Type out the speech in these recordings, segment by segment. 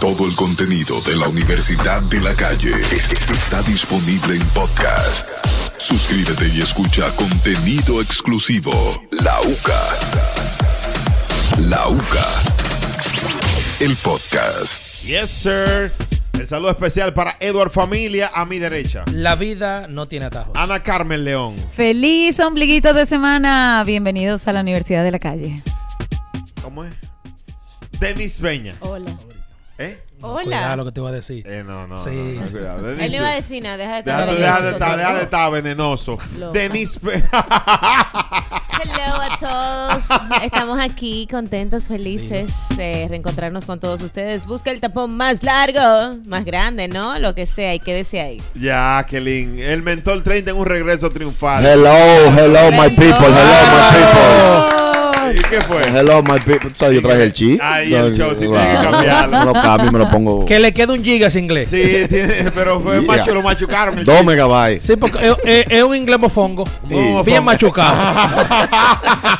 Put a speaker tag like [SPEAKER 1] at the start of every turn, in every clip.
[SPEAKER 1] Todo el contenido de la Universidad de la Calle es- es- está disponible en podcast. Suscríbete y escucha contenido exclusivo. La UCA. La UCA. El podcast.
[SPEAKER 2] Yes, sir. El saludo especial para Edward Familia a mi derecha.
[SPEAKER 3] La vida no tiene atajos.
[SPEAKER 2] Ana Carmen León.
[SPEAKER 4] Feliz ombliguito de semana. Bienvenidos a la Universidad de la Calle.
[SPEAKER 2] ¿Cómo es? Denis Peña.
[SPEAKER 5] Hola.
[SPEAKER 2] ¿Eh?
[SPEAKER 3] Cuidado
[SPEAKER 5] Hola.
[SPEAKER 3] lo que te iba a decir.
[SPEAKER 2] Eh, no, no.
[SPEAKER 3] Sí.
[SPEAKER 2] no, no, cuidado. Denis-
[SPEAKER 5] Él no iba a decir nada, deja de
[SPEAKER 2] Deja,
[SPEAKER 5] estar.
[SPEAKER 2] deja de estar, deja de estar venenoso.
[SPEAKER 5] Loco.
[SPEAKER 2] Denis Peña.
[SPEAKER 5] Hello a todos. Estamos aquí contentos, felices de reencontrarnos con todos ustedes. Busca el tapón más largo, más grande, ¿no? Lo que sea y quédese ahí.
[SPEAKER 2] Jacqueline. El mentor 30 en un regreso triunfal.
[SPEAKER 6] Hello, hello my people, hello my people.
[SPEAKER 2] ¿Y qué fue?
[SPEAKER 6] Hello my people. Tú sabes, yo traje el chi.
[SPEAKER 2] Ay, el show, sí, tiene que cambiarlo.
[SPEAKER 6] Me lo cambio, Ah, me lo pongo.
[SPEAKER 3] Que le queda un giga ese inglés. Sí,
[SPEAKER 2] Sí, tiene- pero fue
[SPEAKER 6] Yeah.
[SPEAKER 2] macho, lo machucaron. el
[SPEAKER 6] Dos megabytes.
[SPEAKER 3] porque es, es- es un inglés mofongo. Bien machucado.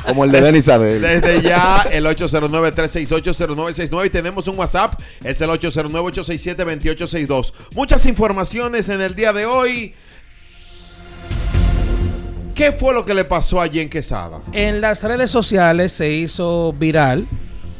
[SPEAKER 6] Como el de Denis Adel.
[SPEAKER 2] Desde ya, el 809-368-0969. Y tenemos un WhatsApp. Es el 809-867-2862. Muchas informaciones en el día de hoy. ¿Qué fue lo que le pasó a Jen Quesada?
[SPEAKER 3] en las redes sociales se hizo viral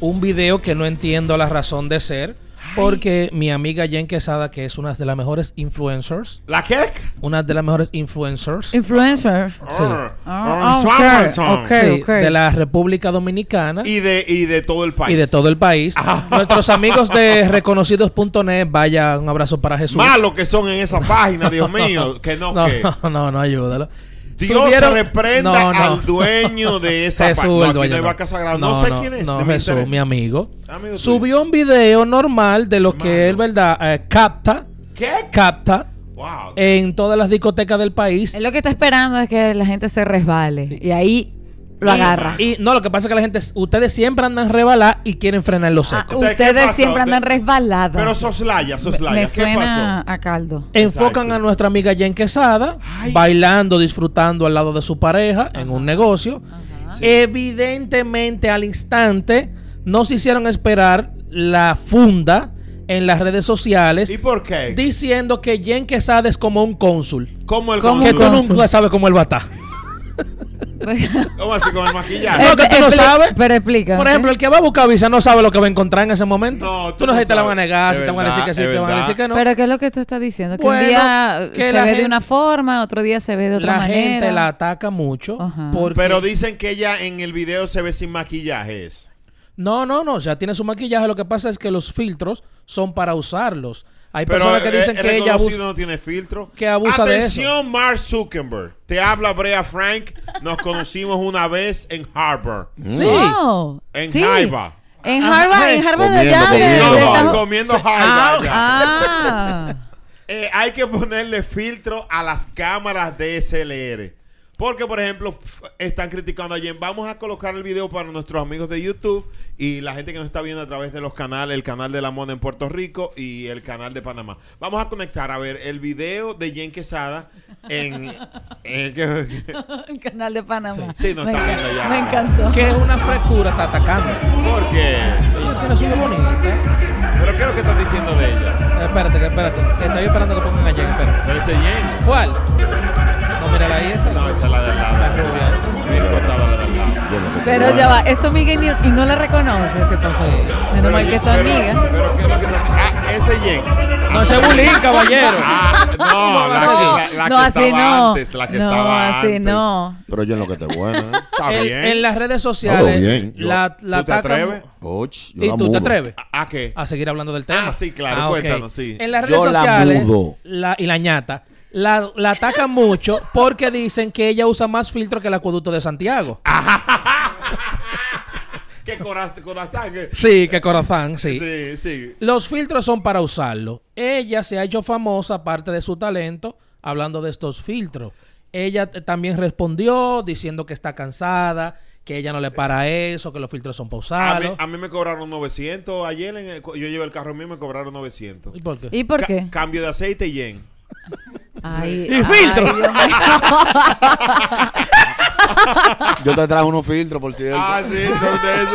[SPEAKER 3] un video que no entiendo la razón de ser. Porque mi amiga Jen Quesada, que es una de las mejores influencers,
[SPEAKER 2] ¿La qué?
[SPEAKER 3] una de las mejores influencers
[SPEAKER 4] Influencer.
[SPEAKER 3] Sí.
[SPEAKER 4] Ah, ok, ok.
[SPEAKER 3] sí, de la República Dominicana.
[SPEAKER 2] Y, de, y de todo el país. Ah.
[SPEAKER 3] y de todo el país. Nuestros amigos de reconocidos.net, vaya un abrazo para Jesús.
[SPEAKER 2] Malo que son en esa página, Dios mío. Que no,
[SPEAKER 3] No,
[SPEAKER 2] que.
[SPEAKER 3] no, no, no, ayúdalo.
[SPEAKER 2] Dios
[SPEAKER 3] Subieron-
[SPEAKER 2] reprenda
[SPEAKER 3] No, no.
[SPEAKER 2] al dueño de esa
[SPEAKER 3] Jesús,
[SPEAKER 2] página. No,
[SPEAKER 3] el
[SPEAKER 2] aquí
[SPEAKER 3] dueño,
[SPEAKER 2] no hay
[SPEAKER 3] no.
[SPEAKER 2] vaca sagrada. No, sé quién es.
[SPEAKER 3] No,
[SPEAKER 2] ni me
[SPEAKER 3] Jesús,
[SPEAKER 2] interesa.
[SPEAKER 3] mi amigo.
[SPEAKER 2] Amigo tuyo.
[SPEAKER 3] Subió un video normal de lo que él, ¿verdad? Eh, capta,
[SPEAKER 2] ¿Qué?
[SPEAKER 3] capta
[SPEAKER 2] Wow.
[SPEAKER 3] en todas las discotecas del país.
[SPEAKER 4] Él lo que está esperando es que la gente se resbale y ahí lo
[SPEAKER 3] Y-
[SPEAKER 4] agarra.
[SPEAKER 3] Y, no, lo que pasa es que la gente, ustedes siempre andan rebalar y quieren frenar los
[SPEAKER 4] Ah,
[SPEAKER 3] secos.
[SPEAKER 2] ¿Ustedes qué pasó?
[SPEAKER 4] ustedes siempre andan
[SPEAKER 2] De-
[SPEAKER 4] resbalados.
[SPEAKER 2] Pero soslaya, soslaya.
[SPEAKER 4] me
[SPEAKER 2] ¿Qué
[SPEAKER 4] suena a caldo.
[SPEAKER 3] Enfocan
[SPEAKER 2] Exacto.
[SPEAKER 3] a nuestra amiga Jen Quesada
[SPEAKER 2] Ay.
[SPEAKER 3] bailando, disfrutando al lado de su pareja en un negocio. Evidentemente, al instante, nos hicieron esperar la funda en las redes sociales
[SPEAKER 2] pasó? ¿Y por qué?
[SPEAKER 3] diciendo que Jen Quesada es como un cónsul.
[SPEAKER 2] ¿Cómo el
[SPEAKER 4] ¿Cómo
[SPEAKER 3] Que
[SPEAKER 2] cónsul?
[SPEAKER 3] tú
[SPEAKER 4] un cónsul?
[SPEAKER 3] nunca sabes cómo él va a estar.
[SPEAKER 2] ¿Cómo así con el maquillaje?
[SPEAKER 3] No, que tú no
[SPEAKER 4] Eh, Expli-
[SPEAKER 3] sabes.
[SPEAKER 4] Pero explica.
[SPEAKER 3] Por ejemplo, el que va a buscar visa no sabe lo que va a encontrar en ese momento.
[SPEAKER 2] No, tú
[SPEAKER 3] tú no
[SPEAKER 2] no
[SPEAKER 3] sé si te la
[SPEAKER 2] sabes.
[SPEAKER 3] van a negar,
[SPEAKER 2] Es
[SPEAKER 3] si te van a decir
[SPEAKER 2] verdad,
[SPEAKER 3] que sí,
[SPEAKER 2] es
[SPEAKER 3] te van a
[SPEAKER 2] verdad.
[SPEAKER 3] decir que no.
[SPEAKER 4] Pero ¿qué es lo que tú estás diciendo? Que
[SPEAKER 3] Bueno,
[SPEAKER 4] un día
[SPEAKER 3] que
[SPEAKER 4] se
[SPEAKER 3] la
[SPEAKER 4] ve
[SPEAKER 3] gen-
[SPEAKER 4] de una forma, otro día se ve de otra
[SPEAKER 3] la
[SPEAKER 4] manera.
[SPEAKER 3] gente la ataca mucho.
[SPEAKER 4] Ajá.
[SPEAKER 3] Porque
[SPEAKER 2] Pero dicen que ella en el video se ve sin maquillaje. es.
[SPEAKER 3] No, no, no, ya tiene su maquillaje. Lo que pasa es que los filtros son para usarlos. Hay
[SPEAKER 2] Pero
[SPEAKER 3] personas que dicen
[SPEAKER 2] eh,
[SPEAKER 3] que ella
[SPEAKER 2] reconocido
[SPEAKER 3] abusa.
[SPEAKER 2] no tiene filtro.
[SPEAKER 3] que abusa de
[SPEAKER 2] Atención, Mark Zuckerberg. Te habla Brea Frank. Nos conocimos una vez en Harvard.
[SPEAKER 3] Sí.
[SPEAKER 4] Wow.
[SPEAKER 2] En
[SPEAKER 4] Sí.
[SPEAKER 2] Jaiba.
[SPEAKER 4] En
[SPEAKER 3] Ah,
[SPEAKER 4] Harvard,
[SPEAKER 3] sí.
[SPEAKER 4] en Harvard de allá. de-
[SPEAKER 6] Comiendo,
[SPEAKER 4] de
[SPEAKER 6] comiendo.
[SPEAKER 4] esta-
[SPEAKER 2] No,
[SPEAKER 6] Tajo-
[SPEAKER 2] comiendo
[SPEAKER 3] Ah,
[SPEAKER 2] Harvard. ya.
[SPEAKER 4] Ah.
[SPEAKER 2] Eh, hay que ponerle filtro a las cámaras DSLR. Porque, por ejemplo, f- están criticando a Jen. Vamos a colocar el video para nuestros amigos de YouTube y la gente que nos está viendo a través de los canales, el canal de la Mona en Puerto Rico y el canal de Panamá. Vamos a conectar a ver el video de Jen Quesada en... en- que-
[SPEAKER 4] El canal de Panamá.
[SPEAKER 2] Sí, sí, no
[SPEAKER 4] me,
[SPEAKER 2] está
[SPEAKER 4] encanta-
[SPEAKER 2] viendo ya.
[SPEAKER 4] me encantó.
[SPEAKER 3] Que es una frescura, está atacando.
[SPEAKER 2] porque...
[SPEAKER 3] Ella tiene su voz bonita.
[SPEAKER 2] Pero ¿qué es lo que están diciendo de ella?
[SPEAKER 3] Eh, Espérate, que- espérate. Estoy esperando que pongan a Jen, espérate.
[SPEAKER 2] Pero ese Jen...
[SPEAKER 3] ¿Cuál? No, mírala ahí, esa.
[SPEAKER 2] No, esa es la del
[SPEAKER 3] Está
[SPEAKER 2] lado.
[SPEAKER 3] rubia.
[SPEAKER 2] Bien cortada la del lado.
[SPEAKER 4] Pero ya va, esto Miguel ni- y no la reconoce, ¿qué pasó? Menos mal que es tu
[SPEAKER 2] pero-
[SPEAKER 4] amiga.
[SPEAKER 2] Pero, ¿qué es lo que está- Ah, ese Jen.
[SPEAKER 3] No se bulín, caballero.
[SPEAKER 2] Ah, no, la,
[SPEAKER 4] No,
[SPEAKER 2] que- la- la
[SPEAKER 4] no,
[SPEAKER 2] que
[SPEAKER 4] así
[SPEAKER 2] estaba
[SPEAKER 4] no.
[SPEAKER 2] antes, la que
[SPEAKER 4] no,
[SPEAKER 2] estaba
[SPEAKER 4] así
[SPEAKER 2] antes.
[SPEAKER 4] no.
[SPEAKER 6] Pero yo en lo que te buena. ¿eh?
[SPEAKER 2] Está
[SPEAKER 3] En-
[SPEAKER 2] bien.
[SPEAKER 3] en las redes
[SPEAKER 6] Hablo
[SPEAKER 3] sociales
[SPEAKER 6] bien.
[SPEAKER 3] la,
[SPEAKER 2] Yo-
[SPEAKER 3] la
[SPEAKER 2] ¿tú te
[SPEAKER 3] atacan-
[SPEAKER 2] atreves?
[SPEAKER 6] Coach, yo
[SPEAKER 3] ¿Y
[SPEAKER 6] la
[SPEAKER 3] tú te
[SPEAKER 6] mudo.
[SPEAKER 3] atreves?
[SPEAKER 2] ¿A, a qué?
[SPEAKER 3] a seguir hablando del tema.
[SPEAKER 2] Ah, sí, claro,
[SPEAKER 3] ok.
[SPEAKER 2] cuéntanos, sí.
[SPEAKER 3] En las redes
[SPEAKER 6] Yo la
[SPEAKER 3] sociales,
[SPEAKER 6] mudo.
[SPEAKER 3] la- y la ñata, la, la atacan mucho porque dicen que ella usa más filtro que el acueducto de Santiago.
[SPEAKER 2] Ah, ¿Qué corazón? corazón que-
[SPEAKER 3] Sí, que corazón, sí.
[SPEAKER 2] Sí, sí.
[SPEAKER 3] Los filtros son para usarlo. Ella se ha hecho famosa, aparte de su talento, hablando de estos filtros. Ella t- también respondió diciendo que está cansada, que ella no le para eso, que los filtros son
[SPEAKER 2] A mí,
[SPEAKER 3] pausados.
[SPEAKER 2] a mí me cobraron 900 ayer. en el- yo llevé el carro mío y me cobraron 900.
[SPEAKER 3] ¿Y por qué?
[SPEAKER 4] ¿Y por
[SPEAKER 2] Ca-
[SPEAKER 4] qué?
[SPEAKER 2] cambio de aceite y yen.
[SPEAKER 4] Ay,
[SPEAKER 3] Y
[SPEAKER 4] ay,
[SPEAKER 3] filtro.
[SPEAKER 4] Dios mío.
[SPEAKER 6] Yo te traje unos filtros, por cierto.
[SPEAKER 2] Ah, sí, son de esos. sí.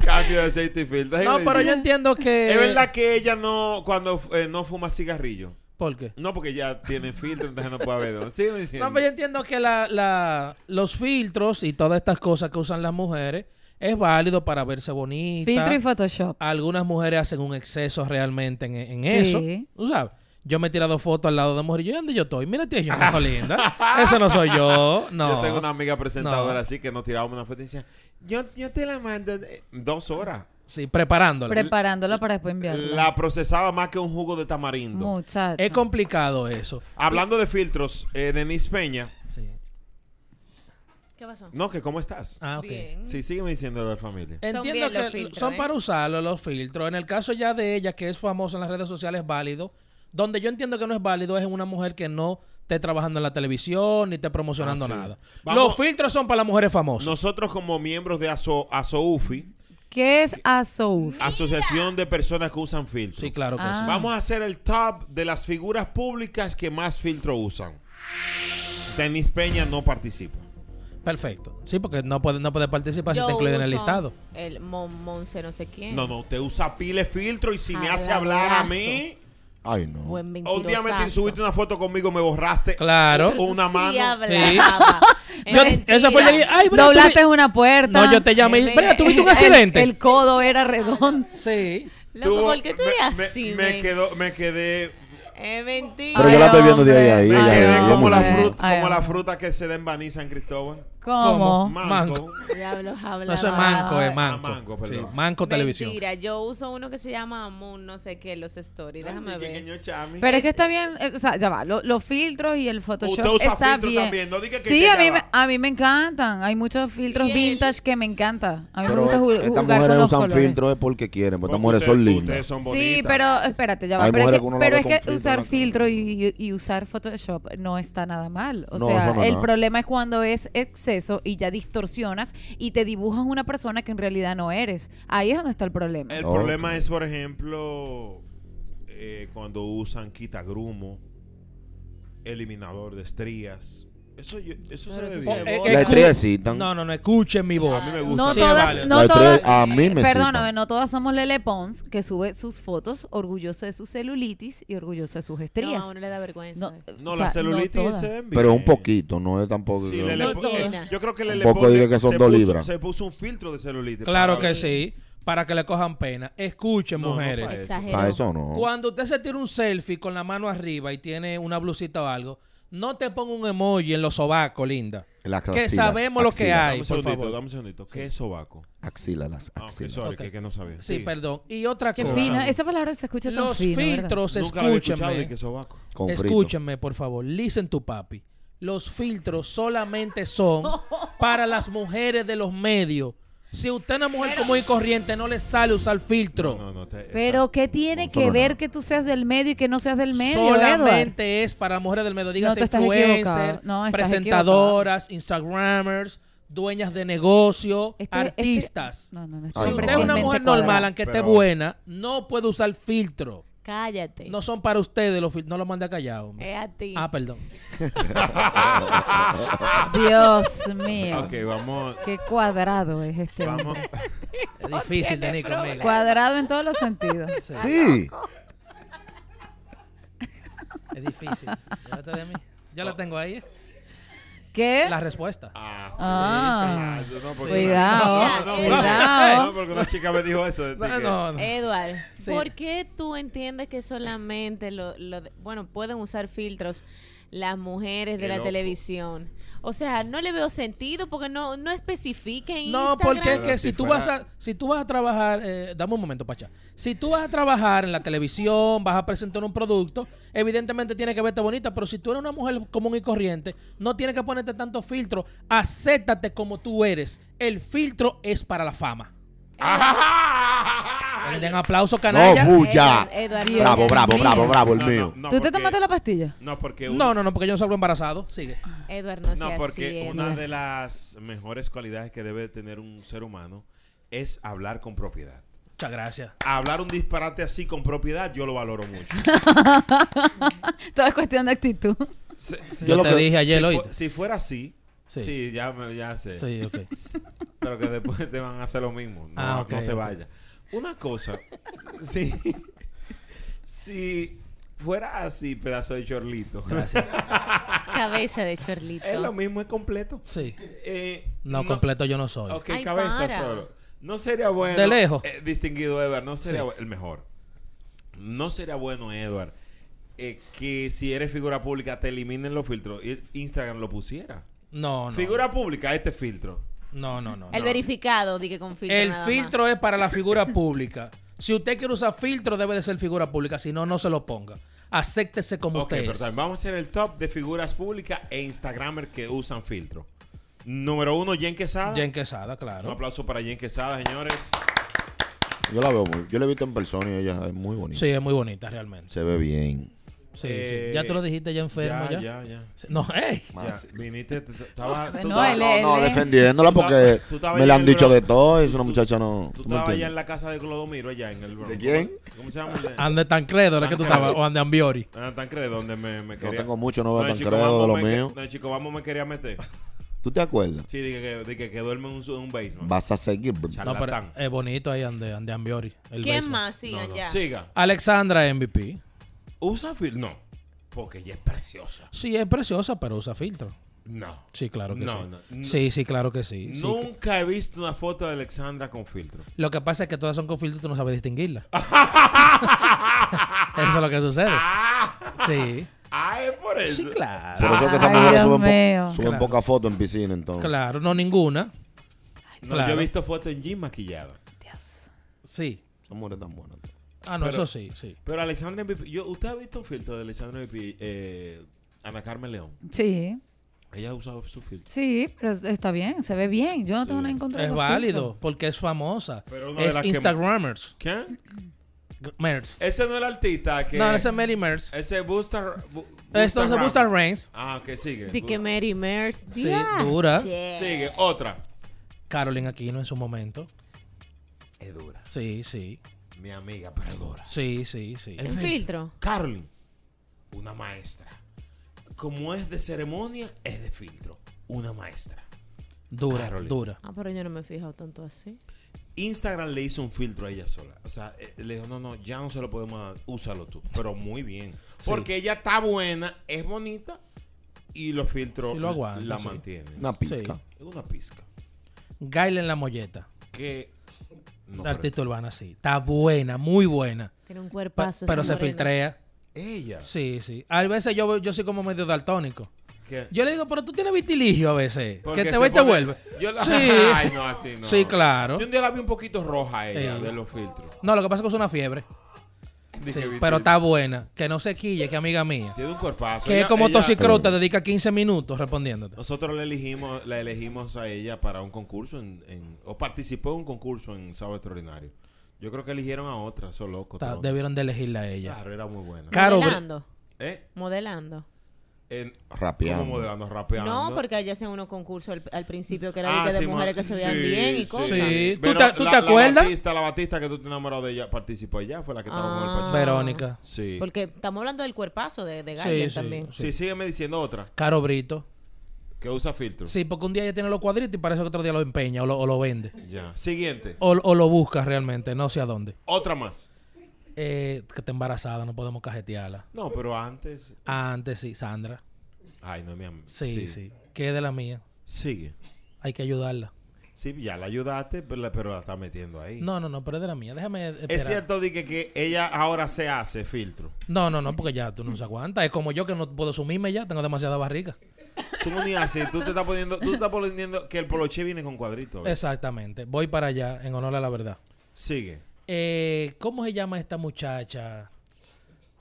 [SPEAKER 2] Ah, Cambio de aceite y filtro.
[SPEAKER 3] No,
[SPEAKER 2] Ay,
[SPEAKER 3] pero yo
[SPEAKER 2] bendito.
[SPEAKER 3] entiendo que.
[SPEAKER 2] Es verdad que ella no, cuando eh, no fuma cigarrillo.
[SPEAKER 3] ¿Por qué?
[SPEAKER 2] No, porque ya tiene filtro, entonces no puede haber dos. Sí, me entiendes?
[SPEAKER 3] No, pero yo entiendo que la, la- los filtros y todas estas cosas que usan las mujeres es válido para verse bonita.
[SPEAKER 4] Filtro y Photoshop.
[SPEAKER 3] Algunas mujeres hacen un exceso realmente en, en
[SPEAKER 4] Sí.
[SPEAKER 3] eso. Tú sabes. Yo me he tirado fotos al lado de mujeres. ¿Y dónde yo estoy? Mira, tía, yo no estoy linda. Eso no soy yo. No.
[SPEAKER 2] Ah. Yo tengo una amiga presentadora
[SPEAKER 3] No.
[SPEAKER 2] así que nos tirábamos una foto y decía, yo, yo te la mando eh, dos horas.
[SPEAKER 3] Sí, preparándola.
[SPEAKER 4] Preparándola para después enviarla.
[SPEAKER 2] La procesaba más que un jugo de tamarindo.
[SPEAKER 4] Muchacho.
[SPEAKER 3] es complicado eso.
[SPEAKER 2] Hablando de filtros, eh, Denise Peña.
[SPEAKER 3] Sí.
[SPEAKER 5] ¿Qué pasó?
[SPEAKER 2] No, que ¿cómo estás?
[SPEAKER 3] Ah, ok.
[SPEAKER 5] Bien.
[SPEAKER 2] Sí, sígueme diciendo la familia.
[SPEAKER 5] Son
[SPEAKER 3] Entiendo
[SPEAKER 5] bien los
[SPEAKER 3] que
[SPEAKER 5] filtros,
[SPEAKER 3] son
[SPEAKER 5] ¿eh?
[SPEAKER 3] para usarlo los filtros. En el caso ya de ella, que es famosa en las redes sociales, es válido. Donde yo entiendo que no es válido es en una mujer que no esté trabajando en la televisión ni esté promocionando
[SPEAKER 2] Ah, sí.
[SPEAKER 3] nada.
[SPEAKER 2] Vamos-
[SPEAKER 3] Los filtros son para las mujeres famosas.
[SPEAKER 2] Nosotros como miembros de ASO, ASOUFI,
[SPEAKER 4] ¿Qué es ASOUF?
[SPEAKER 2] Asociación de Personas que Usan Filtros.
[SPEAKER 3] Sí, claro que
[SPEAKER 4] Ah.
[SPEAKER 3] sí.
[SPEAKER 2] Vamos a hacer el top de las figuras públicas que más filtro usan. Denise Peña no participa.
[SPEAKER 3] Perfecto. Sí, porque no puede, no puede participar si
[SPEAKER 5] Yo
[SPEAKER 3] está incluido en el
[SPEAKER 5] uso
[SPEAKER 3] listado.
[SPEAKER 5] El mon, Monse no sé quién.
[SPEAKER 2] No, no, te usa pile filtro y si me
[SPEAKER 5] Ah,
[SPEAKER 2] hace hablar a
[SPEAKER 5] bravazo.
[SPEAKER 2] mí,
[SPEAKER 6] Ay, no.
[SPEAKER 5] Buen
[SPEAKER 2] un día me
[SPEAKER 5] mentirosazo.
[SPEAKER 2] subiste una foto conmigo, me borraste.
[SPEAKER 3] Claro.
[SPEAKER 5] Pero tú
[SPEAKER 2] una
[SPEAKER 5] sí
[SPEAKER 2] mano.
[SPEAKER 5] hablaba. Es
[SPEAKER 3] Yo-
[SPEAKER 5] mentira.
[SPEAKER 3] esa fue la idea. Ay, Brea,
[SPEAKER 4] Doblaste
[SPEAKER 3] tuvi-
[SPEAKER 4] una puerta.
[SPEAKER 3] No, yo te llamé. y-
[SPEAKER 5] Eh,
[SPEAKER 3] Brea, tuviste un
[SPEAKER 4] El-
[SPEAKER 3] accidente.
[SPEAKER 4] El, codo era redondo.
[SPEAKER 3] Sí.
[SPEAKER 5] Loco,
[SPEAKER 2] Tú-
[SPEAKER 5] ¿por qué tú
[SPEAKER 2] me-
[SPEAKER 5] eres
[SPEAKER 2] me-
[SPEAKER 5] así,
[SPEAKER 2] me,
[SPEAKER 5] men?
[SPEAKER 2] quedó, me quedé,
[SPEAKER 5] Es mentira.
[SPEAKER 6] Pero yo la estoy viendo de ahí a ahí.
[SPEAKER 4] hombre,
[SPEAKER 6] ella,
[SPEAKER 2] me
[SPEAKER 4] ay,
[SPEAKER 2] quedé
[SPEAKER 6] ella,
[SPEAKER 4] hombre.
[SPEAKER 2] como, la
[SPEAKER 6] muy bien.
[SPEAKER 2] fruta,
[SPEAKER 4] Ay,
[SPEAKER 2] como la
[SPEAKER 4] hombre.
[SPEAKER 2] fruta que se da en Baní San Cristóbal.
[SPEAKER 4] ¿Cómo?
[SPEAKER 3] ¿Cómo?
[SPEAKER 2] Mango.
[SPEAKER 3] Mango.
[SPEAKER 5] Diablos
[SPEAKER 3] No,
[SPEAKER 5] hablaba.
[SPEAKER 3] eso es manco, es
[SPEAKER 4] Ah,
[SPEAKER 3] manco.
[SPEAKER 2] manco,
[SPEAKER 3] Sí,
[SPEAKER 2] perdón.
[SPEAKER 3] manco televisión.
[SPEAKER 5] Mentira, yo uso uno que se llama Moon, no sé qué, los stories. Déjame
[SPEAKER 2] Ay,
[SPEAKER 5] ver.
[SPEAKER 2] pequeño chami.
[SPEAKER 4] Pero es que está bien, eh, o sea, ya va, lo- los filtros y el Photoshop
[SPEAKER 2] Usted usa
[SPEAKER 4] está
[SPEAKER 2] filtro
[SPEAKER 4] bien.
[SPEAKER 2] también, no diga que-
[SPEAKER 4] sí,
[SPEAKER 2] que
[SPEAKER 4] a
[SPEAKER 2] ya
[SPEAKER 4] mí,
[SPEAKER 2] va.
[SPEAKER 4] me, a mí me encantan. Hay muchos filtros
[SPEAKER 5] Bien.
[SPEAKER 4] vintage que me encantan. A mí me
[SPEAKER 6] Pero
[SPEAKER 4] gusta ju-
[SPEAKER 3] eh,
[SPEAKER 6] estas
[SPEAKER 4] jugar
[SPEAKER 6] mujeres
[SPEAKER 4] con los
[SPEAKER 6] usan
[SPEAKER 4] colores.
[SPEAKER 6] filtros es porque quieren, porque
[SPEAKER 2] Porque
[SPEAKER 6] estas mujeres
[SPEAKER 2] ustedes-
[SPEAKER 6] son
[SPEAKER 2] ustedes
[SPEAKER 6] lindas.
[SPEAKER 2] son
[SPEAKER 4] Sí,
[SPEAKER 2] bonitas.
[SPEAKER 4] pero espérate, ya va.
[SPEAKER 6] Hay
[SPEAKER 4] pero es que,
[SPEAKER 6] mujeres que uno la
[SPEAKER 4] pero
[SPEAKER 6] ve
[SPEAKER 4] es
[SPEAKER 6] con
[SPEAKER 4] que
[SPEAKER 6] filtro en la
[SPEAKER 4] usar
[SPEAKER 6] cara.
[SPEAKER 4] filtro y, y usar Photoshop no está nada mal. O
[SPEAKER 6] No,
[SPEAKER 4] sea,
[SPEAKER 6] eso no es
[SPEAKER 4] el
[SPEAKER 6] nada.
[SPEAKER 4] problema es cuando es exceso y ya distorsionas y te dibujas una persona que en realidad no eres. Ahí es donde está el problema.
[SPEAKER 2] El
[SPEAKER 6] Ok.
[SPEAKER 2] problema es, por ejemplo, eh, cuando usan quitagrumo, eliminador de estrías. Eso, yo- eso se
[SPEAKER 5] Pero
[SPEAKER 2] ve
[SPEAKER 5] eso
[SPEAKER 2] bien.
[SPEAKER 5] se ve.
[SPEAKER 3] Eh, eh,
[SPEAKER 6] Las
[SPEAKER 3] escu-
[SPEAKER 6] estrellas citan.
[SPEAKER 3] No, no, no, escuchen mi voz.
[SPEAKER 2] A mí me gusta.
[SPEAKER 4] No
[SPEAKER 3] Sí,
[SPEAKER 4] todas,
[SPEAKER 3] vale.
[SPEAKER 4] no
[SPEAKER 6] Las
[SPEAKER 4] todas,
[SPEAKER 6] tres a mí me
[SPEAKER 4] perdóname,
[SPEAKER 6] citan.
[SPEAKER 4] no todas somos Lele Pons que sube sus fotos orgulloso de su celulitis y orgulloso de sus
[SPEAKER 5] No,
[SPEAKER 4] estrías.
[SPEAKER 5] a uno le da vergüenza.
[SPEAKER 4] No, o
[SPEAKER 2] No,
[SPEAKER 4] sea,
[SPEAKER 2] la celulitis eh.
[SPEAKER 4] todas.
[SPEAKER 2] se ven bien.
[SPEAKER 6] Pero un poquito, no es tampoco.
[SPEAKER 2] Sí,
[SPEAKER 6] no.
[SPEAKER 2] le- le-
[SPEAKER 5] No todas.
[SPEAKER 2] yo creo que le, le
[SPEAKER 6] Un poco
[SPEAKER 2] pone-
[SPEAKER 6] diga que son
[SPEAKER 2] se
[SPEAKER 6] dos
[SPEAKER 2] puso-
[SPEAKER 6] libras.
[SPEAKER 2] Se puso un filtro de celulitis.
[SPEAKER 3] Claro
[SPEAKER 2] para-
[SPEAKER 3] que sí, para que le cojan pena. Escuchen,
[SPEAKER 2] No, no,
[SPEAKER 3] mujeres.
[SPEAKER 2] para eso.
[SPEAKER 5] Exageró.
[SPEAKER 6] Para Ah, eso no.
[SPEAKER 3] Cuando usted se tira un selfie con la mano arriba y tiene una blusita o algo, no te ponga un emoji en los sobacos, linda.
[SPEAKER 6] Las
[SPEAKER 3] que
[SPEAKER 6] axilas,
[SPEAKER 3] sabemos lo que
[SPEAKER 6] axilas.
[SPEAKER 3] hay.
[SPEAKER 2] Dame
[SPEAKER 3] Ay, por
[SPEAKER 2] un segundito,
[SPEAKER 3] favor.
[SPEAKER 2] dame un segundito. ¿Qué es sobaco?
[SPEAKER 6] Axilas, las
[SPEAKER 2] Ah, ok,
[SPEAKER 6] axilas.
[SPEAKER 2] sorry,
[SPEAKER 3] Ok.
[SPEAKER 2] que, que no sabía.
[SPEAKER 3] Sí,
[SPEAKER 2] Sí.
[SPEAKER 3] perdón. Y otra
[SPEAKER 4] Qué
[SPEAKER 3] cosa.
[SPEAKER 4] fina, esa palabra se escucha tan
[SPEAKER 3] Los
[SPEAKER 4] fino, ¿verdad?
[SPEAKER 3] filtros,
[SPEAKER 2] Nunca la había escuchado
[SPEAKER 3] escúchenme.
[SPEAKER 2] de que sobaco.
[SPEAKER 6] Con frito.
[SPEAKER 3] Escúchenme, por favor. Listen tu papi. Los filtros solamente son para las mujeres de los medios. Si usted es una mujer común y corriente, no le sale usar filtro.
[SPEAKER 2] No, no, te- está-
[SPEAKER 4] Pero ¿qué tiene que
[SPEAKER 6] Solo
[SPEAKER 4] ver
[SPEAKER 6] no.
[SPEAKER 4] que tú seas del medio y que no seas del medio, Eduard?
[SPEAKER 3] Solamente es para mujeres del medio. Dígase
[SPEAKER 4] No, tú estás
[SPEAKER 3] influencers,
[SPEAKER 4] equivocado. No, estás
[SPEAKER 3] presentadoras, Instagrammers, dueñas de negocio,
[SPEAKER 4] Este- este-
[SPEAKER 3] artistas.
[SPEAKER 4] No, no, este no.
[SPEAKER 3] Si
[SPEAKER 6] Ay,
[SPEAKER 3] usted es
[SPEAKER 6] no.
[SPEAKER 3] una mujer normal, aunque esté
[SPEAKER 2] Pero-
[SPEAKER 3] buena, no puede usar filtro.
[SPEAKER 5] Cállate.
[SPEAKER 3] No son para ustedes los filtros. No los mande a callado. hombre.
[SPEAKER 5] Es a ti.
[SPEAKER 3] Ah, perdón.
[SPEAKER 4] Dios mío.
[SPEAKER 2] Ok, vamos.
[SPEAKER 4] Qué cuadrado es este. hombre.
[SPEAKER 2] Vamos.
[SPEAKER 3] Es difícil, Denis, conmigo.
[SPEAKER 4] Cuadrado en todos los sentidos.
[SPEAKER 6] Sí.
[SPEAKER 3] Es difícil. Llévate de mí. Ya la tengo ahí.
[SPEAKER 4] ¿Qué?
[SPEAKER 3] La respuesta.
[SPEAKER 2] Ah,
[SPEAKER 4] Ah.
[SPEAKER 2] sí, no, porque-
[SPEAKER 4] Cuidado,
[SPEAKER 2] No, no, porque-
[SPEAKER 4] cuidado.
[SPEAKER 2] No, porque una chica me dijo eso. de ti,
[SPEAKER 3] No,
[SPEAKER 2] que-
[SPEAKER 3] no, no.
[SPEAKER 5] Edward,
[SPEAKER 3] Sí.
[SPEAKER 5] ¿por qué tú entiendes que solamente lo, lo de- bueno pueden usar filtros las mujeres de
[SPEAKER 2] Qué
[SPEAKER 5] la
[SPEAKER 2] loco.
[SPEAKER 5] televisión? O sea, no le veo sentido porque no no especifica en
[SPEAKER 3] No,
[SPEAKER 5] Instagram.
[SPEAKER 3] porque es
[SPEAKER 2] Pero
[SPEAKER 3] que
[SPEAKER 2] si
[SPEAKER 3] si tú
[SPEAKER 2] fuera-
[SPEAKER 3] vas a si tú vas a trabajar, eh, dame un momento, Pacha. Si tú vas a trabajar en la televisión, vas a presentar un producto, evidentemente tiene que verte bonita, pero si tú eres una mujer común y corriente, no tienes que ponerte tantos filtros. Acéptate como tú eres. El filtro es para la fama. Le den aplauso, canalla.
[SPEAKER 6] No, bulla.
[SPEAKER 5] Edward, Edward,
[SPEAKER 6] Bravo,
[SPEAKER 4] Dios
[SPEAKER 6] bravo,
[SPEAKER 4] mío.
[SPEAKER 6] bravo, bravo, el
[SPEAKER 2] No,
[SPEAKER 6] mío.
[SPEAKER 2] no, no,
[SPEAKER 4] ¿Tú te
[SPEAKER 2] porque-
[SPEAKER 4] tomaste la pastilla?
[SPEAKER 2] No, porque. un-
[SPEAKER 3] No, no, no, porque yo no salgo embarazado. Sigue.
[SPEAKER 5] Edward no,
[SPEAKER 2] No,
[SPEAKER 5] sea así,
[SPEAKER 2] porque
[SPEAKER 5] Edward.
[SPEAKER 2] una de las mejores cualidades que debe tener un ser humano es hablar con propiedad.
[SPEAKER 3] Muchas gracias.
[SPEAKER 2] Hablar un disparate así con propiedad, yo lo valoro mucho.
[SPEAKER 4] Todo es cuestión de actitud.
[SPEAKER 2] Se- se-
[SPEAKER 3] Yo,
[SPEAKER 6] lo
[SPEAKER 3] te
[SPEAKER 6] que-
[SPEAKER 3] dije ayer,
[SPEAKER 2] si, fu-
[SPEAKER 3] oíste.
[SPEAKER 2] si fuera así, sí,
[SPEAKER 3] Sí.
[SPEAKER 2] ya, me- ya sé.
[SPEAKER 3] Sí, ok.
[SPEAKER 2] pero que después te van a hacer lo mismo. No,
[SPEAKER 3] Ah, ok,
[SPEAKER 2] no te
[SPEAKER 3] ok.
[SPEAKER 2] vayas. Una cosa, si, si fuera así, pedazo de chorlito,
[SPEAKER 5] Cabeza de chorlito.
[SPEAKER 2] es lo mismo, es completo.
[SPEAKER 3] Sí.
[SPEAKER 2] Eh,
[SPEAKER 3] No, completo yo no soy.
[SPEAKER 2] Ok,
[SPEAKER 5] Ay,
[SPEAKER 2] cabeza
[SPEAKER 5] para.
[SPEAKER 2] solo. No sería bueno.
[SPEAKER 3] De lejos.
[SPEAKER 2] eh, distinguido Edward, no sería
[SPEAKER 3] Sí.
[SPEAKER 2] bu- el mejor. No sería bueno, Edward, eh, que si eres figura pública te eliminen los filtros. y Instagram lo pusiera.
[SPEAKER 3] No, no.
[SPEAKER 2] Figura pública, este filtro.
[SPEAKER 3] No, no, no.
[SPEAKER 5] El
[SPEAKER 3] no.
[SPEAKER 5] verificado, dije con filtro.
[SPEAKER 3] El
[SPEAKER 5] nada más.
[SPEAKER 3] filtro es para la figura pública. Si usted quiere usar filtro, debe de ser figura pública. Si no, no se lo ponga. Acéptese como
[SPEAKER 2] Ok,
[SPEAKER 3] usted
[SPEAKER 2] pero
[SPEAKER 3] es.
[SPEAKER 2] también vamos a hacer el top de figuras públicas e Instagramers que usan filtro. Número uno, Jen Quesada.
[SPEAKER 3] Jen Quesada, claro.
[SPEAKER 2] Un aplauso para Jen Quesada, señores.
[SPEAKER 6] Yo la veo muy. Yo la he visto en persona y ella es muy bonita.
[SPEAKER 3] Sí, es muy bonita realmente.
[SPEAKER 6] Se ve bien.
[SPEAKER 3] Sí,
[SPEAKER 2] Eh,
[SPEAKER 3] sí. Ya te lo dijiste ya enfermo ya.
[SPEAKER 2] ya, ya, ya.
[SPEAKER 3] Sí, No, ey.
[SPEAKER 2] Ya, Viniste, t- t- estaba-
[SPEAKER 5] Pues
[SPEAKER 4] No,
[SPEAKER 2] tú
[SPEAKER 4] no,
[SPEAKER 2] estabas-
[SPEAKER 4] él
[SPEAKER 6] No, no,
[SPEAKER 4] Lele.
[SPEAKER 6] defendiéndola
[SPEAKER 2] Tú
[SPEAKER 6] porque
[SPEAKER 2] estabas- tú estabas
[SPEAKER 6] me la
[SPEAKER 2] en
[SPEAKER 6] han
[SPEAKER 2] el
[SPEAKER 6] dicho
[SPEAKER 2] bro-
[SPEAKER 6] de todo. Es una
[SPEAKER 2] tú-
[SPEAKER 6] muchacha no.
[SPEAKER 2] Tú
[SPEAKER 6] ¿tú me
[SPEAKER 2] estabas allá
[SPEAKER 6] entiendes?
[SPEAKER 2] en la casa de Clodomiro, allá en el Bronx.
[SPEAKER 6] ¿De quién?
[SPEAKER 2] ¿Cómo se llama? el de-
[SPEAKER 3] Ande Tancredo, era que tú estabas. O Ande Ambiori.
[SPEAKER 2] Ah, Tancredo, donde me, me quería.
[SPEAKER 6] tengo mucho, no veo
[SPEAKER 2] Donde Chico
[SPEAKER 6] Tancredo,
[SPEAKER 2] Bambo
[SPEAKER 6] de lo
[SPEAKER 2] me que-
[SPEAKER 6] mío.
[SPEAKER 2] donde Chico Vamos me quería meter.
[SPEAKER 6] ¿Tú te acuerdas?
[SPEAKER 2] Sí, dije que, dije que duerme en un, en un basement.
[SPEAKER 6] Vas a seguir. bro.
[SPEAKER 2] Chale.
[SPEAKER 3] No, pero
[SPEAKER 2] Charlatán.
[SPEAKER 3] es bonito ahí Ande, Ande Ambiori. el basement.
[SPEAKER 5] ¿Quién más?
[SPEAKER 2] No,
[SPEAKER 5] Sigan
[SPEAKER 2] no.
[SPEAKER 5] ya.
[SPEAKER 2] Siga.
[SPEAKER 3] Alexandra MVP.
[SPEAKER 2] ¿Usa filtro? No. Porque ella es preciosa.
[SPEAKER 3] Sí, es preciosa, pero usa filtro.
[SPEAKER 2] No.
[SPEAKER 3] Sí, claro que
[SPEAKER 2] No,
[SPEAKER 3] sí.
[SPEAKER 2] no, no.
[SPEAKER 3] Sí, sí, claro que sí. Sí, que-
[SPEAKER 2] Nunca he visto una foto de Alexandra con filtro.
[SPEAKER 3] Lo que pasa es que todas son con filtro y tú no sabes distinguirlas. eso es lo que sucede. Sí.
[SPEAKER 2] Ah, es por eso.
[SPEAKER 3] Sí,
[SPEAKER 6] Por
[SPEAKER 3] claro.
[SPEAKER 6] eso es que
[SPEAKER 4] Ay,
[SPEAKER 6] esas mujeres
[SPEAKER 4] Dios
[SPEAKER 6] suben, po-
[SPEAKER 4] mío.
[SPEAKER 6] suben
[SPEAKER 3] Claro.
[SPEAKER 6] poca foto en piscina, entonces.
[SPEAKER 3] Claro, no ninguna.
[SPEAKER 2] No,
[SPEAKER 3] Claro.
[SPEAKER 2] Yo he visto fotos en jean maquillada.
[SPEAKER 4] Dios.
[SPEAKER 3] Sí.
[SPEAKER 6] Esas mujeres tan buenas.
[SPEAKER 3] Ah, no,
[SPEAKER 2] Pero-
[SPEAKER 3] eso sí, sí.
[SPEAKER 2] Pero Alexandra MVP, yo, ¿usted ha visto un filtro de Alexandra MVP? Eh, Ana Carmen León.
[SPEAKER 4] Sí,
[SPEAKER 2] Ella ha usado su filtro.
[SPEAKER 4] sí, pero está bien, se ve bien. Yo no tengo nada en contra de
[SPEAKER 3] Es
[SPEAKER 4] los
[SPEAKER 3] válido
[SPEAKER 4] filtros.
[SPEAKER 3] porque es famosa.
[SPEAKER 2] Pero una de
[SPEAKER 3] Es
[SPEAKER 2] las que-
[SPEAKER 3] Instagrammers.
[SPEAKER 2] ¿Quién?
[SPEAKER 3] Mers.
[SPEAKER 2] Ese no era el artista que.
[SPEAKER 3] No, ese es Melly Mers.
[SPEAKER 2] Ese Busta. Bu- Busta
[SPEAKER 3] Entonces
[SPEAKER 2] Rhymes.
[SPEAKER 3] Busta Rhymes.
[SPEAKER 2] Ah, que sigue.
[SPEAKER 5] Di que
[SPEAKER 2] Busta-
[SPEAKER 5] Mary Mers.
[SPEAKER 3] Sí,
[SPEAKER 5] Ya.
[SPEAKER 3] dura.
[SPEAKER 5] Che.
[SPEAKER 2] Sigue, otra.
[SPEAKER 3] Carolyn Aquino en su momento.
[SPEAKER 2] Es dura.
[SPEAKER 3] Sí, sí.
[SPEAKER 2] Mi amiga, pero es dura.
[SPEAKER 3] Sí, sí, sí.
[SPEAKER 5] Un filtro.
[SPEAKER 2] Carolyn, una maestra. Como es de ceremonia, es de filtro. Una maestra.
[SPEAKER 3] Dura,
[SPEAKER 2] Carolyn.
[SPEAKER 3] dura.
[SPEAKER 5] Ah, pero yo no me he fijado tanto así.
[SPEAKER 2] Instagram le hizo un filtro a ella sola. O sea, eh, le dijo, no, no, ya no se lo podemos dar, úsalo tú. Pero muy bien.
[SPEAKER 3] Sí.
[SPEAKER 2] Porque ella está buena, es bonita y los filtros
[SPEAKER 3] Sí, lo aguanta,
[SPEAKER 2] la
[SPEAKER 3] sí.
[SPEAKER 2] mantienen.
[SPEAKER 6] Una pizca.
[SPEAKER 3] Sí.
[SPEAKER 2] Es una pizca.
[SPEAKER 3] Gailen La Molleta.
[SPEAKER 2] Que... No,
[SPEAKER 3] la artista urbana, sí. Está buena, muy buena.
[SPEAKER 5] Tiene un
[SPEAKER 3] Pa-
[SPEAKER 5] cuerpazo.
[SPEAKER 3] pero
[SPEAKER 5] esa
[SPEAKER 3] se
[SPEAKER 5] morena.
[SPEAKER 3] filtrea.
[SPEAKER 2] pero ella.
[SPEAKER 3] Sí, sí. A veces yo, veo- yo soy como medio daltónico.
[SPEAKER 2] que-
[SPEAKER 3] Yo le digo, pero tú tienes vitiligio a veces.
[SPEAKER 2] Porque
[SPEAKER 3] que te
[SPEAKER 2] se
[SPEAKER 3] va y te
[SPEAKER 2] pone-
[SPEAKER 3] vuelve.
[SPEAKER 2] Yo la-
[SPEAKER 3] Sí.
[SPEAKER 2] Ay, no, así no.
[SPEAKER 3] Sí, claro.
[SPEAKER 2] Yo un día la vi un poquito roja a ella
[SPEAKER 3] Sí.
[SPEAKER 2] de los filtros.
[SPEAKER 3] No, lo que pasa es que es una fiebre.
[SPEAKER 2] Dije,
[SPEAKER 3] Sí,
[SPEAKER 2] "Viste,
[SPEAKER 3] pero está buena. Que no se quille, que amiga mía.
[SPEAKER 2] Tiene un cuerpazo.
[SPEAKER 3] Que
[SPEAKER 2] Ella-
[SPEAKER 3] es como
[SPEAKER 2] ella-
[SPEAKER 3] Toxicrow, te dedica 15 minutos respondiéndote.
[SPEAKER 2] Nosotros la elegimos, la elegimos a ella para un concurso en, en- o participó en un concurso en Sábado Extraordinario. Yo creo que eligieron a otra, eso loco.
[SPEAKER 3] Está-
[SPEAKER 2] todo.
[SPEAKER 3] debieron de elegirla a ella.
[SPEAKER 2] Claro, era muy buena.
[SPEAKER 3] Ca- Caro Bre-
[SPEAKER 5] Modelando.
[SPEAKER 2] ¿Eh?
[SPEAKER 5] Modelando.
[SPEAKER 2] En,
[SPEAKER 6] Rapeando.
[SPEAKER 2] ¿Cómo modelando?
[SPEAKER 3] Pues
[SPEAKER 2] Rapeando.
[SPEAKER 5] No, porque allá hacen unos concursos al, al principio que era
[SPEAKER 2] Ah,
[SPEAKER 5] de que de
[SPEAKER 2] sí,
[SPEAKER 5] mujeres
[SPEAKER 2] ma-
[SPEAKER 5] que se vean
[SPEAKER 2] sí,
[SPEAKER 5] bien y
[SPEAKER 2] sí.
[SPEAKER 5] cosas.
[SPEAKER 3] Sí. ¿Tú
[SPEAKER 2] Pero
[SPEAKER 3] te- tú
[SPEAKER 2] la-
[SPEAKER 3] te
[SPEAKER 2] La
[SPEAKER 3] acuerdas?
[SPEAKER 2] Batista, la Batista que tú te enamorado de ella, participó allá, fue la que estaba con el
[SPEAKER 5] Ah.
[SPEAKER 2] Pachá.
[SPEAKER 3] Verónica.
[SPEAKER 2] Sí.
[SPEAKER 5] Porque estamos hablando del cuerpazo de, de
[SPEAKER 3] Sí,
[SPEAKER 5] Gaia
[SPEAKER 3] sí.
[SPEAKER 5] también.
[SPEAKER 2] Sí, sígueme diciendo otra,
[SPEAKER 3] Caro Brito.
[SPEAKER 2] que usa filtro.
[SPEAKER 3] Sí, porque un día ella tiene los cuadritos y parece que otro día lo empeña o lo, o lo vende.
[SPEAKER 2] Ya. Siguiente.
[SPEAKER 3] O, o lo busca realmente, no sé a dónde.
[SPEAKER 2] Otra más.
[SPEAKER 3] Eh, que está embarazada, no podemos cajetearla.
[SPEAKER 2] No, pero antes.
[SPEAKER 3] Antes sí, Sandra.
[SPEAKER 2] Ay, no, mi amor.
[SPEAKER 3] Sí, sí. Que es de la mía.
[SPEAKER 2] Sigue.
[SPEAKER 3] Hay que ayudarla.
[SPEAKER 2] Sí, ya la ayudaste, pero la, pero la estás metiendo ahí.
[SPEAKER 3] No, no, no, pero es de la mía. Déjame
[SPEAKER 2] Es
[SPEAKER 3] esperar.
[SPEAKER 2] cierto, dije que ella ahora se hace filtro.
[SPEAKER 3] No, no, no, porque ya tú no se aguantas. Es como yo que no puedo sumirme ya, tengo demasiada barriga.
[SPEAKER 2] Tú ni así, tú te estás poniendo, tú te estás poniendo que el poloche viene con cuadrito. ¿ves?
[SPEAKER 3] Exactamente. Voy para allá en honor a la verdad.
[SPEAKER 2] Sigue.
[SPEAKER 3] Eh, ¿Cómo se llama esta muchacha?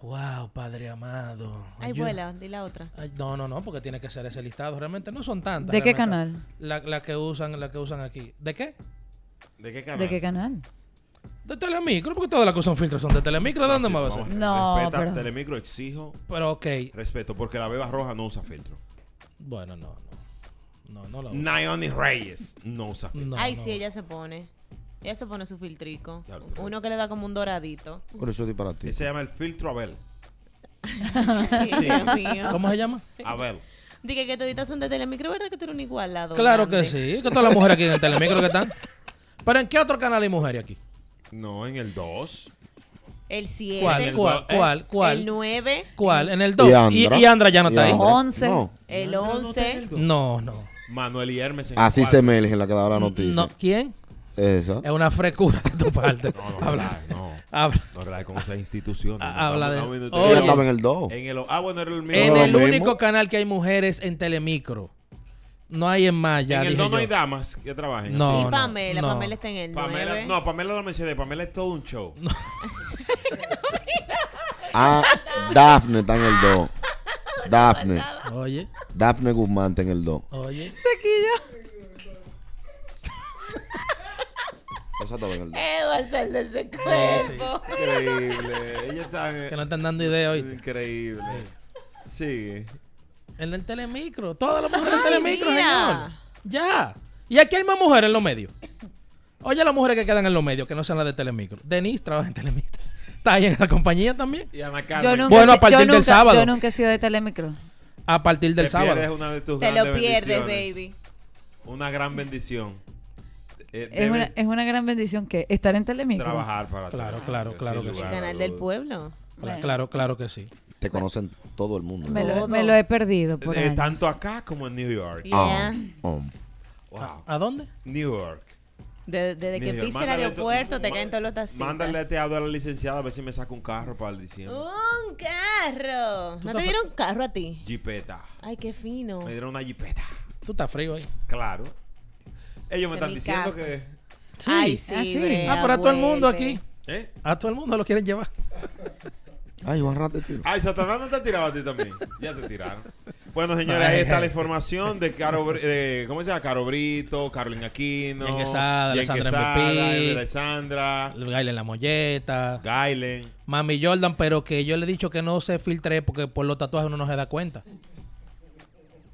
[SPEAKER 3] Wow, padre amado.
[SPEAKER 5] Ay,
[SPEAKER 3] Ayuda.
[SPEAKER 5] vuela, di la otra.
[SPEAKER 3] Ay, no, no, no, porque tiene que ser ese listado. Realmente no son tantas.
[SPEAKER 4] ¿De qué
[SPEAKER 3] realmente.
[SPEAKER 4] canal?
[SPEAKER 3] La, la que usan, la que usan aquí. ¿De qué?
[SPEAKER 2] ¿De qué canal?
[SPEAKER 4] ¿De qué canal?
[SPEAKER 3] De Telemicro, porque todas las que usan filtros son de Telemicro. ¿Dónde
[SPEAKER 2] Ah, Sí,
[SPEAKER 3] más va a
[SPEAKER 2] vamos,
[SPEAKER 3] ser?
[SPEAKER 4] No,
[SPEAKER 2] Respeta,
[SPEAKER 4] pero-
[SPEAKER 2] Telemicro exijo
[SPEAKER 3] Pero ok.
[SPEAKER 2] respeto porque la beba roja no usa filtro.
[SPEAKER 3] Bueno, no, no. No, no la usan.
[SPEAKER 2] Naomi Reyes no usa filtro.
[SPEAKER 3] No,
[SPEAKER 5] Ay,
[SPEAKER 3] no.
[SPEAKER 5] sí, ella se pone. Ella se pone su filtrico.
[SPEAKER 2] Ya, pero-
[SPEAKER 5] Uno que le da como un doradito.
[SPEAKER 6] Por eso estoy para ti.
[SPEAKER 2] Ese se llama el filtro Abel.
[SPEAKER 5] Dios mío.
[SPEAKER 3] ¿Cómo se llama?
[SPEAKER 2] Abel.
[SPEAKER 5] Dije que toditas son de Telemicro, ¿verdad? Que tú eres un igualado.
[SPEAKER 3] Claro que
[SPEAKER 5] grande?
[SPEAKER 3] sí, que todas las mujeres aquí en el telemicro que están. Pero ¿en qué otro canal hay mujeres aquí?
[SPEAKER 2] No, en el 2.
[SPEAKER 5] El 7.
[SPEAKER 3] ¿Cuál? ¿Cuál?
[SPEAKER 2] eh,
[SPEAKER 3] ¿Cuál?
[SPEAKER 5] El
[SPEAKER 3] ¿Cuál?
[SPEAKER 5] 9.
[SPEAKER 3] ¿Cuál? En el 2. Y, y Andra ya no está ahí.
[SPEAKER 4] Andra. Once.
[SPEAKER 6] No.
[SPEAKER 5] El 11.
[SPEAKER 3] No, no.
[SPEAKER 2] Manuel y Hermes en
[SPEAKER 6] Así
[SPEAKER 2] el
[SPEAKER 6] se
[SPEAKER 2] cuatro.
[SPEAKER 6] emerge la que daba la noticia.
[SPEAKER 3] no. ¿Quién?
[SPEAKER 6] Esa.
[SPEAKER 3] Es una frescura de tu parte.
[SPEAKER 2] No, no,
[SPEAKER 3] habla,
[SPEAKER 2] relaje, no.
[SPEAKER 3] habla.
[SPEAKER 2] No relaje con esas instituciones.
[SPEAKER 3] Ah, habla de-
[SPEAKER 2] Estamos- estamos
[SPEAKER 3] Oye.
[SPEAKER 6] Ella
[SPEAKER 2] viendo-
[SPEAKER 6] estaba en el 2.
[SPEAKER 2] en el- Ah, bueno, era el mismo.
[SPEAKER 3] En
[SPEAKER 6] lo
[SPEAKER 3] el
[SPEAKER 6] mismo.
[SPEAKER 3] único canal que hay mujeres en Telemicro. No hay en más ya.
[SPEAKER 2] En el
[SPEAKER 3] dije
[SPEAKER 2] 2 no
[SPEAKER 3] yo.
[SPEAKER 2] hay damas que trabajen.
[SPEAKER 3] No,
[SPEAKER 5] y Pamela.
[SPEAKER 3] no.
[SPEAKER 5] Pamela está en el 9.
[SPEAKER 2] Pamela, no, Pamela lo mencioné. Pamela es todo un show.
[SPEAKER 6] Ah, Dafne está en el 2. Dafne.
[SPEAKER 3] Oye,
[SPEAKER 6] Dafne Guzmán está en el 2.
[SPEAKER 3] oye.
[SPEAKER 6] Esa estaba en el 2.
[SPEAKER 5] Edward, sal de ese
[SPEAKER 3] sí.
[SPEAKER 5] cuerpo.
[SPEAKER 2] Increíble. Ella está.
[SPEAKER 3] Que no están dando idea hoy.
[SPEAKER 2] Eh, Increíble. Sigue.
[SPEAKER 3] En el Telemicro. Todas las mujeres en Telemicro,
[SPEAKER 5] mira.
[SPEAKER 3] señor. Ya. Y aquí hay más mujeres en los medios. Oye, las mujeres que quedan en los medios, que no sean las de Telemicro. Denise trabaja en Telemicro. Está ahí en la compañía también.
[SPEAKER 2] Y Ana Carmen.
[SPEAKER 4] Yo nunca,
[SPEAKER 3] Bueno,
[SPEAKER 4] he-
[SPEAKER 3] a
[SPEAKER 4] yo
[SPEAKER 3] partir del
[SPEAKER 4] nunca-
[SPEAKER 3] sábado.
[SPEAKER 4] Yo nunca he sido de telemicro.
[SPEAKER 3] A partir del
[SPEAKER 2] te pierdes
[SPEAKER 3] sábado.
[SPEAKER 2] una de tus
[SPEAKER 5] Te lo
[SPEAKER 2] grandes
[SPEAKER 5] pierdes,
[SPEAKER 2] bendiciones.
[SPEAKER 5] baby.
[SPEAKER 2] Una gran bendición. Eh,
[SPEAKER 4] Es
[SPEAKER 2] debes
[SPEAKER 4] una, es una gran bendición que estar en telemicro.
[SPEAKER 2] trabajar para
[SPEAKER 3] Claro,
[SPEAKER 2] ti.
[SPEAKER 3] claro,
[SPEAKER 2] Sin
[SPEAKER 3] claro que
[SPEAKER 5] El
[SPEAKER 3] sí.
[SPEAKER 2] lugar a
[SPEAKER 5] canal del
[SPEAKER 2] dudas.
[SPEAKER 5] pueblo.
[SPEAKER 4] Bueno.
[SPEAKER 3] Claro, claro que sí. Oh,
[SPEAKER 6] Te conocen todo el mundo.
[SPEAKER 4] Me
[SPEAKER 5] Todo.
[SPEAKER 4] lo, me lo he perdido por
[SPEAKER 2] Eh,
[SPEAKER 4] años.
[SPEAKER 2] tanto acá como en New York.
[SPEAKER 5] Yeah.
[SPEAKER 6] Oh,
[SPEAKER 2] Wow.
[SPEAKER 3] ¿A dónde?
[SPEAKER 2] New York.
[SPEAKER 5] De- Desde que
[SPEAKER 2] New York.
[SPEAKER 5] pise el
[SPEAKER 2] Mándale to-
[SPEAKER 5] aeropuerto, te
[SPEAKER 2] ma-
[SPEAKER 5] caen todos los tacitos.
[SPEAKER 2] Mándale este audio a la licenciada a ver si me saca un carro para el diciembre.
[SPEAKER 5] ¡Un carro!
[SPEAKER 3] Tú
[SPEAKER 5] ¿No
[SPEAKER 3] estás-
[SPEAKER 5] te dieron carro a ti?
[SPEAKER 2] Jipeta.
[SPEAKER 5] Ay, qué fino.
[SPEAKER 2] Me dieron una jipeta.
[SPEAKER 3] Tú estás frío ahí.
[SPEAKER 2] Claro. Ellos me
[SPEAKER 5] Esa
[SPEAKER 2] están
[SPEAKER 5] es mi
[SPEAKER 2] diciendo
[SPEAKER 5] casa.
[SPEAKER 2] que.
[SPEAKER 5] Ay, sí.
[SPEAKER 4] Ah, sí.
[SPEAKER 5] Bea,
[SPEAKER 3] Ah, pero a todo el mundo
[SPEAKER 5] vuelve.
[SPEAKER 3] aquí.
[SPEAKER 2] ¿Eh?
[SPEAKER 3] A todo el mundo lo quieren llevar.
[SPEAKER 6] Ay, Juan Rata tiro.
[SPEAKER 2] Ay, Satanás no te ha tirado a ti también. Ya te tiraron. Bueno, señores, ahí está la información de Caro, Br- de- ¿cómo se llama? Caro Brito, Carolina Aquino,
[SPEAKER 3] Jen Quesada,
[SPEAKER 2] Jen
[SPEAKER 3] Alexandra
[SPEAKER 2] Quesada,
[SPEAKER 3] MVP.
[SPEAKER 2] Alexandra,
[SPEAKER 3] Gaila en la molleta.
[SPEAKER 2] Gailen.
[SPEAKER 3] Mami Jordan, pero que yo le he dicho que no se filtre porque por los tatuajes uno no se da cuenta.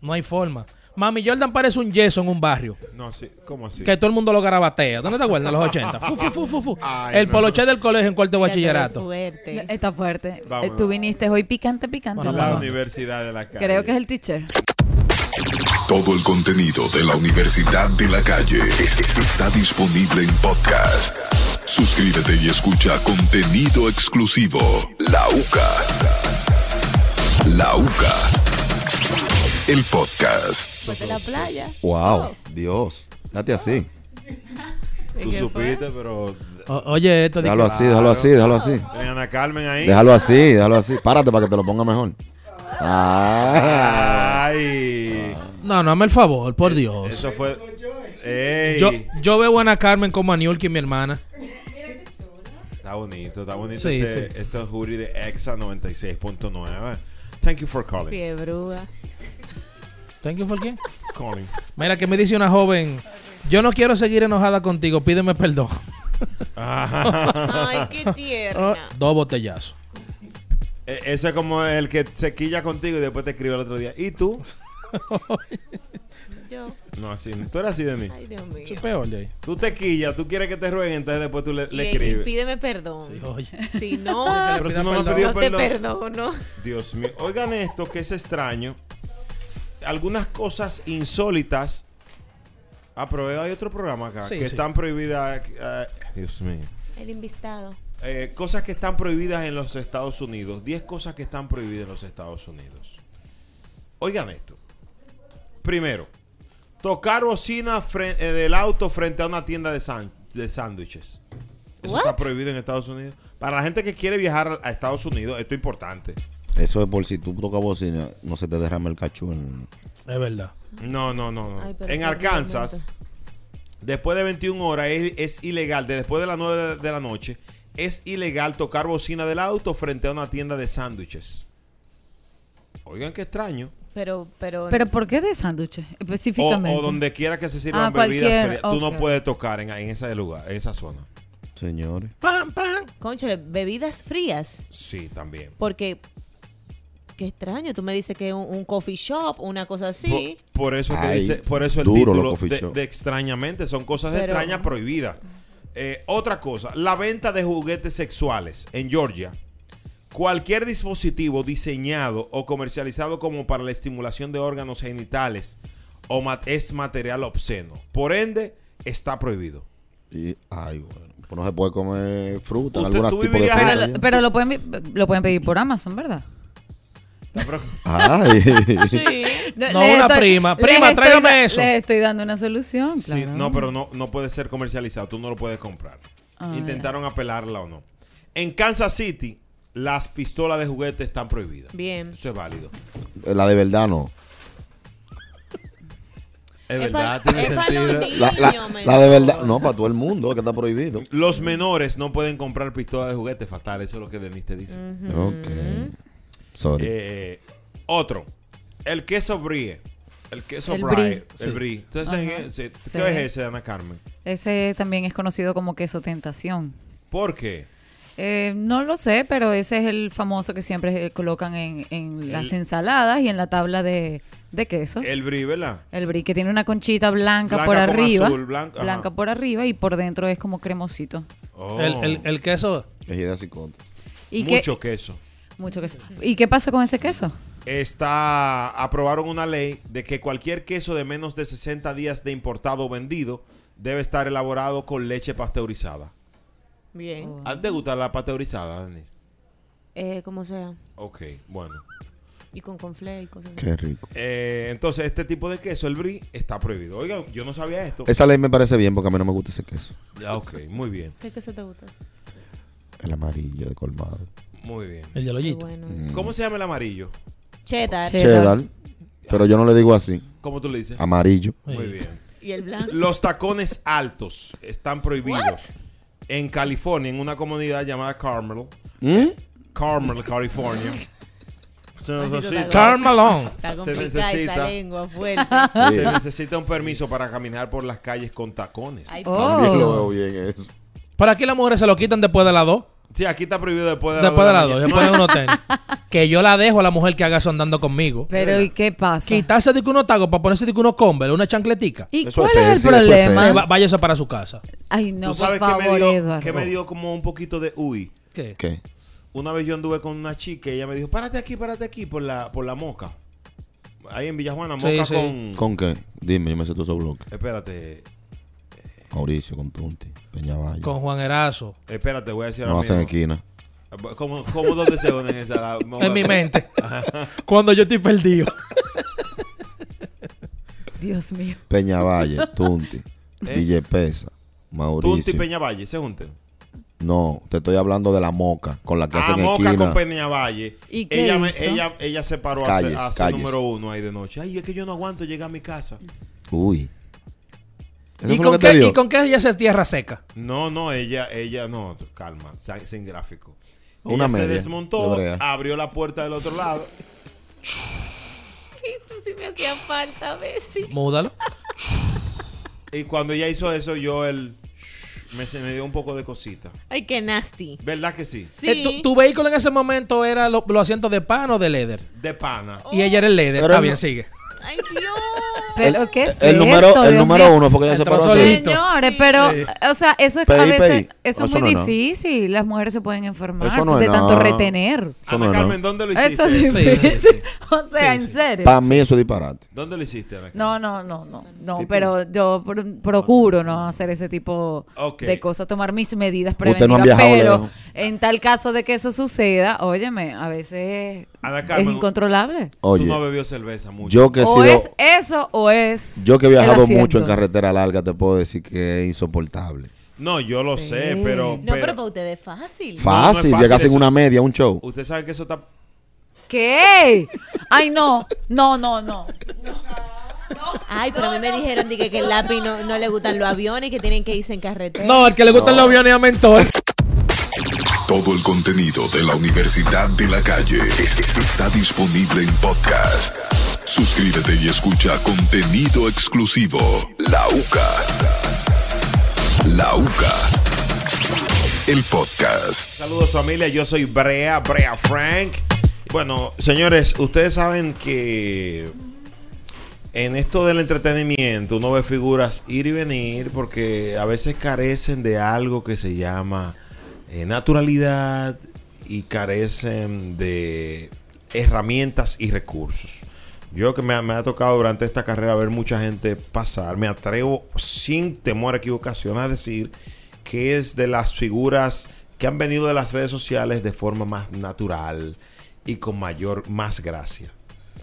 [SPEAKER 3] No hay forma. Mami Jordan parece un yeso en un barrio.
[SPEAKER 2] No, sí, ¿cómo así?
[SPEAKER 3] Que todo el mundo lo garabatea. ¿Dónde te acuerdas? Los 80. Fu, fu, fu, fu, fu.
[SPEAKER 2] Ay,
[SPEAKER 3] el
[SPEAKER 2] no.
[SPEAKER 3] poloche del colegio en cuarto de
[SPEAKER 5] Mira, te ves
[SPEAKER 3] bachillerato.
[SPEAKER 5] fuerte.
[SPEAKER 4] Está fuerte.
[SPEAKER 2] Vamos.
[SPEAKER 4] Eh, Tú viniste hoy picante, picante.
[SPEAKER 3] Bueno,
[SPEAKER 4] ¿no?
[SPEAKER 2] La
[SPEAKER 3] vamos.
[SPEAKER 2] Universidad de la Calle.
[SPEAKER 4] Creo que es el teacher.
[SPEAKER 1] Todo el contenido de la Universidad de la Calle es- es- está disponible en podcast. Suscríbete y escucha contenido exclusivo. La UCA. La UCA. El podcast.
[SPEAKER 5] Fuerte Pues la playa.
[SPEAKER 6] Wow, Dios. Date así.
[SPEAKER 2] Tú supiste, pero.
[SPEAKER 3] O- oye, esto de
[SPEAKER 6] Déjalo
[SPEAKER 3] que-
[SPEAKER 6] así, déjalo así, déjalo así.
[SPEAKER 2] Tienen a Ana Carmen ahí.
[SPEAKER 6] Déjalo así, déjalo así. Párate para que te lo ponga mejor. Ah.
[SPEAKER 2] Ay. Eh,
[SPEAKER 3] No, no, hazme el favor, por Dios.
[SPEAKER 2] Eso fue. Ey.
[SPEAKER 3] Yo, yo veo a Ana Carmen como a Niulki, mi hermana.
[SPEAKER 2] Está bonito, está bonito.
[SPEAKER 3] Sí,
[SPEAKER 2] este, Esto es Jury de Exa 96.9. Thank you for calling.
[SPEAKER 5] Qué brúa.
[SPEAKER 3] Thank you for quién.
[SPEAKER 2] Calling.
[SPEAKER 3] Mira, que me dice una joven. Yo no quiero seguir enojada contigo, pídeme perdón.
[SPEAKER 5] Ay, qué
[SPEAKER 3] Oh,
[SPEAKER 5] tierna.
[SPEAKER 3] dos botellazos.
[SPEAKER 2] E- Ese es como el que se quilla contigo y después te escribe el otro día. ¿Y tú?
[SPEAKER 5] Yo.
[SPEAKER 2] No, así. Tú eres así de mí.
[SPEAKER 5] Ay, Dios
[SPEAKER 3] Eso
[SPEAKER 5] mío.
[SPEAKER 3] es peor, Jay.
[SPEAKER 2] Tú te quillas, tú quieres que te rueguen, entonces después tú le,
[SPEAKER 5] Y-
[SPEAKER 2] le
[SPEAKER 5] y
[SPEAKER 2] escribes.
[SPEAKER 5] pídeme perdón.
[SPEAKER 3] Sí, oye.
[SPEAKER 5] Si no,
[SPEAKER 2] Pero
[SPEAKER 3] pida
[SPEAKER 2] tú no me has
[SPEAKER 3] perdón.
[SPEAKER 2] pedido
[SPEAKER 5] no te
[SPEAKER 2] perdón.
[SPEAKER 5] perdono.
[SPEAKER 2] Dios mío. Oigan esto que es extraño. Algunas cosas insólitas. Ah, pero hay otro programa acá
[SPEAKER 3] Sí,
[SPEAKER 2] que
[SPEAKER 3] sí.
[SPEAKER 2] están prohibidas. eh, Dios mío.
[SPEAKER 5] El invitado.
[SPEAKER 2] Eh, cosas que están prohibidas en los Estados Unidos. 10 cosas que están prohibidas en los Estados Unidos. Oigan esto. Primero, tocar bocina fren- eh, del auto frente a una tienda de, san- de sándwiches. Eso
[SPEAKER 5] What?
[SPEAKER 2] está prohibido en Estados Unidos. Para la gente que quiere viajar a Estados Unidos, esto es importante.
[SPEAKER 6] Eso es por si tú tocas bocina, no se te derrama el cachú. en-
[SPEAKER 3] Es verdad.
[SPEAKER 2] No, no, no, no.
[SPEAKER 5] Ay, pero
[SPEAKER 2] en
[SPEAKER 5] qué
[SPEAKER 2] Arkansas,
[SPEAKER 5] argumento.
[SPEAKER 2] después de 21 horas es, es ilegal, de- después de las 9 de, de la noche, es ilegal tocar bocina del auto frente a una tienda de sándwiches. Oigan qué extraño.
[SPEAKER 5] Pero, pero.
[SPEAKER 4] ¿Pero por qué de sándwiches?
[SPEAKER 2] O,
[SPEAKER 4] Específicamente.
[SPEAKER 2] o donde quiera que se sirvan
[SPEAKER 4] Ah,
[SPEAKER 2] bebidas
[SPEAKER 4] cualquier,
[SPEAKER 2] frías. Tú no
[SPEAKER 4] ok.
[SPEAKER 2] puedes tocar en, en ese lugar, en esa zona.
[SPEAKER 6] Señores.
[SPEAKER 3] ¡Pam, pam!
[SPEAKER 5] Conchole, bebidas frías.
[SPEAKER 2] Sí, también.
[SPEAKER 5] Porque. Qué extraño. Tú me dices que un, un coffee shop, una cosa así.
[SPEAKER 2] Por, por eso que
[SPEAKER 6] Ay,
[SPEAKER 2] dice, por eso el
[SPEAKER 6] duro los
[SPEAKER 2] título
[SPEAKER 6] coffee
[SPEAKER 2] de,
[SPEAKER 6] shop.
[SPEAKER 2] de extrañamente son cosas
[SPEAKER 5] Pero-
[SPEAKER 2] extrañas prohibidas. Eh, otra cosa, la venta de juguetes sexuales en Georgia Cualquier dispositivo diseñado o comercializado como para la estimulación de órganos genitales o ma- es material obsceno. Por ende, está prohibido.
[SPEAKER 6] Y, ay, bueno. Pues no se puede comer fruta,
[SPEAKER 2] Usted-
[SPEAKER 6] algún
[SPEAKER 2] tú
[SPEAKER 6] Ah, tipo de
[SPEAKER 2] vivirías
[SPEAKER 6] fruta.
[SPEAKER 2] en
[SPEAKER 4] Pero,
[SPEAKER 6] ¿sí?
[SPEAKER 4] pero lo, pueden, vi- lo pueden pedir por Amazon, ¿verdad?
[SPEAKER 2] Está pro-
[SPEAKER 6] Ay.
[SPEAKER 4] No,
[SPEAKER 3] No,
[SPEAKER 4] les
[SPEAKER 3] una prima.
[SPEAKER 4] les
[SPEAKER 3] Prima,
[SPEAKER 4] estoy
[SPEAKER 3] tráigame
[SPEAKER 4] da-
[SPEAKER 3] eso.
[SPEAKER 4] Les estoy dando una solución.
[SPEAKER 2] Sí,
[SPEAKER 4] claro.
[SPEAKER 2] no, pero no, no puede ser comercializado. Tú no lo puedes comprar.
[SPEAKER 4] Ah,
[SPEAKER 2] Intentaron apelarla o no. En Kansas City, las pistolas de juguete están prohibidas.
[SPEAKER 5] Bien.
[SPEAKER 2] Eso es válido.
[SPEAKER 6] La de verdad no.
[SPEAKER 2] Es
[SPEAKER 5] Es
[SPEAKER 2] verdad,
[SPEAKER 5] pa-
[SPEAKER 2] tiene
[SPEAKER 5] es pa' los
[SPEAKER 2] sentido.
[SPEAKER 5] niños,
[SPEAKER 6] La, la-
[SPEAKER 5] men.
[SPEAKER 6] la de verdad. No, para todo el mundo, es que está prohibido.
[SPEAKER 2] Los menores no pueden comprar pistolas de juguete. Fatal, eso es lo que Denise te dice.
[SPEAKER 4] Mm.
[SPEAKER 6] Ok. Sorry.
[SPEAKER 2] Eh, otro. El queso brie. El queso
[SPEAKER 4] El
[SPEAKER 2] brie.
[SPEAKER 4] brie.
[SPEAKER 2] El
[SPEAKER 3] Sí.
[SPEAKER 2] brie. Entonces, ¿saben
[SPEAKER 4] Ajá.
[SPEAKER 2] ese? ¿Qué
[SPEAKER 4] Sí.
[SPEAKER 2] es ese, Ana Carmen?
[SPEAKER 4] Ese también es conocido como queso tentación.
[SPEAKER 2] ¿Por qué?
[SPEAKER 4] Eh, no lo sé, pero ese es el famoso que siempre eh, colocan en, en las
[SPEAKER 2] El-
[SPEAKER 4] ensaladas y en la tabla de, de quesos. El,
[SPEAKER 2] El brie, ¿verdad?
[SPEAKER 4] brie que tiene una conchita blanca,
[SPEAKER 2] Blanca
[SPEAKER 4] por
[SPEAKER 2] con
[SPEAKER 4] arriba.
[SPEAKER 2] azul, blanca, ajá.
[SPEAKER 4] por arriba y por dentro es como cremosito.
[SPEAKER 2] Oh,
[SPEAKER 3] El, el- el queso.
[SPEAKER 6] Es idea así contra.
[SPEAKER 4] Y que-
[SPEAKER 2] mucho queso.
[SPEAKER 4] mucho queso. ¿Y qué pasó con ese queso?
[SPEAKER 2] está aprobaron una ley de que cualquier queso de menos de 60 días de importado o vendido debe estar elaborado con leche pasteurizada.
[SPEAKER 5] Bien.
[SPEAKER 2] ¿A ti te gusta la pasteurizada, Dani?
[SPEAKER 5] Eh, como sea.
[SPEAKER 2] Ok, bueno.
[SPEAKER 5] Y con confle y cosas así.
[SPEAKER 6] Qué rico.
[SPEAKER 2] Eh, entonces, este tipo de queso, el brie, está prohibido. Oigan, yo no sabía esto.
[SPEAKER 6] Esa ley me parece bien porque a mí no me gusta ese queso.
[SPEAKER 2] Ah, Ok, muy bien,
[SPEAKER 5] ¿Qué queso te gusta?
[SPEAKER 6] El amarillo de colmado.
[SPEAKER 2] muy bien.
[SPEAKER 3] El de
[SPEAKER 5] Qué
[SPEAKER 3] hoyito.
[SPEAKER 5] bueno.
[SPEAKER 6] Mm.
[SPEAKER 2] ¿Cómo se llama el amarillo?
[SPEAKER 5] Cheddar.
[SPEAKER 4] Che- Cheddar.
[SPEAKER 6] Cheddar. Pero yo no le digo así.
[SPEAKER 2] ¿Cómo tú le dices?
[SPEAKER 6] Amarillo.
[SPEAKER 2] Muy
[SPEAKER 3] Sí.
[SPEAKER 2] bien.
[SPEAKER 5] Y el blanco.
[SPEAKER 2] Los tacones altos están prohibidos. En California, en una comunidad llamada Carmel,
[SPEAKER 6] ¿Mm?
[SPEAKER 2] Carmel, California. Se
[SPEAKER 5] Maldito
[SPEAKER 2] necesita-
[SPEAKER 5] tacón.
[SPEAKER 3] Carl Malone.
[SPEAKER 5] Está
[SPEAKER 2] Se
[SPEAKER 5] complicada
[SPEAKER 2] necesita.
[SPEAKER 5] esa lengua fuerte.
[SPEAKER 2] Se necesita un permiso para caminar por las calles con tacones.
[SPEAKER 5] Ay,
[SPEAKER 6] También lo
[SPEAKER 4] Oh,
[SPEAKER 6] veo bien eso.
[SPEAKER 3] Por aquí las mujeres se lo quitan después de las 2.
[SPEAKER 2] Sí, aquí está prohibido después de las
[SPEAKER 3] Después de las 2.
[SPEAKER 2] dos de la
[SPEAKER 3] Se ponen unos tenis. Que yo la dejo a la mujer que haga eso andando conmigo.
[SPEAKER 4] pero ¿y qué pasa?
[SPEAKER 3] Quitarse de que unos tacos para ponerse de que unos Converse, una chancletica.
[SPEAKER 4] ¿Y
[SPEAKER 6] Eso
[SPEAKER 4] cuál
[SPEAKER 6] es
[SPEAKER 4] es el
[SPEAKER 6] sexy, eso es
[SPEAKER 4] problema?
[SPEAKER 6] sexy.
[SPEAKER 3] Va- váyase para su casa.
[SPEAKER 4] Ay, no,
[SPEAKER 2] ¿Tú
[SPEAKER 4] por
[SPEAKER 2] sabes que me
[SPEAKER 4] favor,
[SPEAKER 2] dio,
[SPEAKER 4] Eduardo.
[SPEAKER 2] que me dio como un poquito de uy?
[SPEAKER 3] ¿Qué?
[SPEAKER 6] ¿Qué?
[SPEAKER 2] Una vez yo anduve con una chica y ella me dijo, párate aquí, párate aquí por la, por la moca. Ahí en Villajuana,
[SPEAKER 3] Sí,
[SPEAKER 2] moca
[SPEAKER 3] sí.
[SPEAKER 2] con...
[SPEAKER 6] ¿Con qué? Dime, yo me sé todos esos bloques.
[SPEAKER 2] Espérate,
[SPEAKER 6] Mauricio, con Tunti, Peñavallo.
[SPEAKER 3] Con Juan Erazo.
[SPEAKER 2] espérate, voy a decir
[SPEAKER 6] No
[SPEAKER 2] ahora
[SPEAKER 6] hacen
[SPEAKER 2] mismo.
[SPEAKER 6] esquina.
[SPEAKER 2] ¿Cómo, cómo dónde se unen esa? la moca?
[SPEAKER 3] En mi mente. Cuando yo estoy perdido.
[SPEAKER 4] Dios mío.
[SPEAKER 6] Peñavalle, Tunti,
[SPEAKER 2] ¿Eh?
[SPEAKER 6] Ville Pesa, Mauricio.
[SPEAKER 2] Tunti y Peñavalle, se junten.
[SPEAKER 6] No, te estoy hablando de la moca con la que
[SPEAKER 2] Ah,
[SPEAKER 6] hacen
[SPEAKER 2] Moca
[SPEAKER 6] esquina.
[SPEAKER 2] con Peñavalle.
[SPEAKER 4] ¿Y qué
[SPEAKER 2] Ella, me-
[SPEAKER 4] hizo?
[SPEAKER 2] ella, ella se paró a
[SPEAKER 6] Calles,
[SPEAKER 2] hacer- a hacer
[SPEAKER 6] calles.
[SPEAKER 2] número uno ahí de noche. Ay, es que yo no aguanto llegar a mi casa.
[SPEAKER 6] Uy. ¿Eso
[SPEAKER 3] ¿Y
[SPEAKER 6] fue lo
[SPEAKER 3] con,
[SPEAKER 6] que te
[SPEAKER 3] qué,
[SPEAKER 6] dio?
[SPEAKER 3] ¿Y con qué ella se tierra seca?
[SPEAKER 2] No, no, ella, ella, no, calma, sa- sin gráfico.
[SPEAKER 6] Una
[SPEAKER 2] ella se
[SPEAKER 6] media,
[SPEAKER 2] desmontó,
[SPEAKER 6] de brea.
[SPEAKER 2] abrió la puerta del otro lado.
[SPEAKER 5] Tú sí me hacía falta, Bessie.
[SPEAKER 3] Múdalo.
[SPEAKER 2] Y cuando ella hizo eso, yo el me, se me dio un poco de cosita.
[SPEAKER 5] Ay, qué nasty.
[SPEAKER 2] ¿Verdad que sí?
[SPEAKER 5] Sí.
[SPEAKER 3] Eh, tu, tu vehículo en ese momento era lo- los asientos de pan o de leather.
[SPEAKER 2] De pana.
[SPEAKER 3] Y ella era el leather.
[SPEAKER 6] Pero
[SPEAKER 3] Está
[SPEAKER 6] él
[SPEAKER 3] bien,
[SPEAKER 6] no-
[SPEAKER 3] sigue.
[SPEAKER 5] Ay, Dios.
[SPEAKER 4] Pero
[SPEAKER 6] el,
[SPEAKER 4] ¿qué es
[SPEAKER 6] el
[SPEAKER 4] esto,
[SPEAKER 6] número, el
[SPEAKER 4] Dios
[SPEAKER 6] número
[SPEAKER 4] mío?
[SPEAKER 6] uno fue que ella se
[SPEAKER 3] Entró
[SPEAKER 6] paró así.
[SPEAKER 3] solito.
[SPEAKER 4] Señores, pero, eh,
[SPEAKER 3] Sí.
[SPEAKER 4] o sea, eso es a
[SPEAKER 6] Pedí,
[SPEAKER 4] veces,
[SPEAKER 6] pedí.
[SPEAKER 4] eso es
[SPEAKER 6] Eso
[SPEAKER 4] muy
[SPEAKER 6] no es nada.
[SPEAKER 4] difícil. Las mujeres se pueden enfermar
[SPEAKER 6] Eso no
[SPEAKER 4] de
[SPEAKER 6] es
[SPEAKER 4] tanto
[SPEAKER 6] nada.
[SPEAKER 4] retener.
[SPEAKER 6] Eso no
[SPEAKER 2] Ana
[SPEAKER 6] es nada.
[SPEAKER 2] Carmen, ¿dónde lo hiciste?
[SPEAKER 4] Eso es
[SPEAKER 3] sí,
[SPEAKER 4] difícil.
[SPEAKER 3] sí.
[SPEAKER 4] O sea,
[SPEAKER 3] Sí,
[SPEAKER 4] en
[SPEAKER 3] sí.
[SPEAKER 4] serio.
[SPEAKER 6] Para mí eso es disparate.
[SPEAKER 2] ¿Dónde lo hiciste, Ana Carmen?
[SPEAKER 4] No, no, no, no, no, pero yo pr- procuro no hacer ese tipo
[SPEAKER 2] Ok.
[SPEAKER 4] de cosas, tomar mis medidas
[SPEAKER 6] no han
[SPEAKER 4] preventivas,
[SPEAKER 6] viajado
[SPEAKER 4] pero
[SPEAKER 6] lejos.
[SPEAKER 4] en tal caso de que eso suceda, óyeme, a veces
[SPEAKER 2] Ana
[SPEAKER 4] es
[SPEAKER 2] Carmen,
[SPEAKER 4] incontrolable.
[SPEAKER 2] Tú no
[SPEAKER 6] Oye,
[SPEAKER 2] bebió cerveza mucho.
[SPEAKER 6] yo que he
[SPEAKER 4] O
[SPEAKER 6] sido...
[SPEAKER 4] es eso o es
[SPEAKER 6] Yo que he
[SPEAKER 4] el
[SPEAKER 6] viajado
[SPEAKER 4] asiento.
[SPEAKER 6] mucho en carretera larga, te puedo decir que es insoportable.
[SPEAKER 2] No, yo lo sé, pero...
[SPEAKER 5] No,
[SPEAKER 2] pero-
[SPEAKER 5] pero para ustedes es fácil.
[SPEAKER 2] no es
[SPEAKER 6] Fácil,
[SPEAKER 2] fácil
[SPEAKER 6] llegas en
[SPEAKER 2] eso.
[SPEAKER 6] una media, un show.
[SPEAKER 2] Usted sabe que eso está...
[SPEAKER 4] ¿Qué? Ay, no, no, no, no.
[SPEAKER 5] Ay, pero a mí me dijeron dije, que el lápiz no, no le gustan los aviones y que tienen que irse en carretera.
[SPEAKER 3] No, al que le gustan los aviones a mentor.
[SPEAKER 1] Todo el contenido de la Universidad de la Calle es- es- está disponible en podcast. Suscríbete y escucha contenido exclusivo. La UCA. La UCA. El podcast.
[SPEAKER 2] Saludos familia, yo soy Brea, Brea Frank. Bueno, señores, ustedes saben que en esto del entretenimiento uno ve figuras ir y venir porque a veces carecen de algo que se llama eh, naturalidad y carecen de herramientas y recursos. Yo que me, ha- me ha tocado durante esta carrera ver mucha gente pasar, me atrevo sin temor a equivocación a decir que es de las figuras que han venido de las redes sociales de forma más natural y con mayor, más gracia.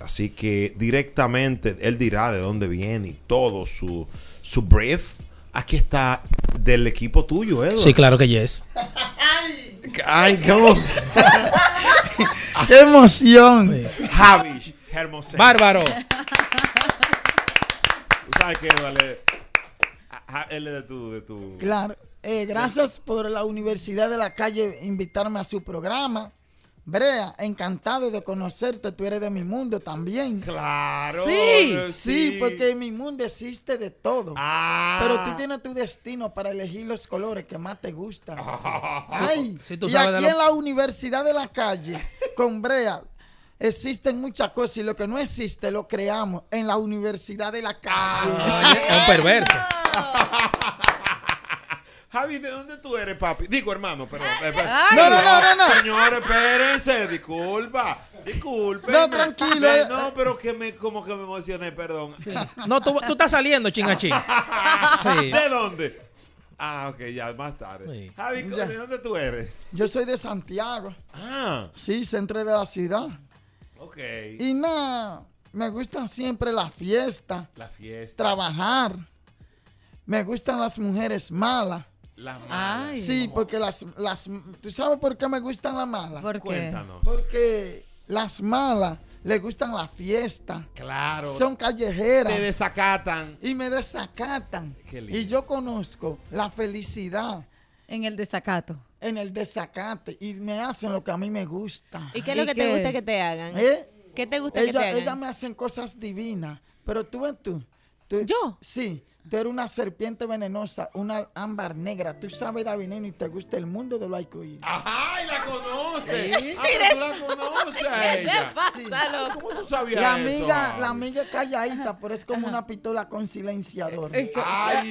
[SPEAKER 2] Así que directamente él dirá de dónde viene y todo su, su brief. Aquí está del equipo tuyo, Edward.
[SPEAKER 3] Sí, claro que yes.
[SPEAKER 2] Ay, cómo.
[SPEAKER 7] ¡Qué emoción!
[SPEAKER 2] Javish, Hermoso.
[SPEAKER 3] Bárbaro.
[SPEAKER 2] Tú sabes que vale. Ja- Él es de tu. De tu...
[SPEAKER 7] Claro. Eh, gracias por la Universidad de la Calle invitarme a su programa. Brea, encantado de conocerte. Tú eres de mi mundo también.
[SPEAKER 2] Claro.
[SPEAKER 7] Sí, sí, porque en mi mundo existe de todo.
[SPEAKER 2] Ah.
[SPEAKER 7] Pero tú tienes tu destino para elegir los colores que más te gustan. Ay,
[SPEAKER 3] Sí, tú
[SPEAKER 7] y
[SPEAKER 3] sabes de
[SPEAKER 7] aquí
[SPEAKER 3] lo-
[SPEAKER 7] en la Universidad de la Calle, con Brea, existen muchas cosas y lo que no existe lo creamos en la Universidad de la Calle.
[SPEAKER 3] Oye, es un perverso.
[SPEAKER 2] Javi, ¿de dónde tú eres, papi? Digo, hermano, pero.
[SPEAKER 4] ay.
[SPEAKER 7] No, no, no, no, no.
[SPEAKER 2] Señor, espérense, disculpa. Disculpe.
[SPEAKER 7] No, tranquilo, eh.
[SPEAKER 2] No, pero que me, como que me emocioné, perdón.
[SPEAKER 3] No, tú, tú estás saliendo, chingachín. Sí.
[SPEAKER 2] ¿De dónde? Ah, ok, ya, más tarde.
[SPEAKER 3] Sí.
[SPEAKER 2] Javi, ¿de
[SPEAKER 7] Ya.
[SPEAKER 2] dónde tú eres?
[SPEAKER 7] Yo soy de Santiago,
[SPEAKER 2] Ah,
[SPEAKER 7] sí, centro de la ciudad.
[SPEAKER 2] ok.
[SPEAKER 7] Y nada, me gusta siempre la fiesta,
[SPEAKER 2] La fiesta.
[SPEAKER 7] trabajar. Me gustan las mujeres malas.
[SPEAKER 2] Las malas.
[SPEAKER 4] Ay,
[SPEAKER 7] Sí, porque las, las... ¿Tú sabes por qué me gustan las malas?
[SPEAKER 4] ¿por qué?
[SPEAKER 2] Cuéntanos.
[SPEAKER 7] Porque las malas le gustan la fiesta.
[SPEAKER 2] Claro.
[SPEAKER 7] Son
[SPEAKER 2] Te
[SPEAKER 7] callejeras
[SPEAKER 2] desacatan.
[SPEAKER 7] y me desacatan.
[SPEAKER 2] Qué lindo.
[SPEAKER 7] Y yo conozco la felicidad
[SPEAKER 4] En el desacato.
[SPEAKER 7] en el desacate y me hacen lo que a mí me gusta.
[SPEAKER 5] ¿Y qué es lo
[SPEAKER 4] ¿Y
[SPEAKER 5] que
[SPEAKER 4] qué?
[SPEAKER 5] te gusta que te hagan?
[SPEAKER 7] ¿Eh?
[SPEAKER 5] ¿Qué te gusta que te
[SPEAKER 7] Ellas
[SPEAKER 5] hagan?
[SPEAKER 7] ellas me hacen cosas divinas, pero tú ves tú. tú-
[SPEAKER 5] ¿Yo?
[SPEAKER 7] Sí, tú eres una serpiente venenosa, una ámbar negra. Tú sabes de veneno y te gusta el mundo de los arcoíris.
[SPEAKER 2] Ajá, y la conoce. Ah, pero tú la conoces a ella.
[SPEAKER 7] Sí.
[SPEAKER 2] ¿Cómo tú sabías
[SPEAKER 7] La
[SPEAKER 2] eso?
[SPEAKER 7] amiga,
[SPEAKER 2] Javi?
[SPEAKER 7] la amiga es calladita, pero es como una pistola con silenciador.
[SPEAKER 2] Ay,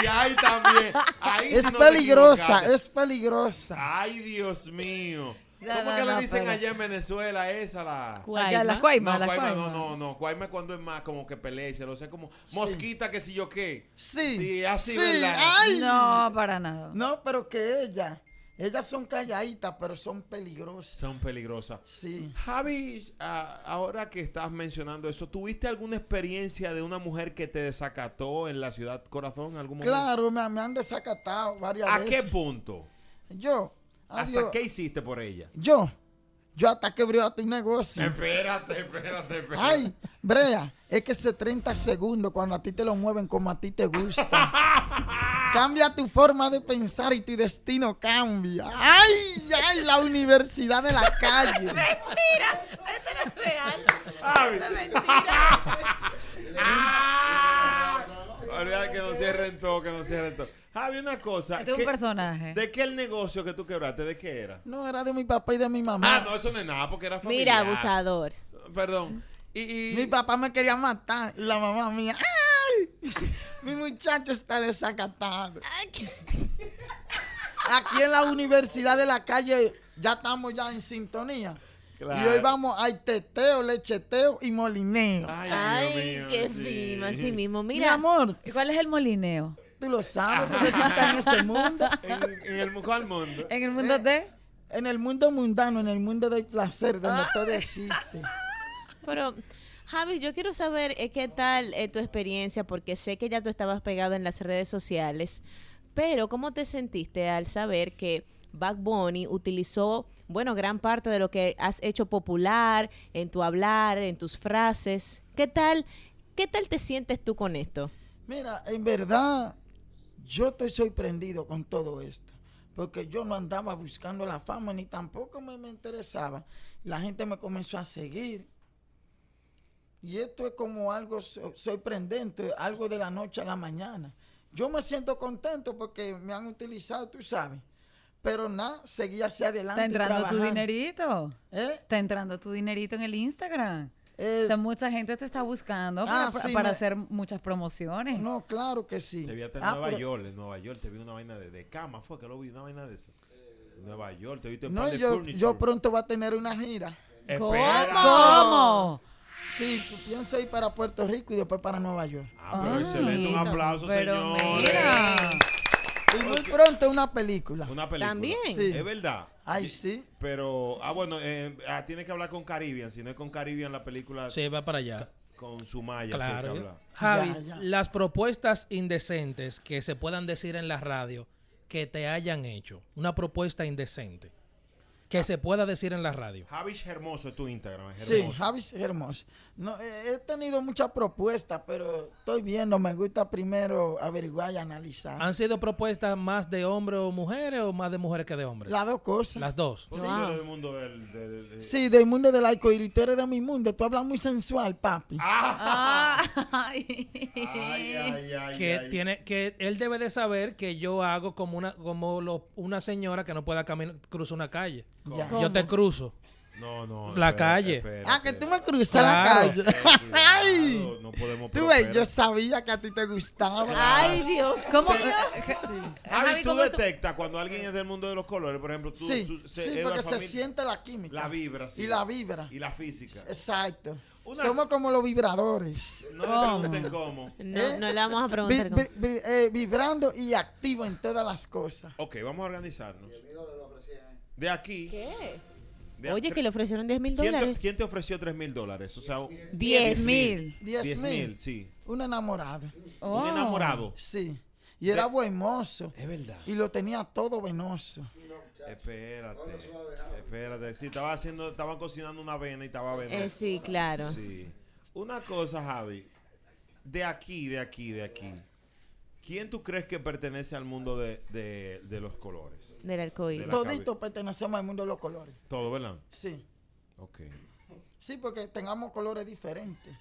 [SPEAKER 2] ay, también. Ahí
[SPEAKER 7] Es
[SPEAKER 2] sí no te
[SPEAKER 7] peligrosa,
[SPEAKER 2] equivocaste.
[SPEAKER 7] es peligrosa.
[SPEAKER 2] Ay, Dios mío.
[SPEAKER 4] No,
[SPEAKER 2] ¿Cómo
[SPEAKER 4] no,
[SPEAKER 2] que le
[SPEAKER 4] no,
[SPEAKER 2] dicen
[SPEAKER 4] pero-
[SPEAKER 2] allá en Venezuela esa la?
[SPEAKER 4] Allá, las cuaimas,
[SPEAKER 2] no,
[SPEAKER 4] las
[SPEAKER 2] cuaima, no,
[SPEAKER 4] cuaimas.
[SPEAKER 2] no, no. Cuaima cuando es más como que pelea y se lo sé como mosquita que si yo qué.
[SPEAKER 7] Sí.
[SPEAKER 2] Sí, así,
[SPEAKER 7] sí,
[SPEAKER 2] ¿verdad?
[SPEAKER 7] ay.
[SPEAKER 4] No, para nada.
[SPEAKER 7] No, pero que ella, ellas son calladitas, pero son peligrosas.
[SPEAKER 2] Son peligrosas.
[SPEAKER 7] Sí.
[SPEAKER 2] Javi, ah, ahora que estás mencionando eso, ¿tuviste alguna experiencia de una mujer que te desacató en la ciudad corazón en algún momento?
[SPEAKER 7] Claro, me, me han desacatado varias
[SPEAKER 2] ¿A qué
[SPEAKER 7] veces.
[SPEAKER 2] punto?
[SPEAKER 7] Yo,
[SPEAKER 2] ¿Hasta
[SPEAKER 7] adiós.
[SPEAKER 2] qué hiciste por ella?
[SPEAKER 7] Yo, yo hasta que abrió tu negocio.
[SPEAKER 2] Espérate, espérate, espérate.
[SPEAKER 7] Ay, Brea, es que ese 30 segundos cuando a ti te lo mueven como a ti te gusta. cambia tu forma de pensar y tu destino cambia. Ay, ay, la universidad de la calle.
[SPEAKER 2] Javi. Ah. Olvida que no cierren todo, que no cierren todo. Javi, una cosa.
[SPEAKER 4] Este es
[SPEAKER 2] ¿qué-
[SPEAKER 4] un personaje.
[SPEAKER 2] ¿De qué el negocio que tú quebraste? ¿De qué era?
[SPEAKER 7] No, era de mi papá y de mi mamá.
[SPEAKER 2] Ah, no, eso no es nada porque era familiar.
[SPEAKER 5] Mira, abusador.
[SPEAKER 2] Perdón. Y, y-
[SPEAKER 7] Mi papá me quería matar y la mamá mía. ¡Ay! Mi muchacho está desacatado. Aquí en la Universidad de la Calle ya estamos ya en sintonía.
[SPEAKER 2] Claro.
[SPEAKER 7] Y hoy vamos al teteo, lecheteo y molineo.
[SPEAKER 2] Ay,
[SPEAKER 5] Ay,
[SPEAKER 2] Dios mío,
[SPEAKER 5] qué
[SPEAKER 2] sí.
[SPEAKER 5] fino, así mismo.
[SPEAKER 7] Mi
[SPEAKER 5] Mira,
[SPEAKER 7] amor,
[SPEAKER 4] ¿Y ¿Cuál es el molineo?
[SPEAKER 7] tú lo sabes porque tú estás en ese mundo.
[SPEAKER 2] En, en el mejor mundo.
[SPEAKER 4] En el mundo
[SPEAKER 7] Eh.
[SPEAKER 4] de. Ah.
[SPEAKER 7] En el mundo mundano, en el mundo del placer, donde todo existe.
[SPEAKER 5] pero Javi, yo quiero saber eh, qué tal eh, tu experiencia, porque sé que ya tú estabas pegado en las redes sociales, pero ¿cómo te sentiste al saber que Back Bunny utilizó, bueno, gran parte de lo que has hecho popular en tu hablar, en tus frases? ¿Qué tal, qué tal te sientes tú con esto?
[SPEAKER 7] Mira, en verdad, yo estoy sorprendido con todo esto. Porque yo no andaba buscando la fama, ni tampoco me, me interesaba. La gente me comenzó a seguir. Y esto es como algo so- sorprendente, algo de la noche a la mañana. Yo me siento contento porque me han utilizado, tú sabes. Pero nada, seguí hacia
[SPEAKER 4] Está
[SPEAKER 7] adelante.
[SPEAKER 4] entrando tu
[SPEAKER 7] trabajando.
[SPEAKER 4] dinerito.
[SPEAKER 7] ¿Eh?
[SPEAKER 4] Está entrando tu dinerito en el Instagram.
[SPEAKER 7] Eh,
[SPEAKER 4] O sea, mucha gente te está buscando
[SPEAKER 7] Ah,
[SPEAKER 4] para,
[SPEAKER 7] sí,
[SPEAKER 4] para
[SPEAKER 7] me-
[SPEAKER 4] hacer muchas promociones.
[SPEAKER 7] no, claro que sí.
[SPEAKER 2] Te vi hasta en
[SPEAKER 7] Ah,
[SPEAKER 2] Nueva
[SPEAKER 7] pero-
[SPEAKER 2] York, en Nueva York te vi una vaina de, de cama, fue que lo vi, una vaina de eso. Nueva York, te he visto en
[SPEAKER 7] No,
[SPEAKER 2] par de
[SPEAKER 7] yo,
[SPEAKER 2] furniture.
[SPEAKER 7] yo pronto va a tener una gira.
[SPEAKER 2] Espera.
[SPEAKER 4] ¿Cómo?
[SPEAKER 7] Sí, pienso ir para Puerto Rico y después para Nueva York.
[SPEAKER 2] Ah, pero
[SPEAKER 4] Ay,
[SPEAKER 2] excelente. Un aplauso,
[SPEAKER 4] pero
[SPEAKER 2] señores.
[SPEAKER 4] mira.
[SPEAKER 7] Y muy pronto una película.
[SPEAKER 2] Una película.
[SPEAKER 5] También.
[SPEAKER 7] Sí.
[SPEAKER 2] Es verdad.
[SPEAKER 7] Ay, sí.
[SPEAKER 2] Pero, ah, bueno, eh, ah, tiene que hablar con Caribbean. Si no es con Caribbean, la película
[SPEAKER 3] Sí, va para allá.
[SPEAKER 2] con Sumaya. sí hay que
[SPEAKER 3] Claro.
[SPEAKER 2] hablar.
[SPEAKER 3] Javi,
[SPEAKER 7] Ya, ya.
[SPEAKER 3] las propuestas indecentes que se puedan decir en la radio que te hayan hecho. Una propuesta indecente que se pueda decir en la radio.
[SPEAKER 2] Javis Hermoso es tu Instagram. Ah, eh. es
[SPEAKER 7] Sí,
[SPEAKER 2] hermoso.
[SPEAKER 7] Javis Hermoso. No, eh, he tenido muchas propuestas, pero estoy viendo, me gusta primero averiguar y analizar.
[SPEAKER 2] Ah,
[SPEAKER 3] ¿Han sido propuestas más de hombres o mujeres o más de mujeres que de hombres?
[SPEAKER 7] Las dos cosas.
[SPEAKER 3] Las dos.
[SPEAKER 2] ¿Por qué
[SPEAKER 4] Wow.
[SPEAKER 2] tú eres del mundo del- del- del-
[SPEAKER 7] Sí, del mundo del arco iris, tú eres de mi mundo, tú hablas muy sensual, papi.
[SPEAKER 2] Ah, Ay, ay, ay,
[SPEAKER 3] que
[SPEAKER 2] ay.
[SPEAKER 3] tiene que él debe de saber que yo hago como una como lo- una señora que no pueda caminar cruzar una calle.
[SPEAKER 7] Ya.
[SPEAKER 4] ¿Cómo?
[SPEAKER 3] Yo te cruzo.
[SPEAKER 2] No, no.
[SPEAKER 3] La calle.
[SPEAKER 7] Ah, que tú me cruzas
[SPEAKER 3] Claro.
[SPEAKER 7] la calle.
[SPEAKER 2] Ay. No podemos
[SPEAKER 7] Tú
[SPEAKER 2] pero,
[SPEAKER 7] ves, yo
[SPEAKER 2] espera.
[SPEAKER 7] sabía que a ti te gustaba.
[SPEAKER 5] Ay, Dios.
[SPEAKER 4] ¿Cómo?
[SPEAKER 7] Sí,
[SPEAKER 2] Javi,
[SPEAKER 4] Javi,
[SPEAKER 2] tú
[SPEAKER 4] ¿cómo es tu-
[SPEAKER 2] detectas cuando alguien es del mundo de los colores, por ejemplo, tú
[SPEAKER 7] sí,
[SPEAKER 2] tú- se-
[SPEAKER 7] sí,
[SPEAKER 2] es una
[SPEAKER 7] porque se
[SPEAKER 2] familia-
[SPEAKER 7] siente la química.
[SPEAKER 2] la vibra, sí.
[SPEAKER 7] Y la vibra.
[SPEAKER 2] y la física.
[SPEAKER 7] Exacto.
[SPEAKER 2] Una-
[SPEAKER 7] Somos como los vibradores. ¿Eh?
[SPEAKER 2] No me pregunten cómo.
[SPEAKER 5] No, no le vamos a
[SPEAKER 7] Vi-
[SPEAKER 5] preguntar.
[SPEAKER 7] vi- vi- eh, vibrando y activo en todas las cosas.
[SPEAKER 2] Ok, vamos a organizarnos. De aquí. de
[SPEAKER 5] cómo. Oye,
[SPEAKER 2] aquí-
[SPEAKER 5] que le ofrecieron 10 mil
[SPEAKER 2] ¿Quién te,
[SPEAKER 5] dólares.
[SPEAKER 2] quién te ofreció 3 mil dólares? O sea,
[SPEAKER 4] 10 mil.
[SPEAKER 7] 10
[SPEAKER 2] 10
[SPEAKER 7] mil.
[SPEAKER 2] mil, sí.
[SPEAKER 7] Un enamorado.
[SPEAKER 4] Oh.
[SPEAKER 2] Un enamorado.
[SPEAKER 7] Sí. Y era buen mozo.
[SPEAKER 2] Es verdad.
[SPEAKER 7] Y lo tenía todo venoso.
[SPEAKER 2] Espérate. Espérate. Sí, estaba haciendo, estaban cocinando una avena y estaba avena.
[SPEAKER 5] Eh, sí, claro.
[SPEAKER 2] Sí. Una cosa, Javi. De aquí, de aquí, de aquí. ¿Quién tú crees que pertenece al mundo de, de- de los colores?
[SPEAKER 5] Del
[SPEAKER 2] De
[SPEAKER 5] arcoíris.
[SPEAKER 2] la
[SPEAKER 7] Todito pertenecemos al mundo de los colores.
[SPEAKER 2] Todo, ¿verdad?
[SPEAKER 7] Sí.
[SPEAKER 2] Ok.
[SPEAKER 7] Sí, porque tengamos colores diferentes.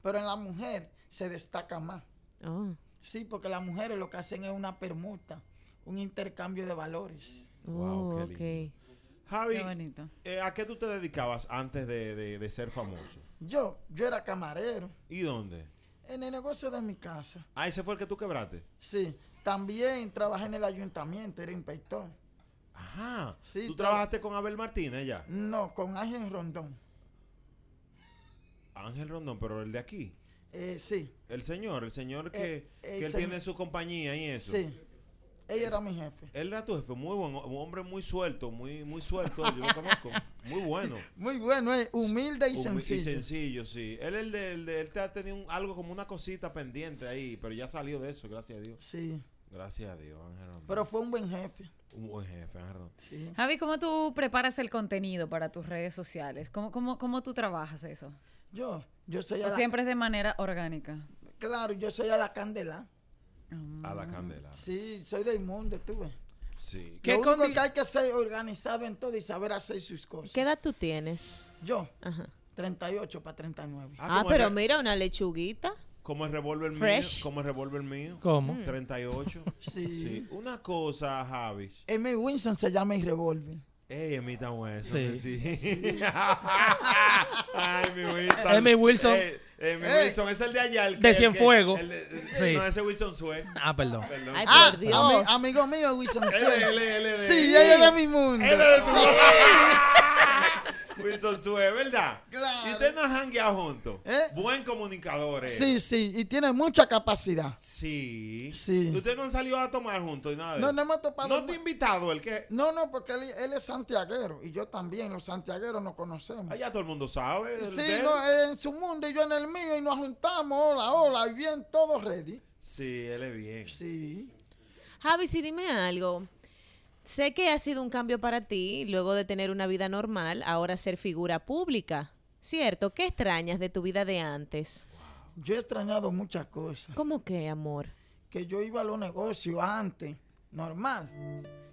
[SPEAKER 7] Pero en la mujer se destaca más.
[SPEAKER 5] Oh.
[SPEAKER 7] Sí, porque las mujeres lo que hacen es una permuta, un intercambio de valores.
[SPEAKER 2] Wow,
[SPEAKER 5] Oh,
[SPEAKER 2] qué
[SPEAKER 5] ok.
[SPEAKER 2] lindo. Javi,
[SPEAKER 4] Qué bonito.
[SPEAKER 2] eh, ¿a qué tú te dedicabas antes de, de- de ser famoso?
[SPEAKER 7] Yo, yo era camarero
[SPEAKER 2] ¿Y dónde?
[SPEAKER 7] en el negocio de mi casa.
[SPEAKER 2] Ah, ese fue el que tú quebraste.
[SPEAKER 7] Sí, también trabajé en el ayuntamiento, era inspector.
[SPEAKER 2] Ajá.
[SPEAKER 7] Sí,
[SPEAKER 2] Ah, tú
[SPEAKER 7] tra-
[SPEAKER 2] trabajaste con Abel Martínez ya.
[SPEAKER 7] No, con Ángel Rondón.
[SPEAKER 2] Ángel Rondón, pero el de aquí.
[SPEAKER 7] Eh, sí,
[SPEAKER 2] El señor, el señor que,
[SPEAKER 7] Eh,
[SPEAKER 2] que
[SPEAKER 7] el
[SPEAKER 2] él
[SPEAKER 7] señor-
[SPEAKER 2] tiene su compañía y eso.
[SPEAKER 7] sí. Ella era mi jefe.
[SPEAKER 2] Él era tu jefe, muy buen, un hombre muy suelto, muy, muy suelto, yo lo conozco, muy bueno.
[SPEAKER 7] Muy bueno, eh, humilde y
[SPEAKER 2] Humi-
[SPEAKER 7] sencillo.
[SPEAKER 2] sencillo, sí. Él, el de, el de- él te ha tenido un- algo como una cosita pendiente ahí, pero ya salió de eso, gracias a Dios.
[SPEAKER 7] Sí,
[SPEAKER 2] Gracias a Dios, Ángel. Rondón.
[SPEAKER 7] pero fue un buen jefe.
[SPEAKER 2] un buen jefe, Ángel. Rondón.
[SPEAKER 7] Sí.
[SPEAKER 4] Javi, ¿cómo tú preparas el contenido para tus redes sociales? ¿Cómo, cómo, cómo tú trabajas eso?
[SPEAKER 7] Yo, yo soy a
[SPEAKER 4] ¿O
[SPEAKER 7] la,
[SPEAKER 4] siempre es de manera orgánica?
[SPEAKER 7] claro, yo soy a la candela.
[SPEAKER 2] A la candela.
[SPEAKER 7] Sí, soy del mundo, tú ves.
[SPEAKER 2] Sí.
[SPEAKER 3] ¿Qué
[SPEAKER 7] lo único
[SPEAKER 3] condi-
[SPEAKER 7] que hay que ser organizado en todo y saber hacer sus cosas.
[SPEAKER 5] ¿Qué edad tú tienes?
[SPEAKER 7] Yo,
[SPEAKER 5] Ajá.
[SPEAKER 7] 38 para 39.
[SPEAKER 5] Ah,
[SPEAKER 2] como el
[SPEAKER 5] pero
[SPEAKER 2] re-
[SPEAKER 5] mira, una lechuguita.
[SPEAKER 2] Como el revólver mío.
[SPEAKER 5] Fresh.
[SPEAKER 2] Como el revólver mío.
[SPEAKER 3] ¿Cómo?
[SPEAKER 2] 38.
[SPEAKER 7] Mm. Sí.
[SPEAKER 2] Sí. Una cosa, Javis.
[SPEAKER 7] Emmy Winston se llama y revólver.
[SPEAKER 2] Ey, Emita Wilson.
[SPEAKER 3] Sí.
[SPEAKER 2] Sí. Ay, mi Wilson.
[SPEAKER 3] Emi Wilson.
[SPEAKER 2] Eh, Emi
[SPEAKER 7] Ey.
[SPEAKER 2] Wilson es el de allá. El que-
[SPEAKER 3] De
[SPEAKER 2] el que-
[SPEAKER 3] Cienfuegos.
[SPEAKER 2] el de-
[SPEAKER 3] Sí.
[SPEAKER 2] No, ese Wilson Sue.
[SPEAKER 3] Ah, perdón.
[SPEAKER 2] Perdón.
[SPEAKER 5] Ay,
[SPEAKER 7] Ah,
[SPEAKER 5] por Dios.
[SPEAKER 7] ami- amigo mío, Wilson.
[SPEAKER 2] Él
[SPEAKER 7] Suez.
[SPEAKER 2] es- él es- él es de-
[SPEAKER 7] Sí, ella es de mi mundo.
[SPEAKER 2] Él es de tu- Wilson Sue, ¿verdad?
[SPEAKER 7] Claro.
[SPEAKER 2] Y ustedes no han jangueado juntos.
[SPEAKER 7] ¿Eh?
[SPEAKER 2] Buen comunicador. eh.
[SPEAKER 7] Sí, sí, y tiene mucha capacidad.
[SPEAKER 2] Sí.
[SPEAKER 7] Sí.
[SPEAKER 2] ¿Y Ustedes no han salido a tomar juntos y nada de
[SPEAKER 7] No,
[SPEAKER 2] eso?
[SPEAKER 7] no hemos topado.
[SPEAKER 2] No te he invitado el que.
[SPEAKER 7] no, no, porque él, él es santiaguero y yo también, los santiagueros nos conocemos.
[SPEAKER 2] Allá Ah, todo el mundo sabe. del-
[SPEAKER 7] Sí,
[SPEAKER 2] del-
[SPEAKER 7] no, él en su mundo y yo en el mío y nos juntamos, hola, hola, y bien, todos ready.
[SPEAKER 2] Sí, él es bien.
[SPEAKER 7] Sí.
[SPEAKER 5] Javi, sí, dime algo. Sé que ha sido un cambio para ti, luego de tener una vida normal, ahora ser figura pública. ¿Cierto? ¿Qué extrañas de tu vida de antes?
[SPEAKER 7] Yo he extrañado muchas cosas.
[SPEAKER 5] ¿Cómo que, amor?
[SPEAKER 7] que yo iba a los negocios antes, normal,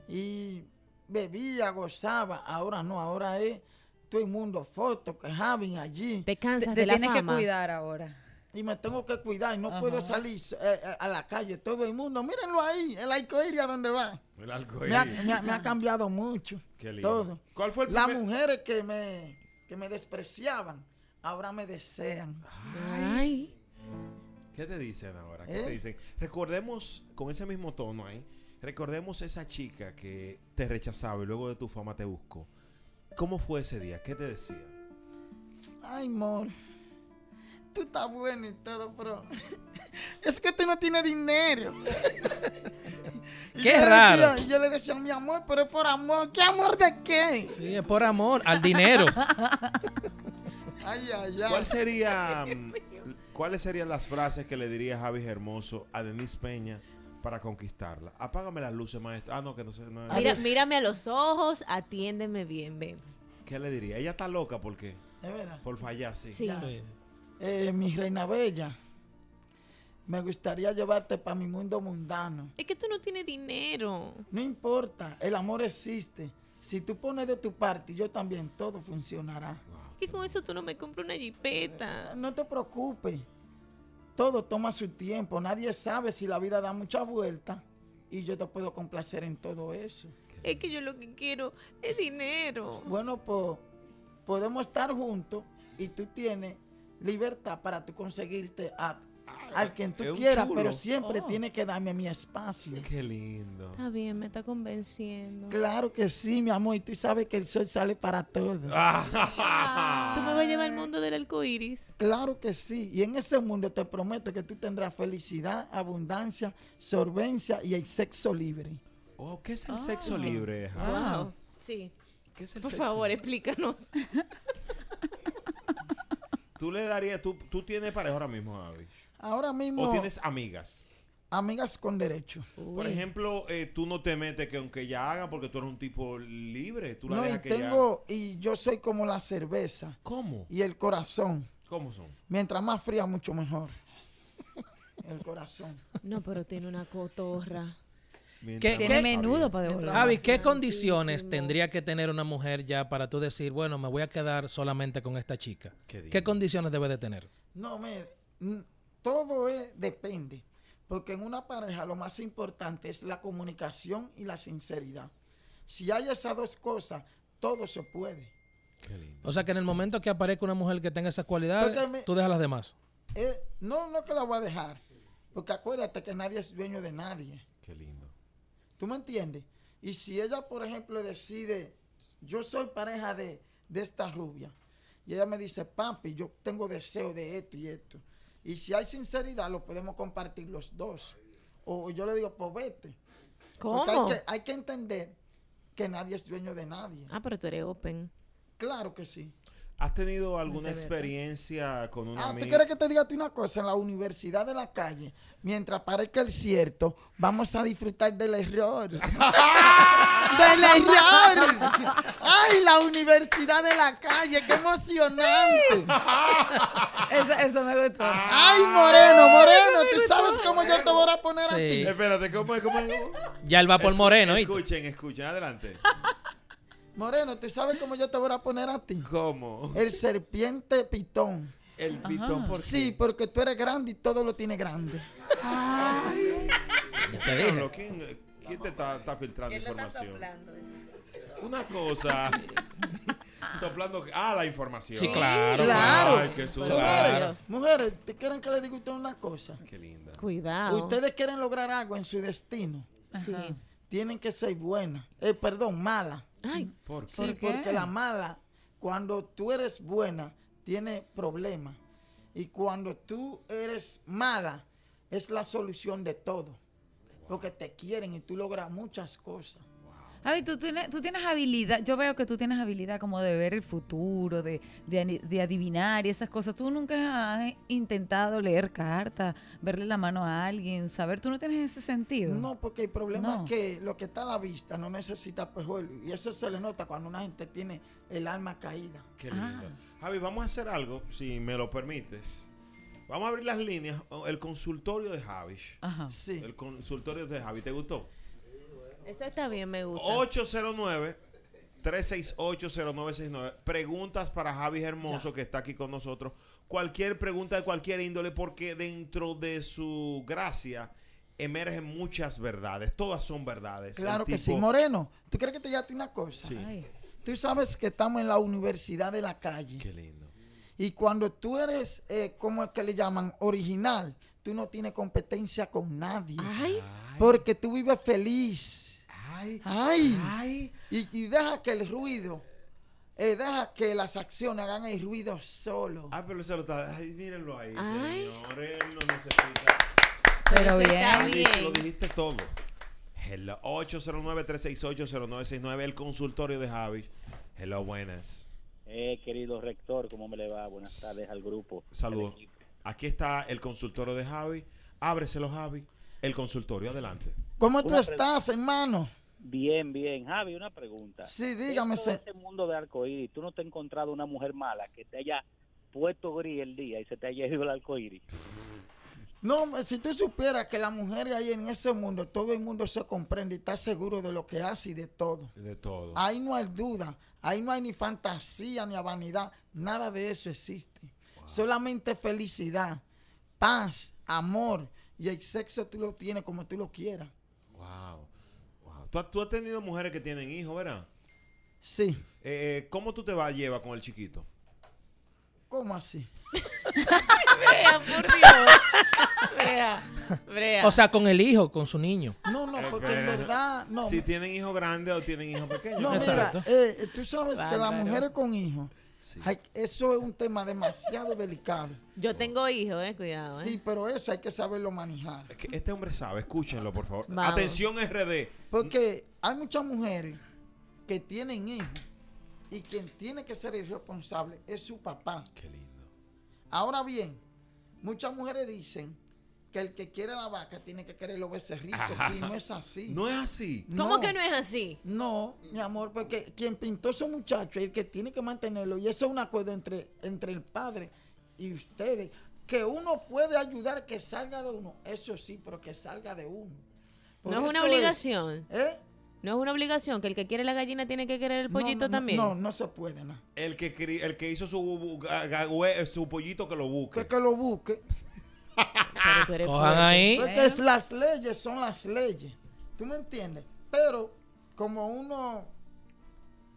[SPEAKER 7] y bebía, gozaba, ahora no, ahora es todo el mundo foto, que Javi allí,
[SPEAKER 5] ¿Te
[SPEAKER 4] Te,
[SPEAKER 5] cansas
[SPEAKER 4] te
[SPEAKER 5] de la
[SPEAKER 4] tienes que
[SPEAKER 5] fama?
[SPEAKER 4] cuidar ahora.
[SPEAKER 7] y me tengo que cuidar, y no puedo salir so- eh, eh, a la calle, todo el mundo, mírenlo ahí, el arcoíris a donde va.
[SPEAKER 2] El alcohol.
[SPEAKER 7] Me ha, me ha- me ha cambiado mucho,
[SPEAKER 2] Qué lindo.
[SPEAKER 7] todo.
[SPEAKER 2] ¿Cuál fue el
[SPEAKER 7] Las
[SPEAKER 2] primer-
[SPEAKER 7] mujeres que me, que me despreciaban, ahora me desean.
[SPEAKER 5] Ay.
[SPEAKER 2] ¿Qué te dicen ahora? ¿Qué
[SPEAKER 7] ¿Eh?
[SPEAKER 2] te dicen? Recordemos con ese mismo tono ahí Recordemos esa chica que te rechazaba y luego de tu fama te buscó. ¿Cómo fue ese día? ¿Qué te decía?
[SPEAKER 7] Ay, amor. Tú estás bueno y todo, pero. Es que tú no tienes dinero. Y
[SPEAKER 3] Qué
[SPEAKER 7] yo le
[SPEAKER 3] raro.
[SPEAKER 7] decía- yo le decía, mi amor, pero es por amor. ¿Qué amor de qué?
[SPEAKER 3] Sí, es por amor al dinero.
[SPEAKER 7] Ay, ay, ay.
[SPEAKER 2] ¿Cuál sería, mm, ¿Cuáles serían las frases que le diría Javi Hermoso a Denise Peña para conquistarla? Apágame las luces, maestro. Ah, no, que no sé. no es-
[SPEAKER 7] Ay,
[SPEAKER 5] Mira-
[SPEAKER 7] Dios.
[SPEAKER 5] mírame a los ojos, atiéndeme bien, ven.
[SPEAKER 2] ¿Qué le diría? Ella está loca porque
[SPEAKER 7] Es verdad.
[SPEAKER 2] por fallar, sí.
[SPEAKER 5] Sí.
[SPEAKER 3] Sí.
[SPEAKER 7] Eh, mi reina bella, me gustaría llevarte para mi mundo mundano.
[SPEAKER 5] Es que tú no tienes dinero.
[SPEAKER 7] No importa, el amor existe. Si tú pones de tu parte, yo también, todo funcionará.
[SPEAKER 5] Es que con eso tú no me compras una jipeta.
[SPEAKER 7] No te preocupes. Todo toma su tiempo. Nadie sabe si la vida da muchas vueltas. Y yo te puedo complacer en todo eso.
[SPEAKER 5] Es que yo lo que quiero es dinero.
[SPEAKER 7] Bueno, pues podemos estar juntos y tú tienes libertad para tú conseguirte a, al quien tú
[SPEAKER 2] es un
[SPEAKER 7] quieras,
[SPEAKER 2] chulo.
[SPEAKER 7] pero siempre
[SPEAKER 5] Oh.
[SPEAKER 7] tienes que darme mi espacio.
[SPEAKER 2] Qué lindo.
[SPEAKER 5] Está bien, me está convenciendo.
[SPEAKER 7] Claro que sí, mi amor, y tú sabes que el sol sale para todos.
[SPEAKER 2] Ah.
[SPEAKER 5] Tú me vas a llevar al mundo del arco iris.
[SPEAKER 7] Claro que sí, y en ese mundo te prometo que tú tendrás felicidad, abundancia, sorbencia y el sexo libre.
[SPEAKER 2] Oh, ¿Qué es el sexo libre, Javi?
[SPEAKER 4] Wow.
[SPEAKER 5] Wow. Sí.
[SPEAKER 2] ¿Qué es el
[SPEAKER 5] Por
[SPEAKER 2] sexo
[SPEAKER 5] favor,
[SPEAKER 2] libre?
[SPEAKER 5] explícanos.
[SPEAKER 2] Tú le darías, tú, tú tienes pareja ahora mismo, Javi.
[SPEAKER 7] Ahora
[SPEAKER 2] O
[SPEAKER 7] mismo,
[SPEAKER 2] tienes amigas.
[SPEAKER 7] amigas con derecho.
[SPEAKER 2] Por ejemplo, eh, tú no te metes que aunque ella haga, porque tú eres un tipo libre, tú la
[SPEAKER 7] No, y
[SPEAKER 2] dejas que ella-
[SPEAKER 7] tengo, y yo soy como la cerveza
[SPEAKER 2] ¿Cómo?
[SPEAKER 7] y el corazón.
[SPEAKER 2] ¿Cómo son?
[SPEAKER 7] Mientras más fría, mucho mejor. El corazón.
[SPEAKER 5] No, pero tiene una cotorra.
[SPEAKER 2] Mientras
[SPEAKER 3] ¿Qué-
[SPEAKER 2] más-
[SPEAKER 4] Tiene menudo para devolver.
[SPEAKER 3] Javi, ¿qué condiciones tendría que tener una mujer ya para tú decir, bueno, me voy a quedar solamente con esta chica?
[SPEAKER 2] Qué digno.
[SPEAKER 3] ¿Qué condiciones debe de tener?
[SPEAKER 7] No, mire, mm, todo es, depende. Porque en una pareja lo más importante es la comunicación y la sinceridad. Si hay esas dos cosas, todo se puede.
[SPEAKER 2] Qué lindo.
[SPEAKER 3] O sea, que en el momento que aparezca una mujer que tenga esas cualidades,
[SPEAKER 7] Porque me-
[SPEAKER 3] tú dejas las demás.
[SPEAKER 7] Eh, no, no que la voy a dejar. Porque acuérdate que nadie es dueño de nadie.
[SPEAKER 2] Qué lindo.
[SPEAKER 7] ¿Tú me entiendes? Y si ella, por ejemplo, decide, yo soy pareja de, de esta rubia, y ella me dice, papi, yo tengo deseo de esto y esto. Y si hay sinceridad, lo podemos compartir los dos. O yo le digo, pues vete. Porque
[SPEAKER 5] ¿Cómo?
[SPEAKER 7] Hay que, hay que entender que nadie es dueño de nadie.
[SPEAKER 5] Ah, pero tú eres open.
[SPEAKER 7] Claro que sí.
[SPEAKER 2] ¿Has tenido alguna
[SPEAKER 5] Es verdad.
[SPEAKER 2] experiencia con una
[SPEAKER 7] Ah, ¿tú
[SPEAKER 2] amiga?
[SPEAKER 7] quieres que te diga a ti una cosa? En la universidad de la calle, mientras parezca el cierto, vamos a disfrutar del error. ¡Del error! ¡Ay, la universidad de la calle! ¡Qué emocionante!
[SPEAKER 4] Eso, eso me gustó.
[SPEAKER 7] ¡Ay, Moreno, Moreno! ¿Tú sabes cómo yo te voy a poner a
[SPEAKER 3] Sí.
[SPEAKER 7] ti?
[SPEAKER 2] Espérate, ¿cómo es? ¿Cómo es?
[SPEAKER 3] Ya el vapor
[SPEAKER 2] Escu-
[SPEAKER 3] moreno, ¿oíste?
[SPEAKER 2] Escuchen, escuchen, adelante.
[SPEAKER 7] Moreno, ¿tú sabes cómo yo te voy a poner a ti?
[SPEAKER 2] ¿Cómo?
[SPEAKER 7] El serpiente pitón.
[SPEAKER 2] El pitón por
[SPEAKER 7] Sí, porque tú eres grande y todo lo tiene grande. Ah.
[SPEAKER 3] Ya te dije.
[SPEAKER 2] Diablo, ¿Quién, quién te está, está filtrando información? Una cosa. soplando. Ah, la información.
[SPEAKER 3] Sí, claro.
[SPEAKER 7] Claro.
[SPEAKER 2] Ay, qué susto.
[SPEAKER 3] Claro.
[SPEAKER 7] Mujeres, mujeres, ¿te quieren que le diga a usted una cosa?
[SPEAKER 2] Qué linda.
[SPEAKER 5] Cuidado.
[SPEAKER 7] Ustedes quieren lograr algo en su destino.
[SPEAKER 5] Sí.
[SPEAKER 4] Ajá.
[SPEAKER 7] Tienen que ser buenas. Eh, perdón, malas.
[SPEAKER 5] Ay,
[SPEAKER 2] ¿Por qué?
[SPEAKER 7] Sí,
[SPEAKER 4] ¿Por qué?
[SPEAKER 7] porque la mala, cuando tú eres buena, tiene problemas. Y cuando tú eres mala, es la solución de todo. Porque te quieren y tú logras muchas cosas.
[SPEAKER 4] Javi, tú tienes, tú tienes habilidad. Yo veo que tú tienes habilidad como de ver el futuro, de, de ani- de adivinar y esas cosas. Tú nunca has intentado leer cartas, verle la mano a alguien, saber. Tú no tienes ese sentido.
[SPEAKER 7] No, porque el problema
[SPEAKER 4] No.
[SPEAKER 7] es que lo que está a la vista no necesita pejuelo. Y eso se le nota cuando una gente tiene el alma caída.
[SPEAKER 2] Qué
[SPEAKER 4] Ah.
[SPEAKER 2] lindo. Javi, vamos a hacer algo, si me lo permites. Vamos a abrir las líneas. o El consultorio de Javi.
[SPEAKER 4] Ajá.
[SPEAKER 7] Sí.
[SPEAKER 2] El consultorio de Javi, ¿te gustó?
[SPEAKER 5] eso está bien, me gusta.
[SPEAKER 2] 809 3680969. Preguntas para Javi Hermoso que está aquí con nosotros. Cualquier pregunta de cualquier índole porque dentro de su gracia emergen muchas verdades. Todas son verdades. El
[SPEAKER 7] Claro que sí.
[SPEAKER 2] tipo-
[SPEAKER 7] Moreno, ¿tú crees que te llamaste una cosa?
[SPEAKER 2] Sí.
[SPEAKER 4] Ay.
[SPEAKER 7] Tú sabes que estamos en la universidad de la calle.
[SPEAKER 2] Qué lindo.
[SPEAKER 7] Y cuando tú eres, eh, ¿cómo es que le llaman? Original. Tú no tienes competencia con nadie.
[SPEAKER 5] Ay,
[SPEAKER 7] Porque tú vives feliz.
[SPEAKER 2] Ay,
[SPEAKER 7] Ay.
[SPEAKER 2] ay.
[SPEAKER 7] Y, y deja que el ruido, eh, deja que las acciones hagan el ruido solo.
[SPEAKER 2] Ah, pero eso lo está. Ay, mírenlo ahí,
[SPEAKER 5] Ay.
[SPEAKER 2] señores. Él no necesita.
[SPEAKER 4] Pero
[SPEAKER 5] Pero eso está
[SPEAKER 4] bien.
[SPEAKER 5] bien.
[SPEAKER 2] Lo dijiste todo. Hello, 809-368-0969, el consultorio de Javi. Hello, buenas.
[SPEAKER 8] Eh, querido rector, ¿cómo me le va? Buenas tardes al grupo.
[SPEAKER 2] Saludos.
[SPEAKER 8] Al equipo.
[SPEAKER 2] Aquí está el consultorio de Javi. Ábreselo, Javi. El consultorio, adelante.
[SPEAKER 7] ¿Cómo tú
[SPEAKER 8] Una
[SPEAKER 7] estás, hermano?
[SPEAKER 8] Bien, bien. Javi, una pregunta.
[SPEAKER 7] Sí, dígame.
[SPEAKER 8] En todo
[SPEAKER 7] se-
[SPEAKER 8] este mundo de arcoíris, ¿tú no te has encontrado una mujer mala que te haya puesto gris el día y se te haya ido el arcoíris?
[SPEAKER 7] No, si tú supieras que las mujeres ahí en ese mundo, todo el mundo se comprende y está seguro de lo que hace y de todo.
[SPEAKER 2] De todo.
[SPEAKER 7] Ahí no hay duda, ahí no hay ni fantasía ni vanidad, nada de eso existe. Solamente felicidad, paz, amor y el sexo tú lo tienes como tú lo quieras.
[SPEAKER 2] Wow. wow. Tú, has- tú has tenido mujeres que tienen hijos, ¿verdad?
[SPEAKER 7] Sí,
[SPEAKER 2] Eh, eh, ¿Cómo tú te vas a llevar con el chiquito?
[SPEAKER 7] ¿cómo así?
[SPEAKER 5] Brea, por Dios. Brea. Brea.
[SPEAKER 3] O sea, con el hijo, con su niño.
[SPEAKER 7] No, no,
[SPEAKER 2] Pero
[SPEAKER 7] porque en
[SPEAKER 2] espérate.
[SPEAKER 7] verdad, no.
[SPEAKER 2] Eh, si
[SPEAKER 7] mi-
[SPEAKER 2] tienen hijos grandes o tienen hijos pequeños.
[SPEAKER 7] No, mira,
[SPEAKER 3] Exacto.
[SPEAKER 7] eh, tú sabes que las
[SPEAKER 5] Bárbaro.
[SPEAKER 7] mujeres con hijos,
[SPEAKER 2] Sí.
[SPEAKER 7] ay, eso es un tema demasiado delicado.
[SPEAKER 5] Yo tengo hijos, eh, cuidado. Eh.
[SPEAKER 7] Sí, pero eso hay que saberlo manejar.
[SPEAKER 2] Es que este hombre sabe, escúchenlo, por favor.
[SPEAKER 5] Vamos.
[SPEAKER 2] Atención, RD.
[SPEAKER 7] Porque hay muchas mujeres que tienen hijos y quien tiene que ser irresponsable es su papá.
[SPEAKER 2] Qué lindo.
[SPEAKER 7] Ahora bien, muchas mujeres dicen que el que quiere la vaca tiene que querer los becerritos
[SPEAKER 2] Ajá.
[SPEAKER 7] y no es así.
[SPEAKER 2] No es así.
[SPEAKER 5] ¿Cómo que no es así?
[SPEAKER 7] No, mi amor, porque quien pintó a ese muchacho es el que tiene que mantenerlo. Y eso es un acuerdo entre, entre el padre y ustedes. Que uno puede ayudar que salga de uno, eso sí, pero que salga de uno. Por
[SPEAKER 5] no es una
[SPEAKER 7] eso
[SPEAKER 5] obligación.
[SPEAKER 7] ¿eh?
[SPEAKER 5] No es una obligación que el que quiere la gallina tiene que querer el
[SPEAKER 7] No,
[SPEAKER 5] pollito
[SPEAKER 7] no,
[SPEAKER 5] también.
[SPEAKER 7] No, no se puede, nada.
[SPEAKER 2] El que, cri- el que hizo su, bu- ga- ga- hue- su pollito que lo busque.
[SPEAKER 7] Que, que lo busque.
[SPEAKER 5] Pero tú eres
[SPEAKER 3] Cojan
[SPEAKER 5] fuerte.
[SPEAKER 3] ahí.
[SPEAKER 7] Porque es- las leyes son las leyes. ¿Tú me entiendes? Pero como uno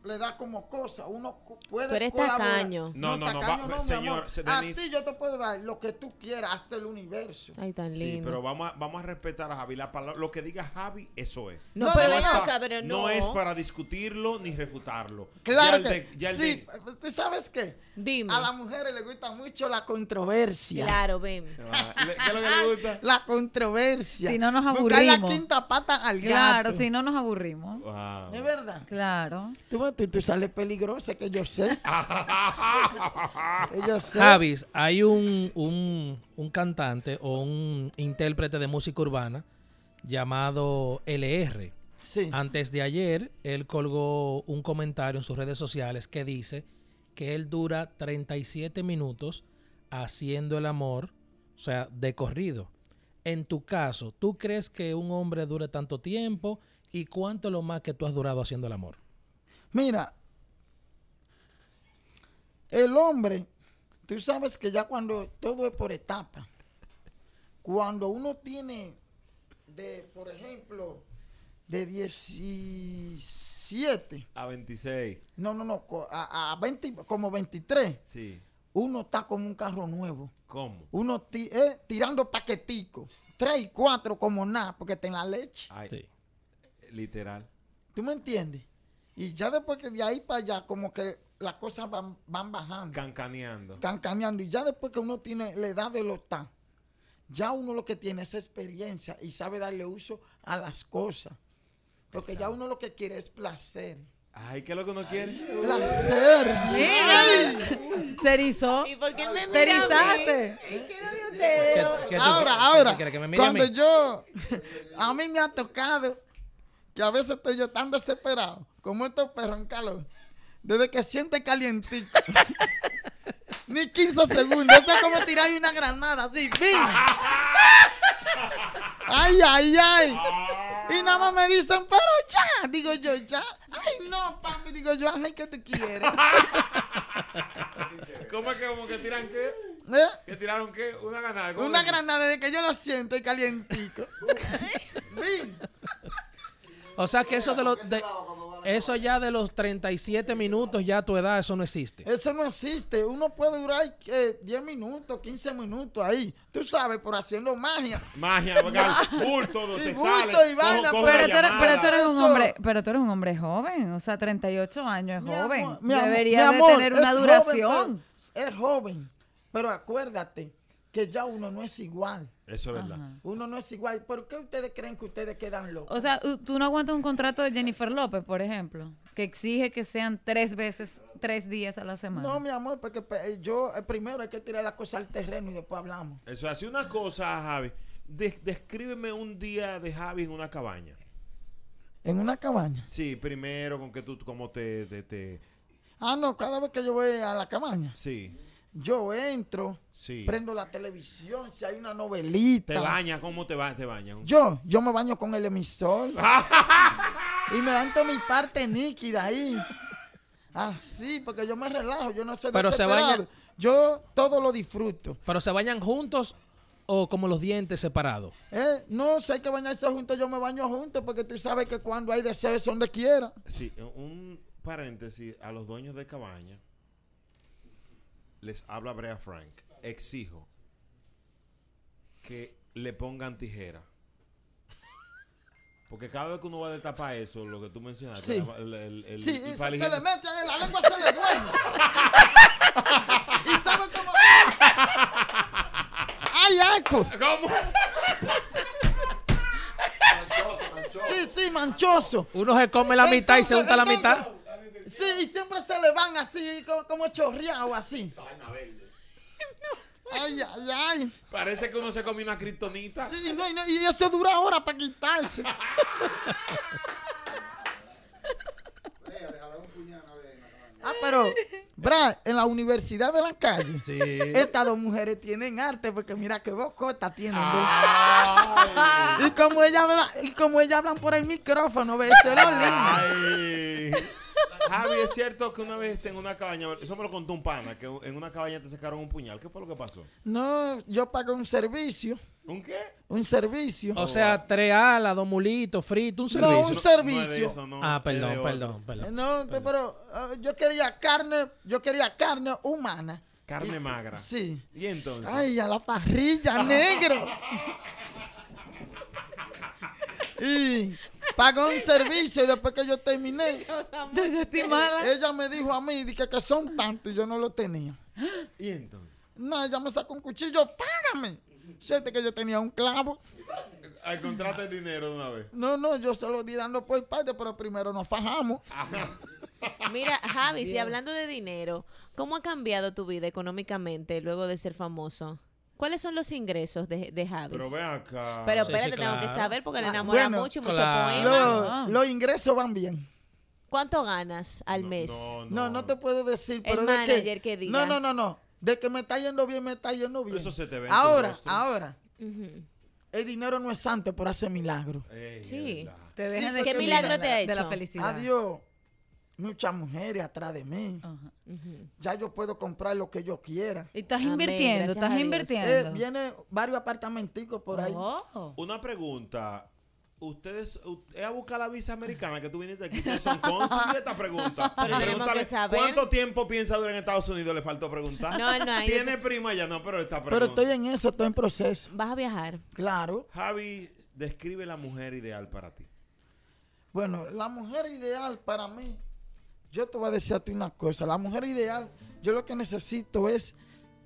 [SPEAKER 7] le da como cosa, uno cu- puede
[SPEAKER 5] Tú eres
[SPEAKER 7] colaborar.
[SPEAKER 5] tacaño.
[SPEAKER 2] No, no, no,
[SPEAKER 7] tacaño
[SPEAKER 2] va-
[SPEAKER 7] mi
[SPEAKER 2] señor,
[SPEAKER 7] amor.
[SPEAKER 2] se-
[SPEAKER 7] a
[SPEAKER 2] Denise.
[SPEAKER 7] ti yo te puedo dar lo que tú quieras, hasta el universo.
[SPEAKER 5] Ay, tan lindo.
[SPEAKER 2] Sí, pero vamos a, vamos a respetar a Javi. La palabra, lo que diga Javi, eso es.
[SPEAKER 5] No,
[SPEAKER 7] No,
[SPEAKER 5] pero
[SPEAKER 7] no
[SPEAKER 5] ven
[SPEAKER 7] es pa-
[SPEAKER 5] acá, pero no.
[SPEAKER 2] No es para discutirlo ni refutarlo. Ya
[SPEAKER 7] Claro
[SPEAKER 2] el
[SPEAKER 7] que
[SPEAKER 2] de- ya el
[SPEAKER 7] sí. eh,
[SPEAKER 2] de-
[SPEAKER 7] ¿Tú sabes qué?
[SPEAKER 5] Dime.
[SPEAKER 7] A las mujeres les gusta mucho la controversia.
[SPEAKER 5] Claro, ven.
[SPEAKER 2] Ah, le- ¿Qué es lo que le gusta?
[SPEAKER 7] La controversia.
[SPEAKER 4] Si no nos
[SPEAKER 7] Buscar la
[SPEAKER 4] aburrimos.
[SPEAKER 7] quinta pata al
[SPEAKER 4] Claro,
[SPEAKER 7] gato.
[SPEAKER 4] si no nos aburrimos.
[SPEAKER 2] Wow.
[SPEAKER 7] Es verdad.
[SPEAKER 4] Claro.
[SPEAKER 7] Tú, tú, tú sales peligrosa, que yo sé. que yo sé.
[SPEAKER 3] Javis, hay un, un, un cantante o un intérprete de música urbana llamado LR.
[SPEAKER 7] Sí.
[SPEAKER 3] Antes de ayer, él colgó un comentario en sus redes sociales que dice que él dura 37 minutos haciendo el amor, o sea, de corrido. En tu caso, ¿tú crees que un hombre dure tanto tiempo? ¿Y cuánto es lo más que tú has durado haciendo el amor?
[SPEAKER 7] Mira, el hombre, tú sabes que ya cuando todo es por etapa, cuando uno tiene de, por ejemplo, de 17,
[SPEAKER 2] A 26.
[SPEAKER 7] no, no, no, co- a, a 20, como 23,
[SPEAKER 2] Sí.
[SPEAKER 7] uno está como un carro nuevo,
[SPEAKER 2] ¿Cómo?
[SPEAKER 7] uno ti- eh, tirando paquetico, 3 y 4 como nada, porque está en la leche.
[SPEAKER 2] Ay,
[SPEAKER 3] Sí.
[SPEAKER 2] Literal.
[SPEAKER 7] ¿Tú me entiendes? Y ya después que de ahí para allá, como que las cosas van, van bajando.
[SPEAKER 2] Cancaneando.
[SPEAKER 7] cancaneando. Y ya después que uno tiene la edad de los tan, ya uno lo que tiene es experiencia y sabe darle uso a las cosas. Porque ya uno lo que quiere es placer.
[SPEAKER 2] Ay, ¿qué es lo que uno quiere?
[SPEAKER 7] ¡Placer!
[SPEAKER 4] Se erizó.
[SPEAKER 5] ¿Y por qué él me
[SPEAKER 4] Te
[SPEAKER 5] mira a mí?
[SPEAKER 4] erizaste.
[SPEAKER 3] ¿Qué- qué tú-
[SPEAKER 7] Ahora,
[SPEAKER 3] qué tú
[SPEAKER 7] ahora,
[SPEAKER 3] quieres, que me mire a mí?
[SPEAKER 7] cuando yo, a mí me ha tocado que a veces estoy yo tan desesperado como estos perros en calor, desde que siente calientito. Ni 15 segundos, eso es como tirar una granada así, ¡pim! ¡Ay, ay, ay! Y nada más me dicen, pero ya, digo yo, ya. ¡Ay, no, papi! Digo yo, ay, ¿qué tú quieres?
[SPEAKER 2] ¿Cómo es que como que tiran qué?
[SPEAKER 7] ¿Eh?
[SPEAKER 2] ¿Que tiraron qué? Una granada. ¿Cómo
[SPEAKER 7] Una
[SPEAKER 2] que-
[SPEAKER 7] granada desde que yo lo siento y calientico. ¡Pim!
[SPEAKER 3] O sea que eso de los de, Eso ya de los 37 minutos, ya tu edad, eso no existe.
[SPEAKER 7] Eso no existe. Uno puede durar eh, 10 minutos, 15 minutos ahí. Tú sabes, por haciendo magia.
[SPEAKER 2] Magia, porque al bulto no
[SPEAKER 7] Y
[SPEAKER 2] te
[SPEAKER 7] bulto
[SPEAKER 2] sale.
[SPEAKER 7] y vaina,
[SPEAKER 2] coge
[SPEAKER 4] Pero
[SPEAKER 2] una
[SPEAKER 4] tú, eres,
[SPEAKER 2] llamada.
[SPEAKER 4] pero tú eres un
[SPEAKER 7] Eso.
[SPEAKER 4] hombre, pero tú eres un hombre joven, o sea, 38 años es
[SPEAKER 7] Mi
[SPEAKER 4] joven.
[SPEAKER 7] amor- mi amor-
[SPEAKER 4] Debería
[SPEAKER 7] mi amor,
[SPEAKER 4] de tener una
[SPEAKER 7] es
[SPEAKER 4] duración.
[SPEAKER 7] joven, pero- es joven. Pero acuérdate que ya uno no es igual.
[SPEAKER 2] Eso es verdad.
[SPEAKER 7] Uno no es igual. ¿Por qué ustedes creen que ustedes quedan locos?
[SPEAKER 4] O sea, u- tú no aguantas un contrato de Jennifer López, por ejemplo, que exige que sean tres veces, tres días a la semana.
[SPEAKER 7] No, mi amor, porque pe- yo eh, primero hay que tirar la cosa al terreno y después hablamos.
[SPEAKER 2] Eso hace una cosa, Javi. De- descríbeme un día de Javi en una cabaña.
[SPEAKER 7] En una cabaña.
[SPEAKER 2] Sí, primero con que tú como te, te, te-
[SPEAKER 7] Ah, no, cada vez que yo voy a la cabaña,
[SPEAKER 2] sí,
[SPEAKER 7] yo entro,
[SPEAKER 2] sí.
[SPEAKER 7] prendo la televisión, si hay una novelita.
[SPEAKER 2] te bañas, cómo te va, te bañas.
[SPEAKER 7] Yo, yo me baño con el emisor. y me dan toda mi parte níquida ahí. Así, porque yo me relajo, yo no soy
[SPEAKER 3] Pero se
[SPEAKER 7] desesperado.
[SPEAKER 3] baña-
[SPEAKER 7] Yo todo lo disfruto.
[SPEAKER 3] Pero se bañan juntos o como los dientes separados.
[SPEAKER 7] Eh, no, si hay que bañarse juntos, yo me baño juntos, porque tú sabes que cuando hay deseo es donde quiera.
[SPEAKER 2] Sí, un paréntesis a los dueños de cabaña. Les habla Brea Frank. Exijo que le pongan tijera. Porque cada vez que uno va a destapar eso, lo que tú mencionaste,
[SPEAKER 7] Sí.
[SPEAKER 2] el, el- el-
[SPEAKER 7] Sí,
[SPEAKER 2] el
[SPEAKER 7] y se,
[SPEAKER 2] palillo-
[SPEAKER 7] se le mete ahí, la lengua se le duerme. y sabe cómo. ¡Ay, asco!
[SPEAKER 2] ¿Cómo?
[SPEAKER 7] Sí, sí, manchoso.
[SPEAKER 3] Uno se come la mitad y se unta la mitad.
[SPEAKER 7] Entonces, Sí, y siempre se le van así, co- como, chorreado, así. Ay, ay, ay.
[SPEAKER 2] Parece que uno se comió una kriptonita.
[SPEAKER 7] Sí, no, y, no, y eso dura horas para quitarse. Ah, pero, Bra, en la Universidad de la Calle, estas dos mujeres tienen arte, porque mira qué bocota tienen. dos. Y como ellas hablan, y como ellas hablan por el micrófono, ve, eso era lindo.
[SPEAKER 2] Ay. Javi, es cierto que una vez en una cabaña, eso me lo contó un pana, que en una cabaña te sacaron un puñal. ¿Qué fue lo que pasó?
[SPEAKER 7] No, yo pago un servicio,
[SPEAKER 2] ¿Un qué?
[SPEAKER 7] un servicio.
[SPEAKER 3] O sea, tres alas, dos mulitos, frito, un
[SPEAKER 7] No,
[SPEAKER 3] servicio.
[SPEAKER 7] un
[SPEAKER 2] No es de
[SPEAKER 7] servicio.
[SPEAKER 2] eso, no,
[SPEAKER 3] ah,
[SPEAKER 2] es de
[SPEAKER 3] perdón,
[SPEAKER 2] otro.
[SPEAKER 3] perdón, perdón.
[SPEAKER 7] No, te- pero eh, yo quería carne, yo quería carne humana.
[SPEAKER 2] Carne magra.
[SPEAKER 7] Sí.
[SPEAKER 2] Y entonces.
[SPEAKER 7] Ay, a la parrilla, negro. y pagó un servicio y después que yo terminé,
[SPEAKER 4] No, yo estoy mala.
[SPEAKER 7] ella me dijo a mí dije, que son tantos y yo no lo tenía.
[SPEAKER 2] Y entonces.
[SPEAKER 7] No, ella me sacó un cuchillo, págame. Siente que yo tenía un clavo.
[SPEAKER 2] Al contrato el dinero de una vez.
[SPEAKER 7] No, no, yo se lo di dando por parte, pero primero nos fajamos.
[SPEAKER 5] Pues Mira, Javi, si hablando de dinero, ¿cómo ha cambiado tu vida económicamente luego de ser famoso? ¿Cuáles son los ingresos de, de Javi?
[SPEAKER 2] Pero ven acá.
[SPEAKER 5] Pero
[SPEAKER 3] Sí,
[SPEAKER 5] espérate,
[SPEAKER 3] sí,
[SPEAKER 5] tengo que
[SPEAKER 3] claro.
[SPEAKER 5] saber porque le
[SPEAKER 7] Ah,
[SPEAKER 5] enamora
[SPEAKER 7] bueno,
[SPEAKER 5] mucho y mucho
[SPEAKER 3] claro. Ah.
[SPEAKER 5] poema.
[SPEAKER 7] Lo- los ingresos van bien.
[SPEAKER 5] ¿Cuánto ganas al mes?
[SPEAKER 2] No,
[SPEAKER 7] No, no te puedo decir, pero de
[SPEAKER 5] manager que diga.
[SPEAKER 7] No, no, no, no. De que me está yendo bien, me está yendo bien.
[SPEAKER 2] Eso se te ve en tu
[SPEAKER 7] Ahora,
[SPEAKER 2] rostro.
[SPEAKER 7] ahora.
[SPEAKER 5] Ujú.
[SPEAKER 7] El dinero no es santo por hacer milagro.
[SPEAKER 2] Ey, es
[SPEAKER 5] Sí.
[SPEAKER 2] verdad.
[SPEAKER 4] Te dejan
[SPEAKER 7] ¿qué
[SPEAKER 4] de
[SPEAKER 5] milagro te ha
[SPEAKER 4] De
[SPEAKER 5] hecho?
[SPEAKER 4] la felicidad.
[SPEAKER 7] Adiós. Muchas mujeres atrás de mí.
[SPEAKER 4] Ajá.
[SPEAKER 7] Ya yo puedo comprar lo que yo quiera.
[SPEAKER 4] Y estás
[SPEAKER 5] Amén,
[SPEAKER 4] invirtiendo,
[SPEAKER 5] gracias a
[SPEAKER 4] estás
[SPEAKER 5] Dios.
[SPEAKER 7] Eh,
[SPEAKER 4] invirtiendo.
[SPEAKER 7] viene varios apartamenticos por ahí.
[SPEAKER 4] Oh.
[SPEAKER 2] Una pregunta. Ustedes, u- es a buscar la visa americana que tú viniste aquí, que son cónsules esta pregunta.
[SPEAKER 5] Pero tenemos
[SPEAKER 2] Pregúntale,
[SPEAKER 5] que saber.
[SPEAKER 2] ¿Cuánto tiempo piensa durar en Estados Unidos? Le faltó preguntar.
[SPEAKER 5] No, no, ahí-
[SPEAKER 2] Tiene prima ya, no, pero esta
[SPEAKER 7] Pero
[SPEAKER 2] pregunta.
[SPEAKER 7] estoy en eso, estoy en proceso.
[SPEAKER 5] Vas a viajar.
[SPEAKER 7] Claro.
[SPEAKER 2] Javi, describe la mujer ideal para ti.
[SPEAKER 7] Bueno, la mujer ideal para mí, yo te voy a decir a ti una cosa. La mujer ideal, yo lo que necesito es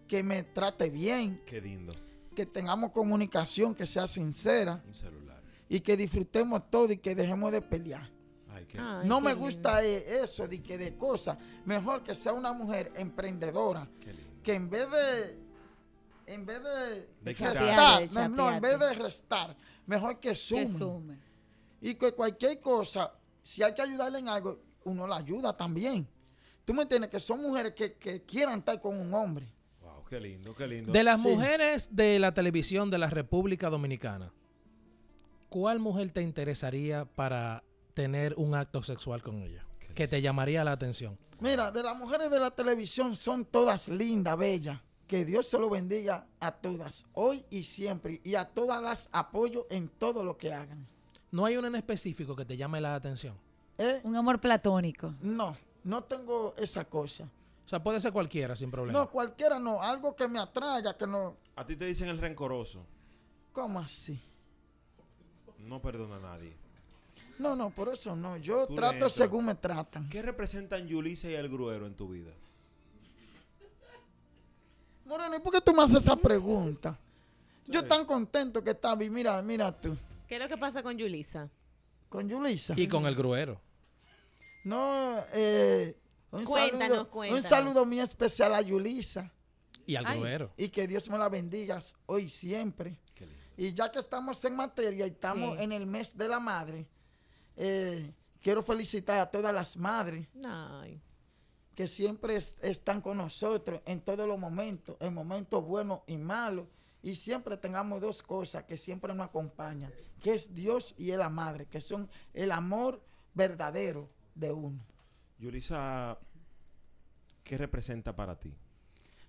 [SPEAKER 7] que me trate bien,
[SPEAKER 2] Qué lindo.
[SPEAKER 7] que tengamos comunicación, que sea sincera
[SPEAKER 2] Un celular.
[SPEAKER 7] y que disfrutemos todo y que dejemos de pelear.
[SPEAKER 2] Ay, qué
[SPEAKER 5] Ay,
[SPEAKER 7] no
[SPEAKER 5] qué
[SPEAKER 7] me
[SPEAKER 5] lindo.
[SPEAKER 7] gusta eh, eso de que de cosas. Mejor que sea una mujer emprendedora
[SPEAKER 2] Qué lindo.
[SPEAKER 7] que en vez de en vez de,
[SPEAKER 2] De
[SPEAKER 5] quitarle,
[SPEAKER 7] restar,
[SPEAKER 5] de
[SPEAKER 7] no, no, en vez
[SPEAKER 5] chapearte.
[SPEAKER 7] de restar, mejor que
[SPEAKER 4] Que
[SPEAKER 7] sume.
[SPEAKER 4] sume.
[SPEAKER 7] Y que cualquier cosa, si hay que ayudarle en algo, uno la ayuda también. Tú me entiendes que son mujeres que, que quieran estar con un hombre.
[SPEAKER 2] Wow, qué lindo, qué lindo.
[SPEAKER 3] De las
[SPEAKER 7] Sí.
[SPEAKER 3] mujeres de la televisión de la República Dominicana, ¿cuál mujer te interesaría para tener un acto sexual con ella? Que te llamaría la atención.
[SPEAKER 7] Mira, de las mujeres de la televisión son todas lindas, bellas. Que Dios se lo bendiga a todas, hoy y siempre. Y a todas las apoyo en todo lo que hagan.
[SPEAKER 3] No hay una en específico que te llame la atención.
[SPEAKER 7] ¿eh?
[SPEAKER 4] Un amor platónico.
[SPEAKER 7] No, no tengo esa cosa.
[SPEAKER 3] O sea, puede ser cualquiera sin problema.
[SPEAKER 7] No, cualquiera no. Algo que me atraiga, que no.
[SPEAKER 2] A ti te dicen el rencoroso.
[SPEAKER 7] ¿Cómo así?
[SPEAKER 2] No perdona a nadie.
[SPEAKER 7] No, no, por eso no. Yo
[SPEAKER 2] Tú le
[SPEAKER 7] trato
[SPEAKER 2] entras.
[SPEAKER 7] según me tratan.
[SPEAKER 2] ¿Qué representan Yulisa y el gruero en tu vida?
[SPEAKER 7] Moreno, ¿y por qué tú me haces esa pregunta? Yo tan contento que estaba. Y mira, mira tú.
[SPEAKER 5] ¿Qué es lo que pasa con Yulisa?
[SPEAKER 7] Con Yulisa.
[SPEAKER 3] Y con el gruero.
[SPEAKER 7] No, eh. Un
[SPEAKER 5] Cuéntanos,
[SPEAKER 7] saludo,
[SPEAKER 5] cuéntanos.
[SPEAKER 7] Un saludo muy especial a Yulisa.
[SPEAKER 3] Y al
[SPEAKER 5] Ay.
[SPEAKER 3] gruero.
[SPEAKER 7] Y que Dios me la bendiga hoy siempre.
[SPEAKER 2] Qué lindo.
[SPEAKER 7] Y ya que estamos en materia y estamos
[SPEAKER 5] Sí.
[SPEAKER 7] en el mes de la madre, eh, quiero felicitar a todas las madres
[SPEAKER 5] Ay.
[SPEAKER 7] que siempre es- están con nosotros en todos los momentos, en momentos buenos y malos. Y siempre tengamos dos cosas que siempre nos acompañan, que es Dios y es la madre, que son el amor verdadero de uno.
[SPEAKER 2] Yulisa, ¿qué representa para ti?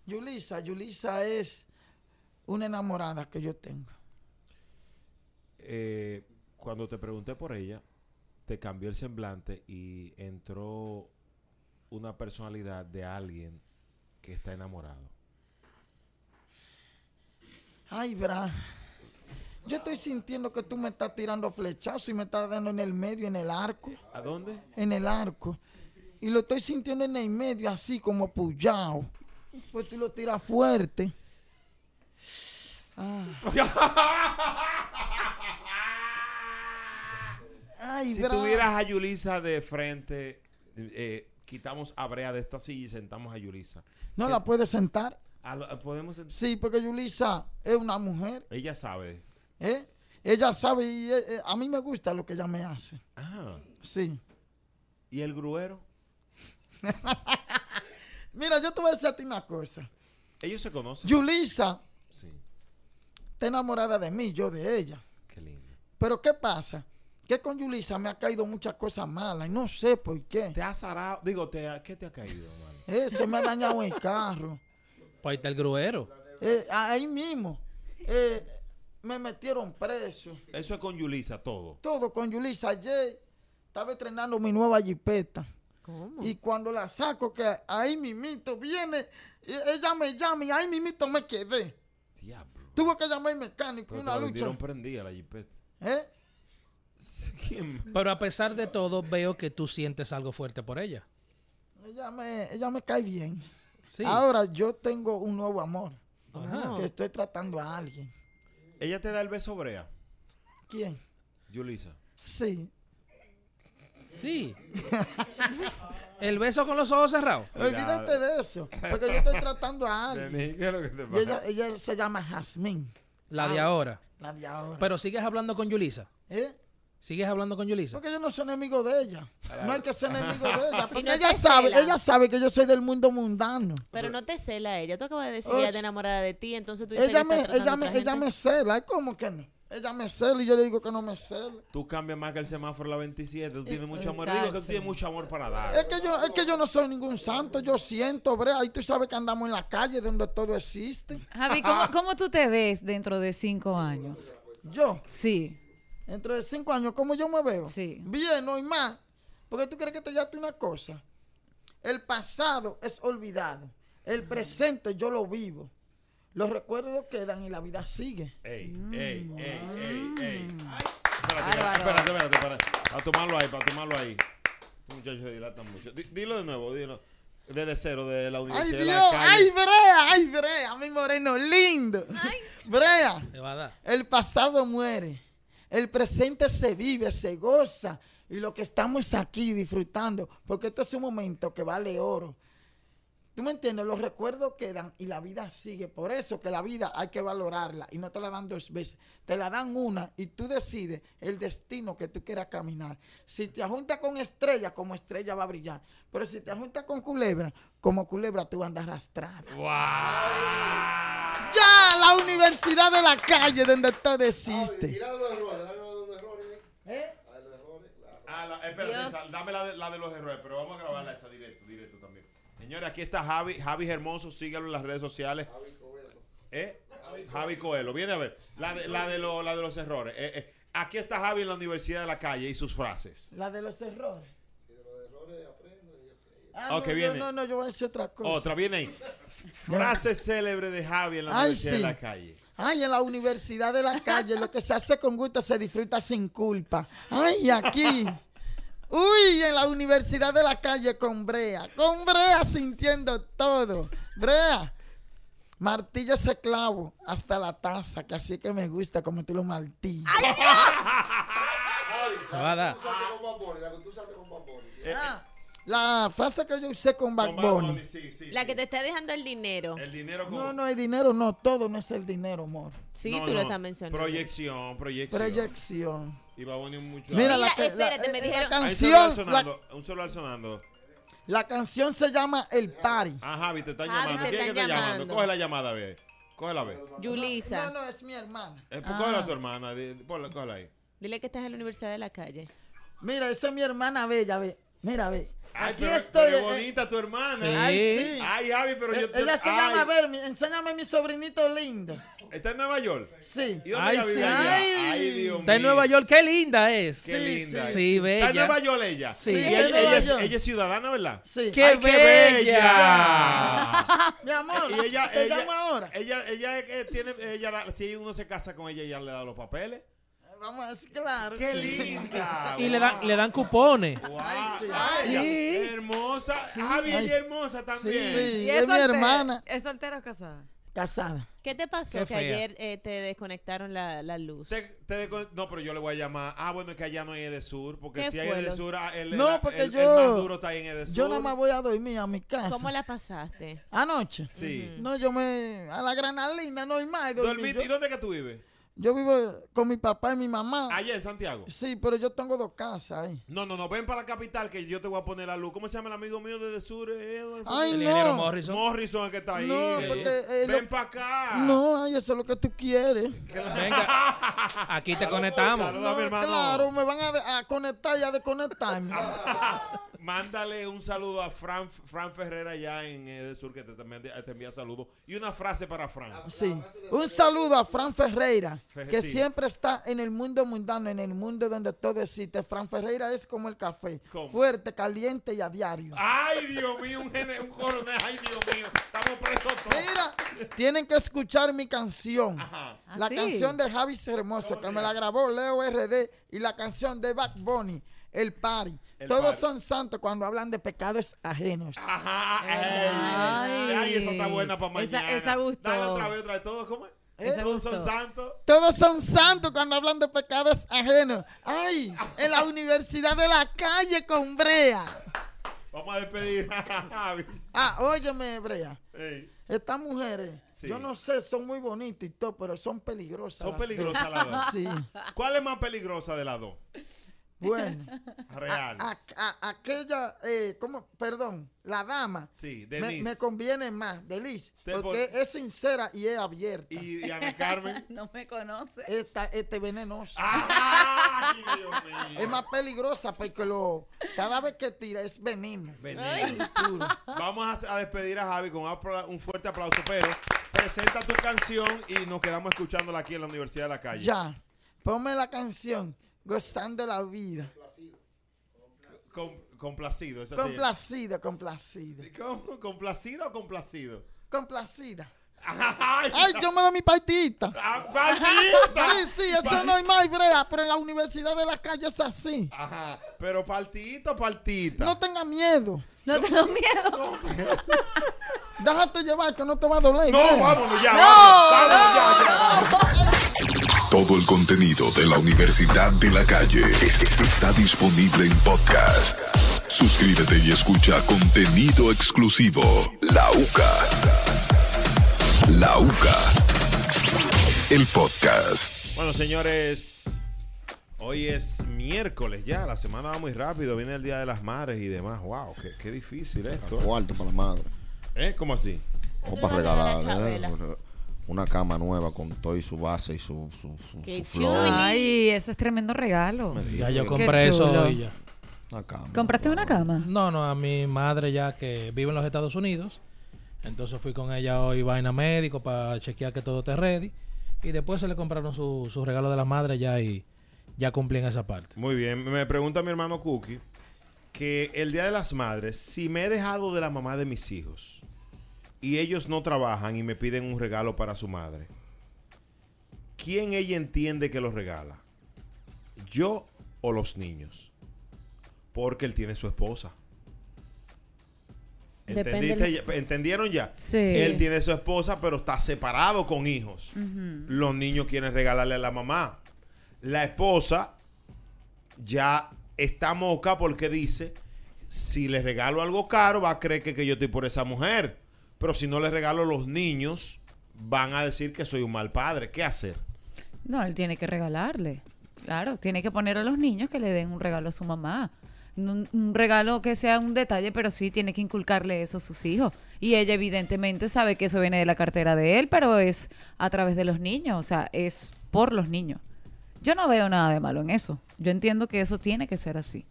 [SPEAKER 7] Yulisa, Yulisa es una enamorada que yo tengo.
[SPEAKER 2] Eh, cuando te pregunté por ella, te cambió el semblante y entró una personalidad de alguien que está enamorado.
[SPEAKER 7] Ay, Bra. Yo estoy sintiendo que tú me estás tirando flechazos y me estás dando en el medio, en el arco,
[SPEAKER 2] ¿A dónde?
[SPEAKER 7] en el arco. Y lo estoy sintiendo en el medio, así como puyao. Pues tú lo tiras fuerte. Ah. Ay,
[SPEAKER 2] Si
[SPEAKER 7] Bra.
[SPEAKER 2] tuvieras a Yulisa de frente, eh, quitamos a Brea de esta silla y sentamos a Yulisa.
[SPEAKER 7] ¿No la puedes sentar?
[SPEAKER 2] A lo- a- podemos sent-
[SPEAKER 7] Sí, porque Yulisa es una mujer,
[SPEAKER 2] Ella sabe.
[SPEAKER 7] ¿eh? Ella sabe y eh, eh, a mí me gusta lo que ella me hace.
[SPEAKER 2] Ah,
[SPEAKER 7] Sí.
[SPEAKER 2] ¿y el gruero?
[SPEAKER 7] Mira, yo te voy a decir a ti una cosa.
[SPEAKER 2] Ellos se conocen.
[SPEAKER 7] Yulisa
[SPEAKER 2] sí,
[SPEAKER 7] está enamorada de mí, yo de ella.
[SPEAKER 2] qué lindo.
[SPEAKER 7] Pero ¿qué pasa? Que con Yulisa me ha caído muchas cosas malas y no sé por qué.
[SPEAKER 2] ¿Te has zarado? Digo, te ha- ¿qué te ha caído, hermano?
[SPEAKER 7] Eh, se me ha dañado el carro.
[SPEAKER 3] Pues ahí está el gruero.
[SPEAKER 7] Eh, ahí mismo. eh, me metieron preso.
[SPEAKER 2] Eso es con Yulisa todo.
[SPEAKER 7] Todo con Yulisa. Ayer estaba estrenando mi nueva jipeta.
[SPEAKER 5] ¿Cómo?
[SPEAKER 7] Y cuando la saco, que ahí mimito viene, y ella me llama y ahí mimito me quedé.
[SPEAKER 2] Diablo.
[SPEAKER 7] Tuve que llamar al mecánico y
[SPEAKER 2] Pero
[SPEAKER 7] una
[SPEAKER 2] te lo
[SPEAKER 7] lucha.
[SPEAKER 2] vendieron prendida la jipeta.
[SPEAKER 7] ¿Eh?
[SPEAKER 2] ¿Quién?
[SPEAKER 3] Pero a pesar de todo, veo que tú sientes algo fuerte por ella.
[SPEAKER 7] Ella me, ella me cae bien.
[SPEAKER 3] Sí.
[SPEAKER 7] Ahora yo tengo un nuevo amor.
[SPEAKER 3] Ajá.
[SPEAKER 7] Que estoy tratando a alguien.
[SPEAKER 2] Ella te da el beso brea,
[SPEAKER 7] ¿Quién?
[SPEAKER 2] Yulisa.
[SPEAKER 7] Sí.
[SPEAKER 3] Sí. el beso con los ojos cerrados.
[SPEAKER 2] Cuidado.
[SPEAKER 7] Olvídate de eso. Porque yo estoy tratando a alguien.
[SPEAKER 2] ¿qué es lo que te
[SPEAKER 7] Y ella, ella se llama Jazmín.
[SPEAKER 3] La
[SPEAKER 7] Ah.
[SPEAKER 3] de ahora.
[SPEAKER 7] La de ahora.
[SPEAKER 3] Pero sigues hablando con Yulisa.
[SPEAKER 7] ¿Eh?
[SPEAKER 3] Sigues hablando con Yulisa.
[SPEAKER 7] Porque yo no soy enemigo de ella. No hay que ser enemigo de ella. Porque
[SPEAKER 5] no
[SPEAKER 7] ella
[SPEAKER 5] te
[SPEAKER 7] sabe,
[SPEAKER 5] cela.
[SPEAKER 7] ella sabe que yo soy del mundo mundano.
[SPEAKER 5] Pero no te cela ella. Tú acabas de decir que
[SPEAKER 7] Och.
[SPEAKER 5] ella está enamorada de ti, entonces tú dices
[SPEAKER 7] Ella
[SPEAKER 5] que
[SPEAKER 7] me,
[SPEAKER 5] está tratando
[SPEAKER 7] ella
[SPEAKER 5] a
[SPEAKER 7] me,
[SPEAKER 5] otra
[SPEAKER 7] ella
[SPEAKER 5] gente.
[SPEAKER 7] me cela. ¿Cómo que no? Ella me cela y yo le digo que no me cela.
[SPEAKER 2] Tú cambias más que el semáforo la 27. Tú tienes mucho amor.
[SPEAKER 4] Exacto.
[SPEAKER 2] Digo que tú tienes mucho amor para
[SPEAKER 7] Es
[SPEAKER 2] dar.
[SPEAKER 7] que, yo, es que yo no soy ningún santo, yo siento, brea. Y tú sabes que andamos en la calle donde todo existe.
[SPEAKER 4] Javi, ¿cómo, cómo tú te ves dentro de cinco años?
[SPEAKER 7] Yo,
[SPEAKER 4] Sí.
[SPEAKER 7] Dentro de cinco años, ¿cómo yo me veo?
[SPEAKER 4] Sí.
[SPEAKER 7] Bien, no hay más. Porque tú crees que te llamaste una cosa. El pasado es olvidado. El presente yo lo vivo. Los recuerdos quedan y la vida sigue.
[SPEAKER 2] Ey, ey, ey, ey, ey.
[SPEAKER 4] Ah.
[SPEAKER 2] Espérate,
[SPEAKER 4] Bárbaro.
[SPEAKER 2] espérate, espérate, espérate. Para tomarlo ahí, para tomarlo ahí. Este muchacho se dilata mucho. Di- Dilo de nuevo, dilo. Desde cero, de la
[SPEAKER 7] ¡Ay,
[SPEAKER 2] universidad. de
[SPEAKER 7] Dios!
[SPEAKER 2] la calle.
[SPEAKER 7] ¡Ay, Brea! ¡Ay, Brea! ¡Mi moreno lindo! Brea,
[SPEAKER 3] Se va a dar.
[SPEAKER 7] el pasado muere. El presente se vive, se goza. Y lo que estamos aquí disfrutando, porque esto es un momento que vale oro. ¿Tú me entiendes? Los recuerdos quedan y la vida sigue. Por eso que la vida hay que valorarla y no te la dan dos veces. Te la dan una y tú decides el destino que tú quieras caminar. Si te juntas con estrella, como estrella va a brillar. Pero si te juntas con culebra, como culebra tú andas arrastrada. ¡Ya! La universidad de la calle donde tú desiste. ¿Eh?
[SPEAKER 2] Ah, la- espérate, esa, dame la de, la de los errores, pero vamos a grabarla esa directo, directo también. Señores, aquí está Javi, Javi Hermoso, sígalo en las redes sociales. Javi Coelho. ¿Eh? Javi Coelho, viene a ver, la de, la de, lo- la de los errores. Eh, eh, Aquí está Javi en la Universidad de la Calle y sus frases.
[SPEAKER 7] La de los errores. Ah,
[SPEAKER 2] Ok,
[SPEAKER 7] no,
[SPEAKER 2] viene.
[SPEAKER 7] Yo, no, no, yo voy a decir otra cosa.
[SPEAKER 2] Otra, viene ahí. Frase célebre de Javi en la
[SPEAKER 7] Ay,
[SPEAKER 2] Universidad de
[SPEAKER 7] sí.
[SPEAKER 2] la Calle.
[SPEAKER 7] Ay, en la universidad de la calle, lo que se hace con gusto se disfruta sin culpa. Ay, aquí. Uy, en la universidad de la calle con Brea. Con Brea sintiendo todo. Brea. Martilla ese clavo hasta la taza, que así que me gusta como tú lo martillas.
[SPEAKER 3] Te va a dar.
[SPEAKER 7] Ah, la frase que yo usé con Bad
[SPEAKER 2] Con Bad
[SPEAKER 7] Bunny.
[SPEAKER 2] Bunny, sí, sí,
[SPEAKER 5] La
[SPEAKER 2] sí.
[SPEAKER 5] que te está dejando el dinero.
[SPEAKER 2] El dinero con...
[SPEAKER 7] No, no, el dinero no, todo no es el dinero, amor.
[SPEAKER 5] Sí,
[SPEAKER 2] No,
[SPEAKER 5] tú
[SPEAKER 2] no.
[SPEAKER 5] lo estás mencionando.
[SPEAKER 2] Proyección, proyección.
[SPEAKER 7] Proyección.
[SPEAKER 2] Y va a venir mucho.
[SPEAKER 7] Mira,
[SPEAKER 5] Mira,
[SPEAKER 7] la, que- la-
[SPEAKER 5] espérate, me
[SPEAKER 7] eh,
[SPEAKER 5] dijeron-
[SPEAKER 7] la
[SPEAKER 2] Hay un celular
[SPEAKER 7] canción. La,
[SPEAKER 2] sonando. Un celular sonando.
[SPEAKER 7] la canción se llama El Party.
[SPEAKER 2] Ah, Javi, te están
[SPEAKER 5] Javi,
[SPEAKER 2] llamando.
[SPEAKER 5] te
[SPEAKER 2] ¿Quién es que
[SPEAKER 5] están
[SPEAKER 2] te está llamando?
[SPEAKER 5] llamando.
[SPEAKER 2] Coge la llamada, ve. Cógela, ve.
[SPEAKER 5] Yulisa,
[SPEAKER 7] No, no, es mi hermana.
[SPEAKER 2] Eh, pues,
[SPEAKER 7] Ah.
[SPEAKER 2] Cógela a tu hermana. di- di- ponla- Cógela ahí.
[SPEAKER 5] dile que estás en la universidad de la calle.
[SPEAKER 7] Mira, esa es mi hermana bella, ve. Mira, ve.
[SPEAKER 2] Ay,
[SPEAKER 7] Aquí
[SPEAKER 2] pero,
[SPEAKER 7] estoy.
[SPEAKER 2] pero
[SPEAKER 7] eh,
[SPEAKER 2] bonita tu hermana.
[SPEAKER 7] Ay,
[SPEAKER 3] Sí.
[SPEAKER 7] sí.
[SPEAKER 2] Ay, Javi, pero yo...
[SPEAKER 7] Eh, Ella se
[SPEAKER 2] ay,
[SPEAKER 7] llama Vermi. Enséñame mi sobrinito lindo.
[SPEAKER 2] ¿Está en Nueva York?
[SPEAKER 7] Sí. Ah,
[SPEAKER 2] ¿Y dónde
[SPEAKER 3] Ay,
[SPEAKER 2] ella vive
[SPEAKER 3] sí.
[SPEAKER 2] allá?
[SPEAKER 7] Ay.
[SPEAKER 2] Ay, Dios
[SPEAKER 3] Está en
[SPEAKER 2] mío.
[SPEAKER 3] Nueva York, qué linda es.
[SPEAKER 2] Qué
[SPEAKER 7] Sí,
[SPEAKER 2] linda.
[SPEAKER 7] sí,
[SPEAKER 3] sí,
[SPEAKER 2] Está
[SPEAKER 3] bella.
[SPEAKER 2] en Nueva York ella.
[SPEAKER 3] Sí.
[SPEAKER 2] Y
[SPEAKER 3] Sí,
[SPEAKER 2] ella,
[SPEAKER 7] en Nueva
[SPEAKER 2] ella es,
[SPEAKER 7] York.
[SPEAKER 2] ella es ciudadana, ¿verdad?
[SPEAKER 7] Sí.
[SPEAKER 3] ¡Qué bella!
[SPEAKER 7] Mi amor,
[SPEAKER 2] Eh, y ella,
[SPEAKER 7] te
[SPEAKER 2] ella,
[SPEAKER 7] llamo ahora.
[SPEAKER 2] Ella, ella es que tiene, ella da- si uno se casa con ella, ella le da los papeles.
[SPEAKER 7] Vamos a decir, claro.
[SPEAKER 2] ¡Qué
[SPEAKER 7] Sí.
[SPEAKER 2] linda!
[SPEAKER 3] Y le dan, le dan cupones.
[SPEAKER 2] Wow.
[SPEAKER 7] Ay, sí.
[SPEAKER 2] Ay, Ah, ella
[SPEAKER 3] Sí.
[SPEAKER 2] es hermosa. Javi,
[SPEAKER 7] Ay,
[SPEAKER 2] ella es Ah, hermosa también.
[SPEAKER 7] Sí,
[SPEAKER 4] ¿Y
[SPEAKER 7] es mi
[SPEAKER 4] soltera-
[SPEAKER 7] hermana.
[SPEAKER 4] ¿Es soltera o casada?
[SPEAKER 7] Casada.
[SPEAKER 5] ¿Qué te pasó
[SPEAKER 3] Qué
[SPEAKER 5] que
[SPEAKER 3] fea.
[SPEAKER 5] ayer eh, te desconectaron la, la luz?
[SPEAKER 2] Te- te deco- no, pero yo le voy a llamar. Ah, bueno, es que allá no hay de sur. Porque
[SPEAKER 5] ¿Qué
[SPEAKER 2] si hay
[SPEAKER 5] fue
[SPEAKER 2] de
[SPEAKER 5] lo-
[SPEAKER 2] sur, ah, el,
[SPEAKER 7] No,
[SPEAKER 2] el-
[SPEAKER 7] porque
[SPEAKER 2] el- el
[SPEAKER 7] yo-
[SPEAKER 2] más duro está ahí en Edesur.
[SPEAKER 7] Yo nada más voy a dormir a mi casa.
[SPEAKER 5] ¿Cómo la pasaste?
[SPEAKER 7] Anoche.
[SPEAKER 2] Sí.
[SPEAKER 7] No, yo me. A la granalina, normal. dormí.
[SPEAKER 2] ¿Dormiste? ¿Y
[SPEAKER 7] Yo,
[SPEAKER 2] dónde es que tú vives?
[SPEAKER 7] yo vivo con mi papá y mi mamá.
[SPEAKER 2] Allá en Santiago.
[SPEAKER 7] Sí, pero yo tengo dos casas ahí.
[SPEAKER 2] No, no, no, ven para la capital que yo te voy a poner la luz. ¿Cómo se llama el amigo mío de Sur? Edward?
[SPEAKER 7] Ay,
[SPEAKER 3] El ingeniero
[SPEAKER 7] no.
[SPEAKER 3] Morrison.
[SPEAKER 2] Morrison, el que está ahí.
[SPEAKER 7] No,
[SPEAKER 2] Sí.
[SPEAKER 7] porque, eh,
[SPEAKER 2] ven
[SPEAKER 7] lo-
[SPEAKER 2] para acá.
[SPEAKER 7] No, ay, eso es lo que tú quieres.
[SPEAKER 3] Venga, aquí te conectamos.
[SPEAKER 2] Saluda a mi
[SPEAKER 7] No,
[SPEAKER 2] hermano.
[SPEAKER 7] Claro, me van a, de- a conectar y a desconectarme.
[SPEAKER 2] Ah. Mándale un saludo a Fran, Fran Ferrera allá en Edesur que te, también te- te envía saludos. Y una frase para Fran.
[SPEAKER 7] Ah, Sí. Un saludo a Fran Ferreira,
[SPEAKER 2] Fe-
[SPEAKER 7] que
[SPEAKER 2] sí.
[SPEAKER 7] siempre está en el mundo mundano, en el mundo donde todo existe. Fran Ferreira es como el café,
[SPEAKER 2] ¿Cómo?
[SPEAKER 7] fuerte, caliente y a diario.
[SPEAKER 2] Ay, Dios mío, un, gene, un coronel. Ay, Dios mío, estamos presos todos.
[SPEAKER 7] Mira, tienen que escuchar mi canción.
[SPEAKER 2] Ajá.
[SPEAKER 4] Ah,
[SPEAKER 7] La
[SPEAKER 4] sí.
[SPEAKER 7] canción de Javi Hermoso, que me la grabó Leo RD, y la canción de Bad Bunny, El Party.
[SPEAKER 2] El
[SPEAKER 7] Todos
[SPEAKER 2] Party.
[SPEAKER 7] son santos cuando hablan de pecados ajenos.
[SPEAKER 2] Ajá. Ay,
[SPEAKER 4] Ay.
[SPEAKER 2] ay, esa está buena para
[SPEAKER 4] Esa-
[SPEAKER 2] mañana.
[SPEAKER 4] esa gustó.
[SPEAKER 2] Dale otra vez, otra vez. ¿Todos cómo es?
[SPEAKER 7] Esa
[SPEAKER 2] Todos son
[SPEAKER 4] gustó.
[SPEAKER 2] santos.
[SPEAKER 7] Todos son santos cuando hablan de pecados ajenos. ¡Ay! En la universidad de la calle con Brea.
[SPEAKER 2] Vamos a despedir a Javi.
[SPEAKER 7] Ah, óyeme, Brea.
[SPEAKER 2] Ey,
[SPEAKER 7] Estas mujeres,
[SPEAKER 2] Sí.
[SPEAKER 7] yo no sé, son muy bonitas y todo, pero son peligrosas.
[SPEAKER 2] Son
[SPEAKER 7] las dos.
[SPEAKER 2] peligrosas las dos.
[SPEAKER 7] Sí.
[SPEAKER 2] ¿Cuál es más peligrosa de las dos?
[SPEAKER 7] Bueno. Ah,
[SPEAKER 2] Real.
[SPEAKER 7] A- a- aquella, eh, ¿cómo? Perdón, la dama.
[SPEAKER 2] sí,
[SPEAKER 7] me-
[SPEAKER 2] Denise.
[SPEAKER 7] Me, conviene más, Denise,
[SPEAKER 2] Te
[SPEAKER 7] porque
[SPEAKER 2] pon-
[SPEAKER 7] es sincera y es abierta.
[SPEAKER 2] y, y Ana Carmen.
[SPEAKER 4] No me conoce.
[SPEAKER 7] Esta, este venenoso.
[SPEAKER 2] Ah, ¡Ay, Dios mío!
[SPEAKER 7] Es más peligrosa porque lo, cada vez que tira es veneno.
[SPEAKER 2] Veneno. Vamos a, a despedir a Javi con un apla- un fuerte aplauso, pero presenta tu canción y nos quedamos escuchándola aquí en la Universidad de la Calle.
[SPEAKER 7] Ya, ponme la canción Gozando la vida.
[SPEAKER 2] Com- complacido, esa sí.
[SPEAKER 7] Complacida, complacida.
[SPEAKER 2] ¿Cómo? ¿Complacido o complacido?
[SPEAKER 7] Complacida.
[SPEAKER 2] ¡Ay!
[SPEAKER 7] Ay, yo me doy mi partidita.
[SPEAKER 2] ¡Ah, partidita!
[SPEAKER 7] Sí, sí, eso no es más brea, pero en la universidad de la calle es así.
[SPEAKER 2] Ajá, pero partidito, partita.
[SPEAKER 7] No tenga miedo.
[SPEAKER 4] No te da miedo.
[SPEAKER 7] Déjate llevar que no te va a doler.
[SPEAKER 2] No,
[SPEAKER 7] brea.
[SPEAKER 2] vámonos ya, vámonos, vámonos ya, ya.
[SPEAKER 1] Todo el contenido de la Universidad de la Calle es- es- está disponible en podcast. Suscríbete y escucha contenido exclusivo. La UCA. La UCA. El podcast.
[SPEAKER 2] Bueno, señores, hoy es miércoles ya, la semana va muy rápido, viene el Día de las Madres y demás. ¡Wow! ¡Qué, qué difícil esto!
[SPEAKER 6] Cuarto para la madre.
[SPEAKER 2] ¿Eh? ¿Cómo así?
[SPEAKER 6] O
[SPEAKER 5] Yo
[SPEAKER 6] para
[SPEAKER 5] le voy a dar a
[SPEAKER 6] regalarle
[SPEAKER 5] Chabela.
[SPEAKER 6] una- una cama nueva con todo y su base y su, su, su-
[SPEAKER 5] Qué
[SPEAKER 6] su flor.
[SPEAKER 5] chulo.
[SPEAKER 4] Ay, eso es tremendo regalo.
[SPEAKER 3] Ya yo
[SPEAKER 4] Qué
[SPEAKER 3] compré eso
[SPEAKER 4] chulo.
[SPEAKER 3] hoy ya.
[SPEAKER 6] Una cama.
[SPEAKER 4] ¿Compraste una cama?
[SPEAKER 3] No, no, a mi madre ya que vive en los Estados Unidos. Entonces fui con ella hoy vaina médico para chequear que todo esté ready. Y después se le compraron su, su regalo de la madre ya y ya cumplí en esa parte.
[SPEAKER 2] Muy bien, me pregunta mi hermano Cookie que el Día de las Madres, si me he dejado de la mamá de mis hijos y ellos no trabajan y me piden un regalo para su madre, ¿quién ella entiende que lo regala? ¿Yo o los niños? Porque él tiene su esposa.
[SPEAKER 5] Depende
[SPEAKER 2] ¿Entendiste
[SPEAKER 5] del-
[SPEAKER 2] ya? ¿Entendieron ya?
[SPEAKER 4] Sí.
[SPEAKER 2] Él tiene su esposa, pero está separado con hijos.
[SPEAKER 4] Ujú.
[SPEAKER 2] Los niños quieren regalarle a la mamá. La esposa ya está moca porque dice, si le regalo algo caro, va a creer que, que yo estoy por esa mujer. Pero si no le regalo los niños, van a decir que soy un mal padre. ¿Qué hacer?
[SPEAKER 4] No, él tiene que regalarle. Claro, tiene que poner a los niños que le den un regalo a su mamá. Un, un regalo que sea un detalle, pero sí tiene que inculcarle eso a sus hijos. Y ella evidentemente sabe que eso viene de la cartera de él, pero es a través de los niños, o sea, es por los niños. Yo no veo nada de malo en eso. Yo entiendo que eso tiene que ser así.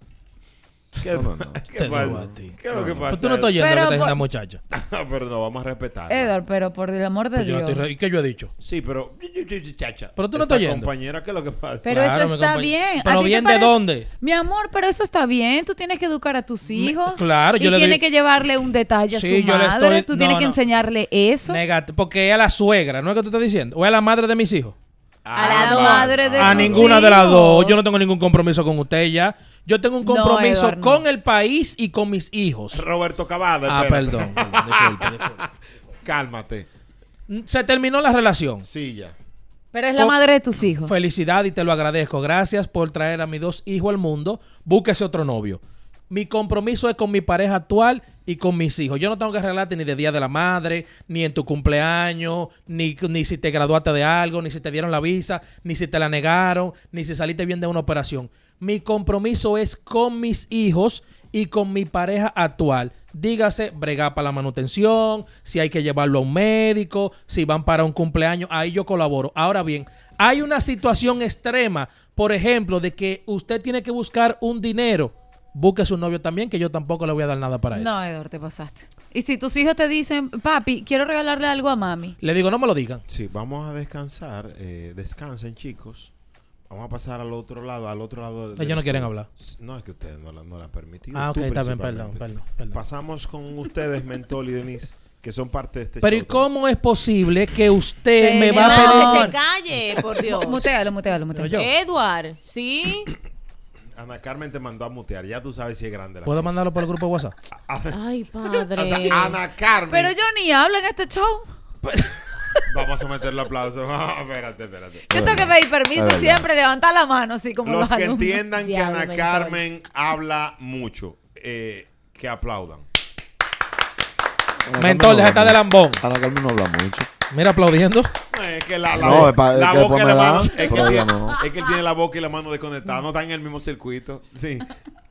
[SPEAKER 2] ¿Qué,
[SPEAKER 6] No, no, no.
[SPEAKER 2] ¿Qué
[SPEAKER 3] Te
[SPEAKER 2] pasa?
[SPEAKER 3] digo a ti.
[SPEAKER 2] ¿Qué es lo que pasa?
[SPEAKER 3] Pues tú no estás oyendo
[SPEAKER 4] Pero
[SPEAKER 3] lo que te dice
[SPEAKER 4] por-
[SPEAKER 3] la muchacha.
[SPEAKER 2] pero no, vamos a respetar.
[SPEAKER 4] Edward, pero por el amor de
[SPEAKER 3] Ah, Pues yo no
[SPEAKER 4] Dios.
[SPEAKER 3] estoy re- ¿Y qué yo he dicho?
[SPEAKER 2] Sí, pero... Chacha,
[SPEAKER 3] Pero tú no
[SPEAKER 2] esta
[SPEAKER 3] estás oyendo.
[SPEAKER 2] compañera, ¿qué es lo que pasa?
[SPEAKER 4] Pero
[SPEAKER 3] Claro,
[SPEAKER 4] eso
[SPEAKER 3] mi
[SPEAKER 4] está
[SPEAKER 3] compañ-
[SPEAKER 4] bien. ¿A
[SPEAKER 3] ¿Pero
[SPEAKER 4] ti te
[SPEAKER 3] bien de
[SPEAKER 4] parece-
[SPEAKER 3] dónde? Mm,
[SPEAKER 4] Mi amor, pero eso está bien. Tú tienes que educar a tus hijos.
[SPEAKER 3] claro,
[SPEAKER 4] y
[SPEAKER 3] yo le
[SPEAKER 4] tiene
[SPEAKER 3] doy-
[SPEAKER 4] que llevarle un detalle
[SPEAKER 3] Sí,
[SPEAKER 4] a su
[SPEAKER 3] yo le
[SPEAKER 4] madre.
[SPEAKER 3] estoy-
[SPEAKER 4] Tú
[SPEAKER 3] no,
[SPEAKER 4] tienes que
[SPEAKER 3] no.
[SPEAKER 4] enseñarle eso
[SPEAKER 3] Negate, porque es a la suegra, ¿no es que tú estás diciendo? ¿O es a la madre de mis hijos?
[SPEAKER 4] a la
[SPEAKER 2] Ah,
[SPEAKER 4] madre de
[SPEAKER 2] ah,
[SPEAKER 3] A
[SPEAKER 4] sus
[SPEAKER 3] ninguna de las
[SPEAKER 4] hijos.
[SPEAKER 3] dos. Yo no tengo ningún compromiso con usted ya. Yo tengo un
[SPEAKER 4] No,
[SPEAKER 3] compromiso
[SPEAKER 4] Eduardo, no.
[SPEAKER 3] con el país y con mis hijos.
[SPEAKER 2] Roberto Cavada.
[SPEAKER 3] Ah,
[SPEAKER 2] espérate.
[SPEAKER 3] perdón. perdón, disculpe, disculpe.
[SPEAKER 2] Cálmate.
[SPEAKER 3] Se terminó la relación.
[SPEAKER 2] Sí, ya.
[SPEAKER 4] Pero es la
[SPEAKER 3] Con-
[SPEAKER 4] madre de tus hijos.
[SPEAKER 3] Felicidad y te lo agradezco. Gracias por traer a mis dos hijos al mundo. Búsquese otro novio. Mi compromiso es con mi pareja actual y con mis hijos. Yo no tengo que arreglarte ni de Día de la Madre, ni en tu cumpleaños, ni, ni si te graduaste de algo, ni si te dieron la visa, ni si te la negaron, ni si saliste bien de una operación. Mi compromiso es con mis hijos y con mi pareja actual. Dígase, bregar para la manutención, si hay que llevarlo a un médico, si van para un cumpleaños, ahí yo colaboro. Ahora bien, hay una situación extrema, por ejemplo, de que usted tiene que buscar un dinero. Busque su novio también, que yo tampoco le voy a dar nada para eso.
[SPEAKER 4] No, Eduardo, te pasaste. Y si tus hijos te dicen, papi, quiero regalarle algo a mami.
[SPEAKER 3] Le digo, no me lo digan.
[SPEAKER 2] Sí, vamos a descansar. eh, descansen, chicos. Vamos a pasar al otro lado, al otro lado. del-
[SPEAKER 3] Ellos no quieren hablar.
[SPEAKER 2] No, es que ustedes no la, no la han permitido.
[SPEAKER 3] Ah,
[SPEAKER 2] Tú
[SPEAKER 3] ok, está bien,
[SPEAKER 2] principalmente.
[SPEAKER 3] perdón, perdón, perdón.
[SPEAKER 2] Pasamos con ustedes, Mentol y Denise, que son parte de este
[SPEAKER 3] Pero ¿y
[SPEAKER 2] show.
[SPEAKER 3] cómo es posible que usted me
[SPEAKER 4] Señor.
[SPEAKER 3] va a
[SPEAKER 5] que
[SPEAKER 3] pedir...
[SPEAKER 5] se calle, por Dios.
[SPEAKER 4] Mutealo, mutealo, mutealo.
[SPEAKER 3] Yo.
[SPEAKER 5] Eh. Edward, ¿sí?
[SPEAKER 2] Ana Carmen te mandó a mutear. Ya tú sabes si es grande la
[SPEAKER 3] ¿Puedo
[SPEAKER 2] cosa.
[SPEAKER 3] mandarlo por el grupo de WhatsApp?
[SPEAKER 6] Ah,
[SPEAKER 5] Ay,
[SPEAKER 2] O sea,
[SPEAKER 5] padre.
[SPEAKER 2] Ana Carmen.
[SPEAKER 4] Pero yo ni hablo en este show.
[SPEAKER 2] Vamos a meterle aplauso. Ah, espérate, espérate.
[SPEAKER 4] Yo tengo
[SPEAKER 6] Bueno,
[SPEAKER 4] que pedir permiso
[SPEAKER 6] es verdad.
[SPEAKER 4] siempre, levantar la mano, así como los,
[SPEAKER 2] Los que
[SPEAKER 4] alumnos.
[SPEAKER 2] entiendan que
[SPEAKER 5] Diablo,
[SPEAKER 2] Ana
[SPEAKER 5] Mentol.
[SPEAKER 2] Carmen habla mucho, eh, que aplaudan.
[SPEAKER 6] Ana Carmen
[SPEAKER 3] Mentol,
[SPEAKER 6] no
[SPEAKER 3] deja
[SPEAKER 6] habla
[SPEAKER 3] de lambón.
[SPEAKER 6] mucho. Ana Carmen no habla mucho.
[SPEAKER 3] Mira aplaudiendo.
[SPEAKER 2] No, es que la, la,
[SPEAKER 6] No,
[SPEAKER 2] bo-
[SPEAKER 6] es pa- es
[SPEAKER 2] la
[SPEAKER 6] que
[SPEAKER 2] boca
[SPEAKER 6] después
[SPEAKER 2] y la
[SPEAKER 6] me
[SPEAKER 2] mano.
[SPEAKER 6] dan,
[SPEAKER 2] Es que,
[SPEAKER 6] pero
[SPEAKER 2] tiene,
[SPEAKER 6] dígame, ¿no?
[SPEAKER 2] es que él tiene la boca y la mano desconectadas. No están en el mismo circuito. Sí.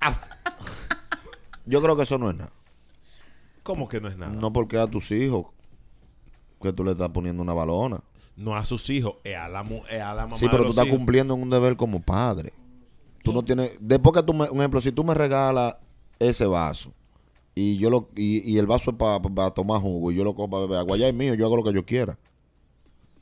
[SPEAKER 2] Ah,
[SPEAKER 6] Yo creo que eso no es nada.
[SPEAKER 2] ¿Cómo que no es nada? No.
[SPEAKER 6] No porque a tus hijos que tú le estás poniendo una balona.
[SPEAKER 2] a sus hijos, es a la, mu- es a la mamá.
[SPEAKER 6] Sí, pero tú
[SPEAKER 2] de los
[SPEAKER 6] estás
[SPEAKER 2] hijos.
[SPEAKER 6] cumpliendo un deber como padre. Tú no tienes... Después que tú me... Un ejemplo, si tú me regalas ese vaso y yo lo y, y el vaso es para tomar jugo y yo lo cojo para beber agua, ya es mío, yo hago lo que yo quiera.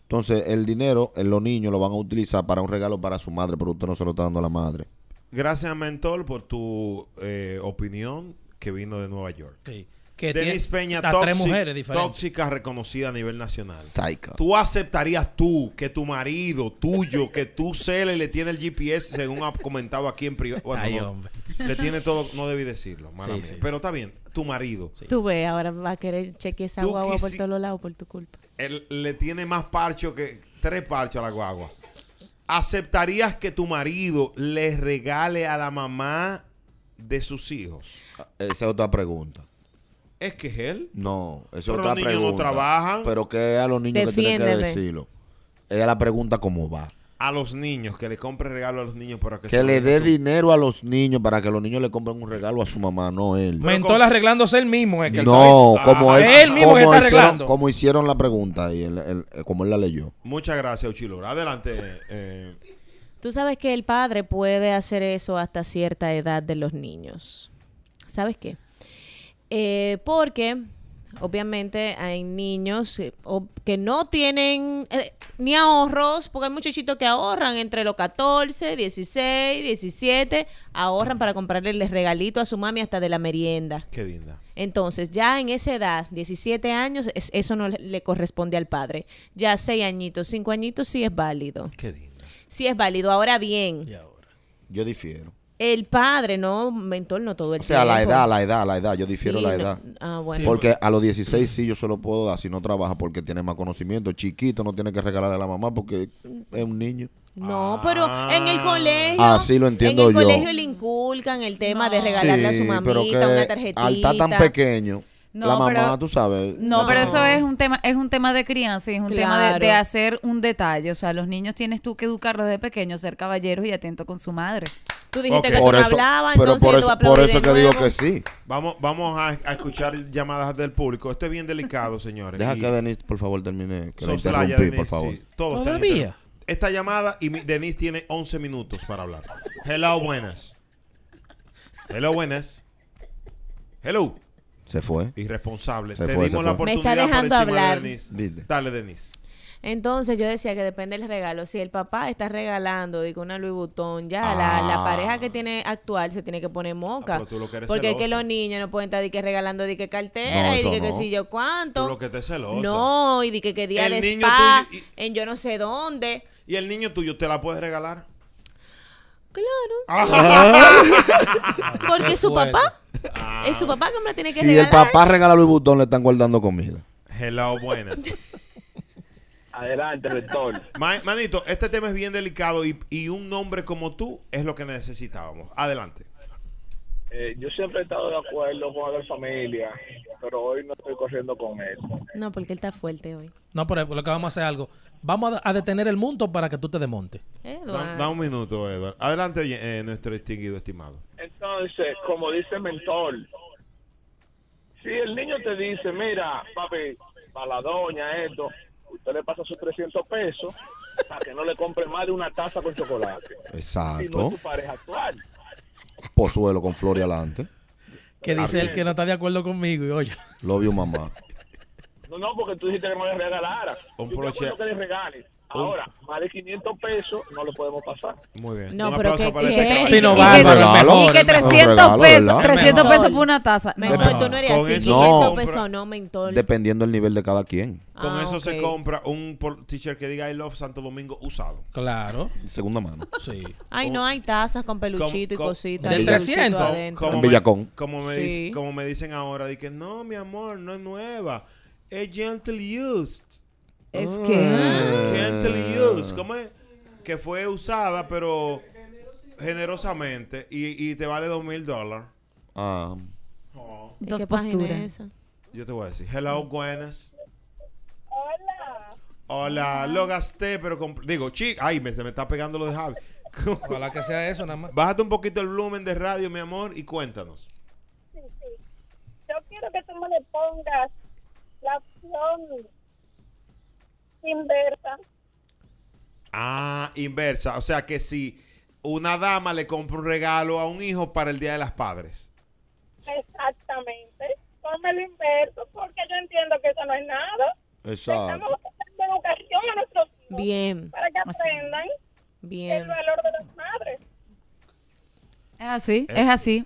[SPEAKER 6] Entonces, el dinero, eh, los niños lo van a utilizar para un regalo para su madre, pero usted no se lo está dando a la madre.
[SPEAKER 2] Gracias, Mentol, por tu eh, opinión que vino de Nueva York.
[SPEAKER 3] Que
[SPEAKER 2] Denis
[SPEAKER 3] tiene
[SPEAKER 2] Peña,
[SPEAKER 3] hasta
[SPEAKER 2] tóxica,
[SPEAKER 3] tres mujeres diferentes.
[SPEAKER 2] tóxica reconocida a nivel nacional.
[SPEAKER 6] Psycho.
[SPEAKER 2] ¿Tú aceptarías tú que tu marido tuyo, que tú cele le tiene el GPS, según ha comentado aquí en privado? Bueno,
[SPEAKER 3] Ay,
[SPEAKER 2] no.
[SPEAKER 3] hombre.
[SPEAKER 2] le tiene todo, no debí decirlo, mala
[SPEAKER 3] Sí,
[SPEAKER 2] mía.
[SPEAKER 3] sí,
[SPEAKER 2] pero está bien, tu marido.
[SPEAKER 5] Tú ves, ahora va a querer chequear esa
[SPEAKER 2] Tú
[SPEAKER 5] guagua por
[SPEAKER 2] quisi-
[SPEAKER 5] todos lados por tu culpa.
[SPEAKER 2] él le tiene más parcho que tres parchos a la guagua. ¿Aceptarías que tu marido le regale a la mamá de sus hijos?
[SPEAKER 6] Esa es otra pregunta.
[SPEAKER 2] Es que es él.
[SPEAKER 6] No, eso
[SPEAKER 2] Pero
[SPEAKER 6] es
[SPEAKER 2] los
[SPEAKER 6] otra
[SPEAKER 2] niños no
[SPEAKER 6] pregunta.
[SPEAKER 2] trabajan.
[SPEAKER 6] Pero que es a los niños que tienen que
[SPEAKER 5] Defiéndeme.
[SPEAKER 6] decirlo. Es la pregunta cómo va.
[SPEAKER 2] A los niños, que le compre regalo a los niños para que,
[SPEAKER 6] Que
[SPEAKER 2] se
[SPEAKER 6] le
[SPEAKER 2] lo
[SPEAKER 6] dé
[SPEAKER 2] den a su-
[SPEAKER 6] dinero a los niños para que los niños le compren un regalo a su mamá, no él.
[SPEAKER 3] Mentol arreglándose él mismo. Es que él
[SPEAKER 6] No, como él,
[SPEAKER 3] Es él mismo
[SPEAKER 6] como
[SPEAKER 3] que está
[SPEAKER 6] hicieron-
[SPEAKER 3] arreglando.
[SPEAKER 6] Como hicieron la pregunta y él- él- eh, como él la leyó.
[SPEAKER 2] Muchas gracias, Uchilor. Adelante. eh,
[SPEAKER 5] Tú sabes que el padre puede hacer eso hasta cierta edad de los niños. ¿Sabes qué? Eh, porque Obviamente hay niños eh, o- que no tienen eh, ni ahorros, porque hay muchachitos que ahorran entre los 14, 16, 17, ahorran para comprarle el regalito a su mami hasta de la merienda.
[SPEAKER 2] Qué linda.
[SPEAKER 5] Entonces, ya en esa edad, 17 años, es- eso no le- le corresponde al padre. Ya 6 añitos, 5 añitos sí es válido.
[SPEAKER 2] Qué linda.
[SPEAKER 5] Sí es válido. Ahora bien,
[SPEAKER 3] Y ahora.
[SPEAKER 6] Yo difiero.
[SPEAKER 5] el padre, no, mentor, no todo el
[SPEAKER 6] O sea, la
[SPEAKER 5] tiempo.
[SPEAKER 6] edad, la edad, la edad. Yo difiero
[SPEAKER 5] Sí,
[SPEAKER 6] la
[SPEAKER 5] no-
[SPEAKER 6] edad.
[SPEAKER 5] Ah, bueno.
[SPEAKER 3] Sí, pues.
[SPEAKER 6] Porque a los 16 sí yo se lo puedo dar si no trabaja porque tiene más conocimiento. Chiquito no tiene que regalarle a la mamá porque es un niño.
[SPEAKER 5] No, pero en
[SPEAKER 2] Ah.
[SPEAKER 5] el colegio.
[SPEAKER 6] Así lo entiendo
[SPEAKER 5] En el
[SPEAKER 6] yo.
[SPEAKER 5] colegio le inculcan el tema de regalarle a su
[SPEAKER 6] Sí, pero que
[SPEAKER 5] mamita una tarjetita.
[SPEAKER 6] Al estar tan pequeño,
[SPEAKER 4] No,
[SPEAKER 6] la mamá,
[SPEAKER 4] pero-
[SPEAKER 6] tú sabes.
[SPEAKER 4] No,
[SPEAKER 6] la
[SPEAKER 4] pero
[SPEAKER 6] mamá-
[SPEAKER 4] eso es un tema, es un tema de crianza y es un tema de, de
[SPEAKER 5] Claro.
[SPEAKER 4] hacer un detalle. O sea, los niños tienes tú que educarlos desde pequeños, ser caballeros y atento con su madre.
[SPEAKER 5] Tú dijiste
[SPEAKER 2] Ok.
[SPEAKER 5] que tú
[SPEAKER 6] Por
[SPEAKER 5] no
[SPEAKER 6] eso,
[SPEAKER 5] hablabas,
[SPEAKER 6] pero
[SPEAKER 5] entonces
[SPEAKER 6] por
[SPEAKER 5] yo
[SPEAKER 6] eso,
[SPEAKER 5] te voy a
[SPEAKER 6] por
[SPEAKER 5] aplaudir
[SPEAKER 6] eso
[SPEAKER 5] de
[SPEAKER 6] que digo
[SPEAKER 5] nuevo.
[SPEAKER 6] que sí.
[SPEAKER 2] Vamos, vamos a, a escuchar llamadas del público. Esto es bien delicado, señores.
[SPEAKER 6] Deja
[SPEAKER 2] Y
[SPEAKER 6] que Denise, por favor, termine. Que lo
[SPEAKER 2] Soslaya,
[SPEAKER 6] interrumpí,
[SPEAKER 2] Denise,
[SPEAKER 6] por favor.
[SPEAKER 2] sí. Todo está
[SPEAKER 3] ¿Todavía?
[SPEAKER 2] bien. Esta llamada y mi- Denise tiene 11 minutos para hablar. Hello, buenas. Hello, buenas. Hello.
[SPEAKER 6] Se fue.
[SPEAKER 2] Irresponsable.
[SPEAKER 6] Se
[SPEAKER 2] Te
[SPEAKER 6] fue,
[SPEAKER 2] dimos
[SPEAKER 6] se
[SPEAKER 2] la
[SPEAKER 6] fue.
[SPEAKER 5] Me
[SPEAKER 2] oportunidad
[SPEAKER 5] está dejando
[SPEAKER 2] por encima
[SPEAKER 5] hablar.
[SPEAKER 2] de Denise.
[SPEAKER 6] Dile.
[SPEAKER 2] Dale, Denise.
[SPEAKER 5] Entonces yo decía que depende del regalo. Si el papá está regalando, digo, una Louis Vuitton, ya la, la
[SPEAKER 6] Ah.
[SPEAKER 5] pareja que tiene actual se tiene que poner moca.
[SPEAKER 2] Ah, pero tú lo que eres
[SPEAKER 5] porque es que
[SPEAKER 2] celosa.
[SPEAKER 5] los niños no pueden estar di que regalando di que cartera
[SPEAKER 6] No,
[SPEAKER 5] y di
[SPEAKER 6] eso
[SPEAKER 5] Eh, que, qué
[SPEAKER 6] no.
[SPEAKER 5] sé yo cuánto.
[SPEAKER 2] Tú lo que te celosa.
[SPEAKER 5] no, y di que, que día
[SPEAKER 2] El
[SPEAKER 5] de
[SPEAKER 2] niño
[SPEAKER 5] spa,
[SPEAKER 2] tuyo y-
[SPEAKER 5] en yo no sé dónde.
[SPEAKER 2] ¿Y el niño tuyo te la puedes regalar?
[SPEAKER 5] Claro,
[SPEAKER 2] Ah,
[SPEAKER 3] Ah,
[SPEAKER 5] porque es su
[SPEAKER 3] Bueno.
[SPEAKER 5] papá. Ah. Es su papá que me la tiene que
[SPEAKER 6] Si el
[SPEAKER 5] regalar.
[SPEAKER 6] papá regala Luis Butón, le están guardando comida.
[SPEAKER 2] Hello, buenas.
[SPEAKER 8] Adelante, rector.
[SPEAKER 2] Ma- manito, este tema es bien delicado y, y un hombre como tú es lo que necesitábamos. Adelante.
[SPEAKER 9] Eh, yo siempre he estado de acuerdo con hacer familia, pero hoy no estoy corriendo con él.
[SPEAKER 5] No, porque él está fuerte hoy.
[SPEAKER 3] No, pero lo que vamos a hacer es algo. Vamos a, a detener el mundo para que tú te desmontes.
[SPEAKER 2] Da,
[SPEAKER 5] Eduardo.
[SPEAKER 2] da un minuto, Eduardo. Adelante, oye, eh, nuestro distinguido estimado.
[SPEAKER 9] Entonces, como dice el mentor, si el niño te dice, mira, papi, para la doña, esto, usted le pasa sus 300 pesos para que no le compre más de una taza con chocolate. Si no es
[SPEAKER 6] Exacto.
[SPEAKER 9] tu pareja actual.
[SPEAKER 6] Pozuelo con flor y adelante.
[SPEAKER 3] Que dice él que no está de acuerdo conmigo. Y oye,
[SPEAKER 6] Lo vio mamá.
[SPEAKER 9] No, no, porque tú dijiste que no le regalara.
[SPEAKER 2] Un
[SPEAKER 9] Yo te
[SPEAKER 2] broche-
[SPEAKER 9] acuerdo que le regales. Ahora, más de 500 pesos no lo podemos pasar.
[SPEAKER 2] Muy bien.
[SPEAKER 5] No,
[SPEAKER 2] Un
[SPEAKER 5] pero
[SPEAKER 2] aplauso
[SPEAKER 5] que-
[SPEAKER 2] para
[SPEAKER 5] que-
[SPEAKER 2] este caballero.
[SPEAKER 3] Sí, no,
[SPEAKER 4] y que-
[SPEAKER 3] bárbaro,
[SPEAKER 4] y
[SPEAKER 3] el mejor,
[SPEAKER 4] que,
[SPEAKER 3] el mejor
[SPEAKER 4] 300
[SPEAKER 6] regalo,
[SPEAKER 4] pesos,
[SPEAKER 6] ¿verdad?
[SPEAKER 4] 300 pesos
[SPEAKER 5] Mentor.
[SPEAKER 4] por una taza. No,
[SPEAKER 5] Mentor,
[SPEAKER 3] No,
[SPEAKER 5] tú no eres
[SPEAKER 2] con
[SPEAKER 5] así.
[SPEAKER 6] se
[SPEAKER 2] eso
[SPEAKER 5] 500
[SPEAKER 2] compra-
[SPEAKER 5] pesos, no, mentor.
[SPEAKER 6] Dependiendo del nivel de cada quien.
[SPEAKER 2] Con
[SPEAKER 5] Ah,
[SPEAKER 2] eso se
[SPEAKER 5] ok.
[SPEAKER 2] compra un pol- t-shirt que diga I love Santo Domingo usado.
[SPEAKER 3] claro,
[SPEAKER 6] Segunda mano.
[SPEAKER 3] sí.
[SPEAKER 5] Ay, no, hay tazas con peluchito y
[SPEAKER 2] Como-
[SPEAKER 5] cositas.
[SPEAKER 3] como-
[SPEAKER 5] y
[SPEAKER 3] Del
[SPEAKER 5] dulcito
[SPEAKER 3] 300.
[SPEAKER 5] adentro.
[SPEAKER 6] En
[SPEAKER 2] me-
[SPEAKER 6] Villacón.
[SPEAKER 2] como me,
[SPEAKER 5] Sí.
[SPEAKER 2] dic- como me dicen ahora, de que no, mi amor, no es nueva. Es gently used.
[SPEAKER 4] es que
[SPEAKER 5] ah.
[SPEAKER 2] Gently used. ¿Cómo es? Que fue usada, pero generosamente. Y, y te vale dos mil dólares.
[SPEAKER 6] Ah,
[SPEAKER 5] ¿Y
[SPEAKER 4] dos
[SPEAKER 5] qué página
[SPEAKER 4] posturas.
[SPEAKER 5] es esa?
[SPEAKER 2] Yo te voy a decir. Hello, buenas. Hola. Hola, lo gasté, pero comp- digo, chica, ay, me, se me está pegando lo de Javi.
[SPEAKER 3] Ojalá que sea eso nada más.
[SPEAKER 2] Bájate un poquito el volumen de radio, mi amor, y cuéntanos.
[SPEAKER 10] yo quiero que tú me le pongas la opción inversa.
[SPEAKER 2] Ah, inversa. O sea que si una dama le compra un regalo a un hijo para el Día de las Padres.
[SPEAKER 10] Exactamente. Ponme lo inverso, porque yo entiendo que eso no es nada.
[SPEAKER 2] Ah.
[SPEAKER 6] exacto.
[SPEAKER 10] Estamos dando educación a nuestros hijos
[SPEAKER 5] Bien,
[SPEAKER 10] para que
[SPEAKER 4] Así.
[SPEAKER 10] aprendan el
[SPEAKER 5] bien.
[SPEAKER 10] valor de las madres.
[SPEAKER 4] Es
[SPEAKER 3] Eh,
[SPEAKER 4] así, es así.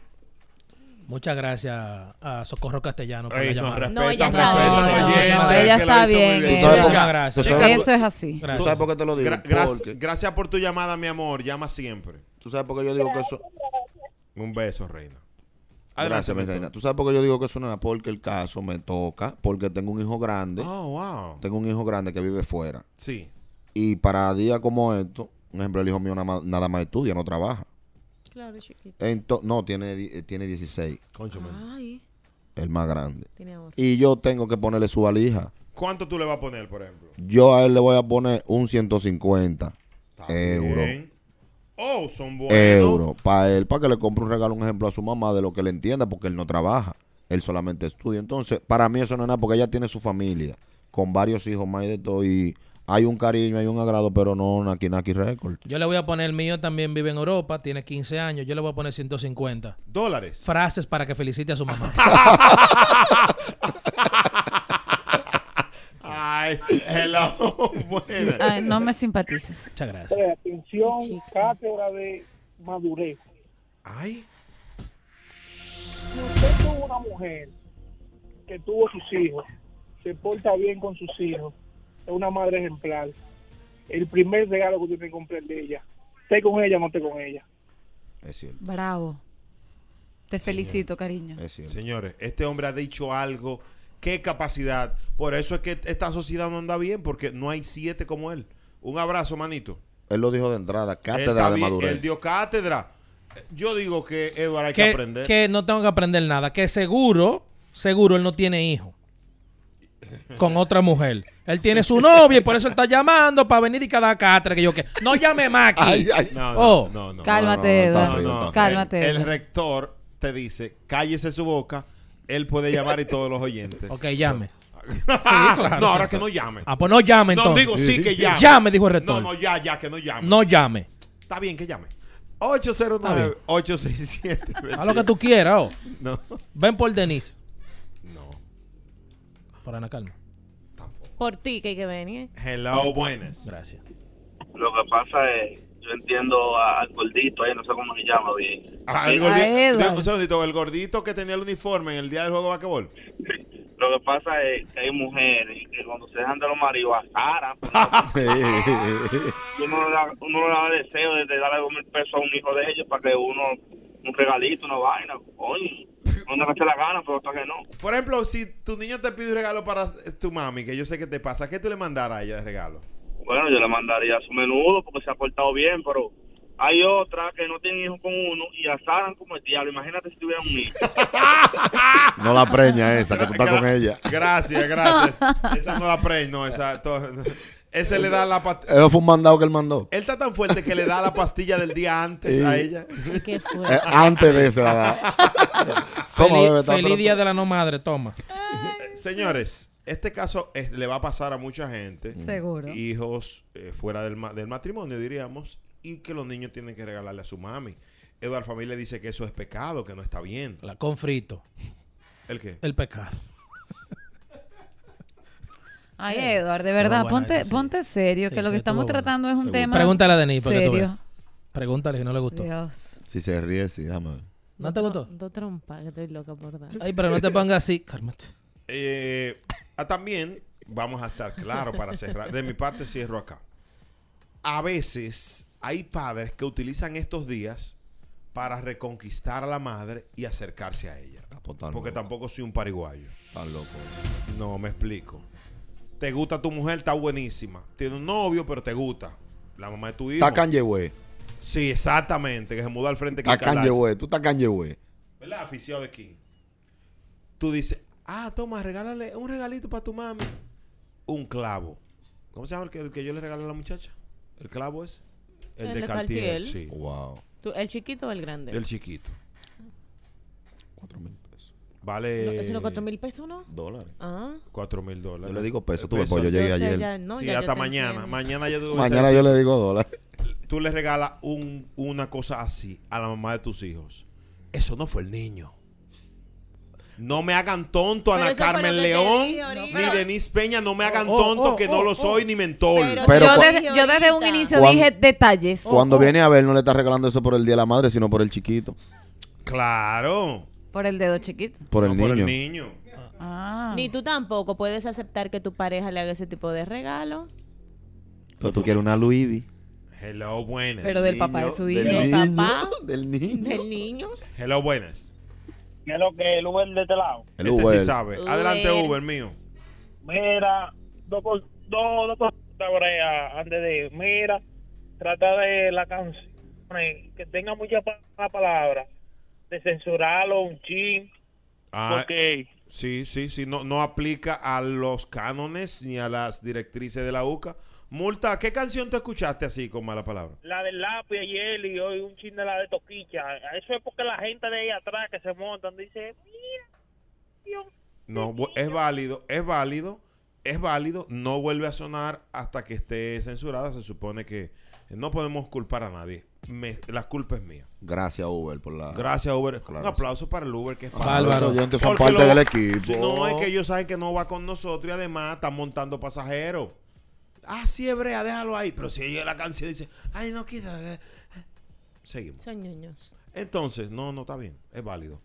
[SPEAKER 3] Muchas gracias a Socorro Castellano por la
[SPEAKER 2] Ey, no,
[SPEAKER 3] llamada.
[SPEAKER 2] respeta,
[SPEAKER 5] No, ella
[SPEAKER 2] respeta
[SPEAKER 5] está
[SPEAKER 2] al
[SPEAKER 5] bien,
[SPEAKER 2] oyente,
[SPEAKER 5] no,
[SPEAKER 3] no,
[SPEAKER 2] que
[SPEAKER 4] ella
[SPEAKER 2] lo
[SPEAKER 4] está
[SPEAKER 2] hizo muy
[SPEAKER 4] bien,
[SPEAKER 2] bien.
[SPEAKER 4] ella.
[SPEAKER 6] Tú sabes-
[SPEAKER 3] gracias.
[SPEAKER 6] tú sabes-
[SPEAKER 4] Eso es así.
[SPEAKER 6] ¿Tú
[SPEAKER 3] Gracias.
[SPEAKER 6] sabes por qué te lo digo?
[SPEAKER 2] Gra- gra-
[SPEAKER 6] Porque-
[SPEAKER 2] Gracias por tu llamada, mi amor. Llama siempre.
[SPEAKER 6] ¿Tú sabes por qué yo digo que eso...
[SPEAKER 2] Un beso, reina.
[SPEAKER 6] Gracias, mi
[SPEAKER 2] mentor.
[SPEAKER 6] reina. ¿Tú sabes por qué yo digo que eso no era? Porque el caso me toca, porque tengo un hijo grande,
[SPEAKER 2] Oh, wow.
[SPEAKER 6] tengo un hijo grande que vive fuera.
[SPEAKER 2] Sí.
[SPEAKER 6] Y para días como estos, un ejemplo, el hijo mío nada más, nada más estudia, no trabaja.
[SPEAKER 5] Claro, chiquito.
[SPEAKER 6] Ento- no, tiene, di- eh, tiene 16,
[SPEAKER 2] Concho, men.
[SPEAKER 5] Ay,
[SPEAKER 6] el más grande.
[SPEAKER 5] tiene ahorro.
[SPEAKER 6] Y yo tengo que ponerle su valija.
[SPEAKER 2] ¿Cuánto tú le vas a poner, por ejemplo?
[SPEAKER 6] Yo a él le voy a poner un 150
[SPEAKER 2] Está
[SPEAKER 6] euros.
[SPEAKER 2] bien. Oh, son buenos.
[SPEAKER 6] Euros para él, para que le compre un regalo, un ejemplo a su mamá de lo que le entienda, porque él no trabaja, él solamente estudia. Entonces, para mí eso no es nada, porque ella tiene su familia, con varios hijos más y de todo, y hay un cariño, hay un agrado, pero no Naki Naki Record.
[SPEAKER 3] Yo le voy a poner el mío, también vive en Europa, tiene 15 años, yo le voy a poner 150.
[SPEAKER 2] Dólares.
[SPEAKER 3] Frases para que felicite a su mamá.
[SPEAKER 2] Ay, hello. Buena.
[SPEAKER 4] Ay, no me simpatizas.
[SPEAKER 3] Muchas gracias.
[SPEAKER 9] Eh, atención,
[SPEAKER 5] Chica.
[SPEAKER 9] cátedra de madurez.
[SPEAKER 2] Ay,
[SPEAKER 9] Si usted tuvo una mujer que tuvo sus hijos, se porta bien con sus hijos, es una madre ejemplar, el primer regalo que usted tiene que comprar de ella, esté con ella o no esté con ella.
[SPEAKER 6] Es cierto,
[SPEAKER 4] Bravo. Te
[SPEAKER 3] eh.
[SPEAKER 4] felicito, cariño.
[SPEAKER 6] es cierto.
[SPEAKER 2] señores, este hombre ha dicho algo. Qué capacidad. Por eso es que esta sociedad no anda bien, porque no hay siete como él. Un abrazo, manito.
[SPEAKER 6] Él lo dijo de entrada,
[SPEAKER 2] Él está
[SPEAKER 6] cátedra de
[SPEAKER 2] bien,
[SPEAKER 6] madurez.
[SPEAKER 2] Él dio cátedra. Yo digo que Edward hay que,
[SPEAKER 3] Que,
[SPEAKER 2] aprender.
[SPEAKER 3] que no tengo que aprender nada. Que seguro, seguro él no tiene hijo. Con otra mujer. Él tiene su novia y por eso él está llamando para venir y cada catre que yo que. No llame más aquí.
[SPEAKER 6] Ay, ay.
[SPEAKER 2] No, no,
[SPEAKER 3] Oh.
[SPEAKER 2] no, no.
[SPEAKER 4] Cálmate,
[SPEAKER 6] no, no, está
[SPEAKER 4] Eduardo.
[SPEAKER 6] frío, está frío.
[SPEAKER 4] Cálmate.
[SPEAKER 2] El, el
[SPEAKER 4] Eduardo.
[SPEAKER 2] rector te dice, cállese su boca. Él puede llamar y todos los oyentes.
[SPEAKER 3] Ok, llame. claro.
[SPEAKER 2] No, ahora que no llame.
[SPEAKER 3] Ah, pues no llame
[SPEAKER 2] no,
[SPEAKER 3] entonces.
[SPEAKER 2] digo sí que llame.
[SPEAKER 3] Llame, dijo el rector.
[SPEAKER 2] No, no, ya, ya, que no llame.
[SPEAKER 3] No llame.
[SPEAKER 2] Está bien que llame.
[SPEAKER 3] Está bien.
[SPEAKER 2] 809-867.
[SPEAKER 3] A lo que tú quieras. oh.
[SPEAKER 2] No,
[SPEAKER 3] Ven por Denise.
[SPEAKER 2] no.
[SPEAKER 3] Por Ana Calma.
[SPEAKER 5] Por ti que hay que venir.
[SPEAKER 2] Hello, buenas.
[SPEAKER 3] Gracias.
[SPEAKER 9] Lo que pasa es, yo entiendo al gordito ahí, no sé cómo se llama bien.
[SPEAKER 2] Ah, el
[SPEAKER 4] A
[SPEAKER 2] gordito,
[SPEAKER 4] Edward.
[SPEAKER 2] de- un segundito, el gordito que tenía el uniforme en el día del juego de basquetbol.
[SPEAKER 9] Lo que pasa es que hay mujeres que cuando se dejan de los maridos azaran. uno no, da, uno no da deseo de, de darle dos mil pesos a un hijo de ellos para que uno, un regalito, una vaina, coño. Uno que se la gana, pero otra que no.
[SPEAKER 2] Por ejemplo, si tu niño te pide un regalo para eh, tu mami, que yo sé que te pasa, ¿qué tú le mandarás a ella de regalo?
[SPEAKER 9] Bueno, yo le mandaría su menudo porque se ha portado bien, pero hay otras que no tienen hijos con uno y azaran como el diablo. Imagínate si tuvieran un hijo.
[SPEAKER 6] No la preña esa, que tú estás con ella.
[SPEAKER 2] Gracias, gracias. esa no la pre, no, esa. to- ese le da la past-
[SPEAKER 6] Eso fue un mandado que él mandó.
[SPEAKER 2] Él está tan fuerte que le da la pastilla del día antes a
[SPEAKER 6] Sí.
[SPEAKER 2] ella.
[SPEAKER 5] ¿Qué fue?
[SPEAKER 6] Eh, antes de esa edad. Toma,
[SPEAKER 3] Feliz,
[SPEAKER 6] bebé, está-
[SPEAKER 3] feliz día de la no madre, toma.
[SPEAKER 2] Eh, Señores, este caso es- le va a pasar a mucha gente.
[SPEAKER 4] Seguro.
[SPEAKER 2] Hijos eh, fuera del, ma- del matrimonio, diríamos, y que los niños tienen que regalarle a su mami. Eduardo Familia dice que eso es pecado, que no está bien.
[SPEAKER 3] La con frito.
[SPEAKER 2] ¿El qué?
[SPEAKER 3] El pecado.
[SPEAKER 4] Ay, Eduardo, de verdad,
[SPEAKER 3] buena
[SPEAKER 4] ponte,
[SPEAKER 3] esa, sí.
[SPEAKER 4] ponte serio,
[SPEAKER 3] Sí,
[SPEAKER 4] que lo
[SPEAKER 3] sí,
[SPEAKER 4] que estamos
[SPEAKER 3] estuvo buena.
[SPEAKER 4] tratando es un tema.
[SPEAKER 3] Pregúntale a Denise para que tú veas.
[SPEAKER 4] serio.
[SPEAKER 3] Pregúntale si no le gustó.
[SPEAKER 4] Dios.
[SPEAKER 6] Si se ríe, sí, déjame ver.
[SPEAKER 3] ¿No te gustó?
[SPEAKER 5] Dos trompas, que estoy loca por dar.
[SPEAKER 3] Ay, pero no te pongas así. Cálmate.
[SPEAKER 2] Eh, ah, también vamos a estar claro para cerrar. De mi parte cierro acá. A veces hay padres que utilizan estos días para reconquistar a la madre y acercarse a ella.
[SPEAKER 6] Ah, pues, tan
[SPEAKER 2] Porque
[SPEAKER 6] loco,
[SPEAKER 2] tampoco soy un pariguayo.
[SPEAKER 6] tan loco.
[SPEAKER 2] No, me explico. Te gusta tu mujer, está buenísima. Tiene un novio, pero te gusta. La mamá de tu hijo.
[SPEAKER 6] Está Kanye West.
[SPEAKER 2] Sí, exactamente. Que se mudó al frente. de
[SPEAKER 6] Está
[SPEAKER 2] Kika
[SPEAKER 6] Kanye
[SPEAKER 2] Lash.
[SPEAKER 6] West. Tú estás Kanye West.
[SPEAKER 2] ¿Verdad? Aficiado de King. Tú dices, ah, toma, regálale un regalito para tu mami. Un clavo. ¿Cómo se llama el que, el que yo le regalé a la muchacha? ¿El clavo es? El,
[SPEAKER 5] El
[SPEAKER 2] de
[SPEAKER 5] de
[SPEAKER 2] Cartier,
[SPEAKER 5] Cartier.
[SPEAKER 2] sí.
[SPEAKER 6] Wow.
[SPEAKER 5] ¿Tú- ¿El chiquito o el grande?
[SPEAKER 2] El chiquito.
[SPEAKER 6] Cuatro mil pesos.
[SPEAKER 5] No,
[SPEAKER 2] Vale.
[SPEAKER 5] ¿Es unos cuatro mil pesos, no?
[SPEAKER 6] Dólares.
[SPEAKER 5] Ah.
[SPEAKER 2] cuatro mil dólares.
[SPEAKER 6] Yo le digo peso,
[SPEAKER 2] El
[SPEAKER 6] tú ves, pues yo llegué
[SPEAKER 5] Entonces
[SPEAKER 6] ayer.
[SPEAKER 5] ya no,
[SPEAKER 2] sí,
[SPEAKER 5] ya yo
[SPEAKER 2] hasta
[SPEAKER 5] te
[SPEAKER 2] mañana.
[SPEAKER 5] entiendo.
[SPEAKER 2] Mañana ya tú
[SPEAKER 6] Mañana yo le digo dólares.
[SPEAKER 2] tú le regalas un- una cosa así a la mamá de tus hijos. Eso no fue el niño. No me hagan tonto,
[SPEAKER 5] Pero
[SPEAKER 2] Ana
[SPEAKER 5] eso fue lo
[SPEAKER 2] Carmen
[SPEAKER 5] que te
[SPEAKER 2] León,
[SPEAKER 5] dije ahorita.
[SPEAKER 2] ni Denise Peña, no me hagan
[SPEAKER 3] Oh, oh,
[SPEAKER 2] tonto
[SPEAKER 3] oh,
[SPEAKER 2] que no
[SPEAKER 3] oh,
[SPEAKER 2] lo soy ni mentol.
[SPEAKER 5] Pero-
[SPEAKER 6] Pero
[SPEAKER 4] yo,
[SPEAKER 6] cua-
[SPEAKER 4] desde, yo desde un inicio
[SPEAKER 6] Cuan-
[SPEAKER 4] dije detalles.
[SPEAKER 6] Cuando viene a ver, no le estás regalando eso por el día de la madre, sino por el chiquito.
[SPEAKER 2] Claro,
[SPEAKER 4] Por el dedo chiquito.
[SPEAKER 6] Por el
[SPEAKER 2] no
[SPEAKER 6] niño.
[SPEAKER 2] por el niño.
[SPEAKER 4] Ah.
[SPEAKER 5] Ni tú tampoco puedes aceptar que tu pareja le haga ese tipo de regalo.
[SPEAKER 6] Pero tú quieres una Louis V.
[SPEAKER 2] Hello, buenas.
[SPEAKER 4] Pero del papá de su hijo.
[SPEAKER 5] del
[SPEAKER 6] niño,
[SPEAKER 5] papá.
[SPEAKER 6] Del niño.
[SPEAKER 5] Del niño.
[SPEAKER 2] Hello, buenas.
[SPEAKER 9] ¿Qué es lo que el Uber de este lado?
[SPEAKER 6] El
[SPEAKER 2] este
[SPEAKER 6] Uber.
[SPEAKER 2] sí sabe. Adelante,
[SPEAKER 5] Uber.
[SPEAKER 2] Uber mío.
[SPEAKER 9] Mira, dos cos- dos dos cositas por ahí, ah, antes de mira, trata de la canción eh, que tenga muchas pa- palabras, de censurarlo un chin,
[SPEAKER 2] Ah,
[SPEAKER 9] porque
[SPEAKER 2] Sí, sí, sí. No, no aplica a los cánones ni a las directrices de la UCA. Multa, ¿qué canción tú escuchaste así con mala palabra?
[SPEAKER 9] la del lápiz ayer y hoy un chin de la de Toquicha, eso es porque la gente de ahí atrás que se montan dice, mira, Dios
[SPEAKER 2] No, bu- es válido, es válido, es válido. No vuelve a sonar hasta que esté censurada. Se supone que no podemos culpar a nadie. me- la culpa es mía.
[SPEAKER 6] Gracias, Uber, por la.
[SPEAKER 2] Gracias, Uber.
[SPEAKER 6] Ah, Claro.
[SPEAKER 2] Un aplauso para el Uber, que es
[SPEAKER 6] Ah,
[SPEAKER 2] parte.
[SPEAKER 3] Bárbaro.
[SPEAKER 6] los oyentes son
[SPEAKER 2] Porque
[SPEAKER 6] parte
[SPEAKER 2] lo-
[SPEAKER 6] del equipo.
[SPEAKER 2] Sí, No, es que ellos saben que no va con nosotros y además están montando pasajeros. Ah, sí, hebrea, déjalo ahí. Pero si ella la canción dice, ay, no quita. eh, eh. Seguimos.
[SPEAKER 5] Son ñoños.
[SPEAKER 2] Entonces, no, no está bien. Es válido.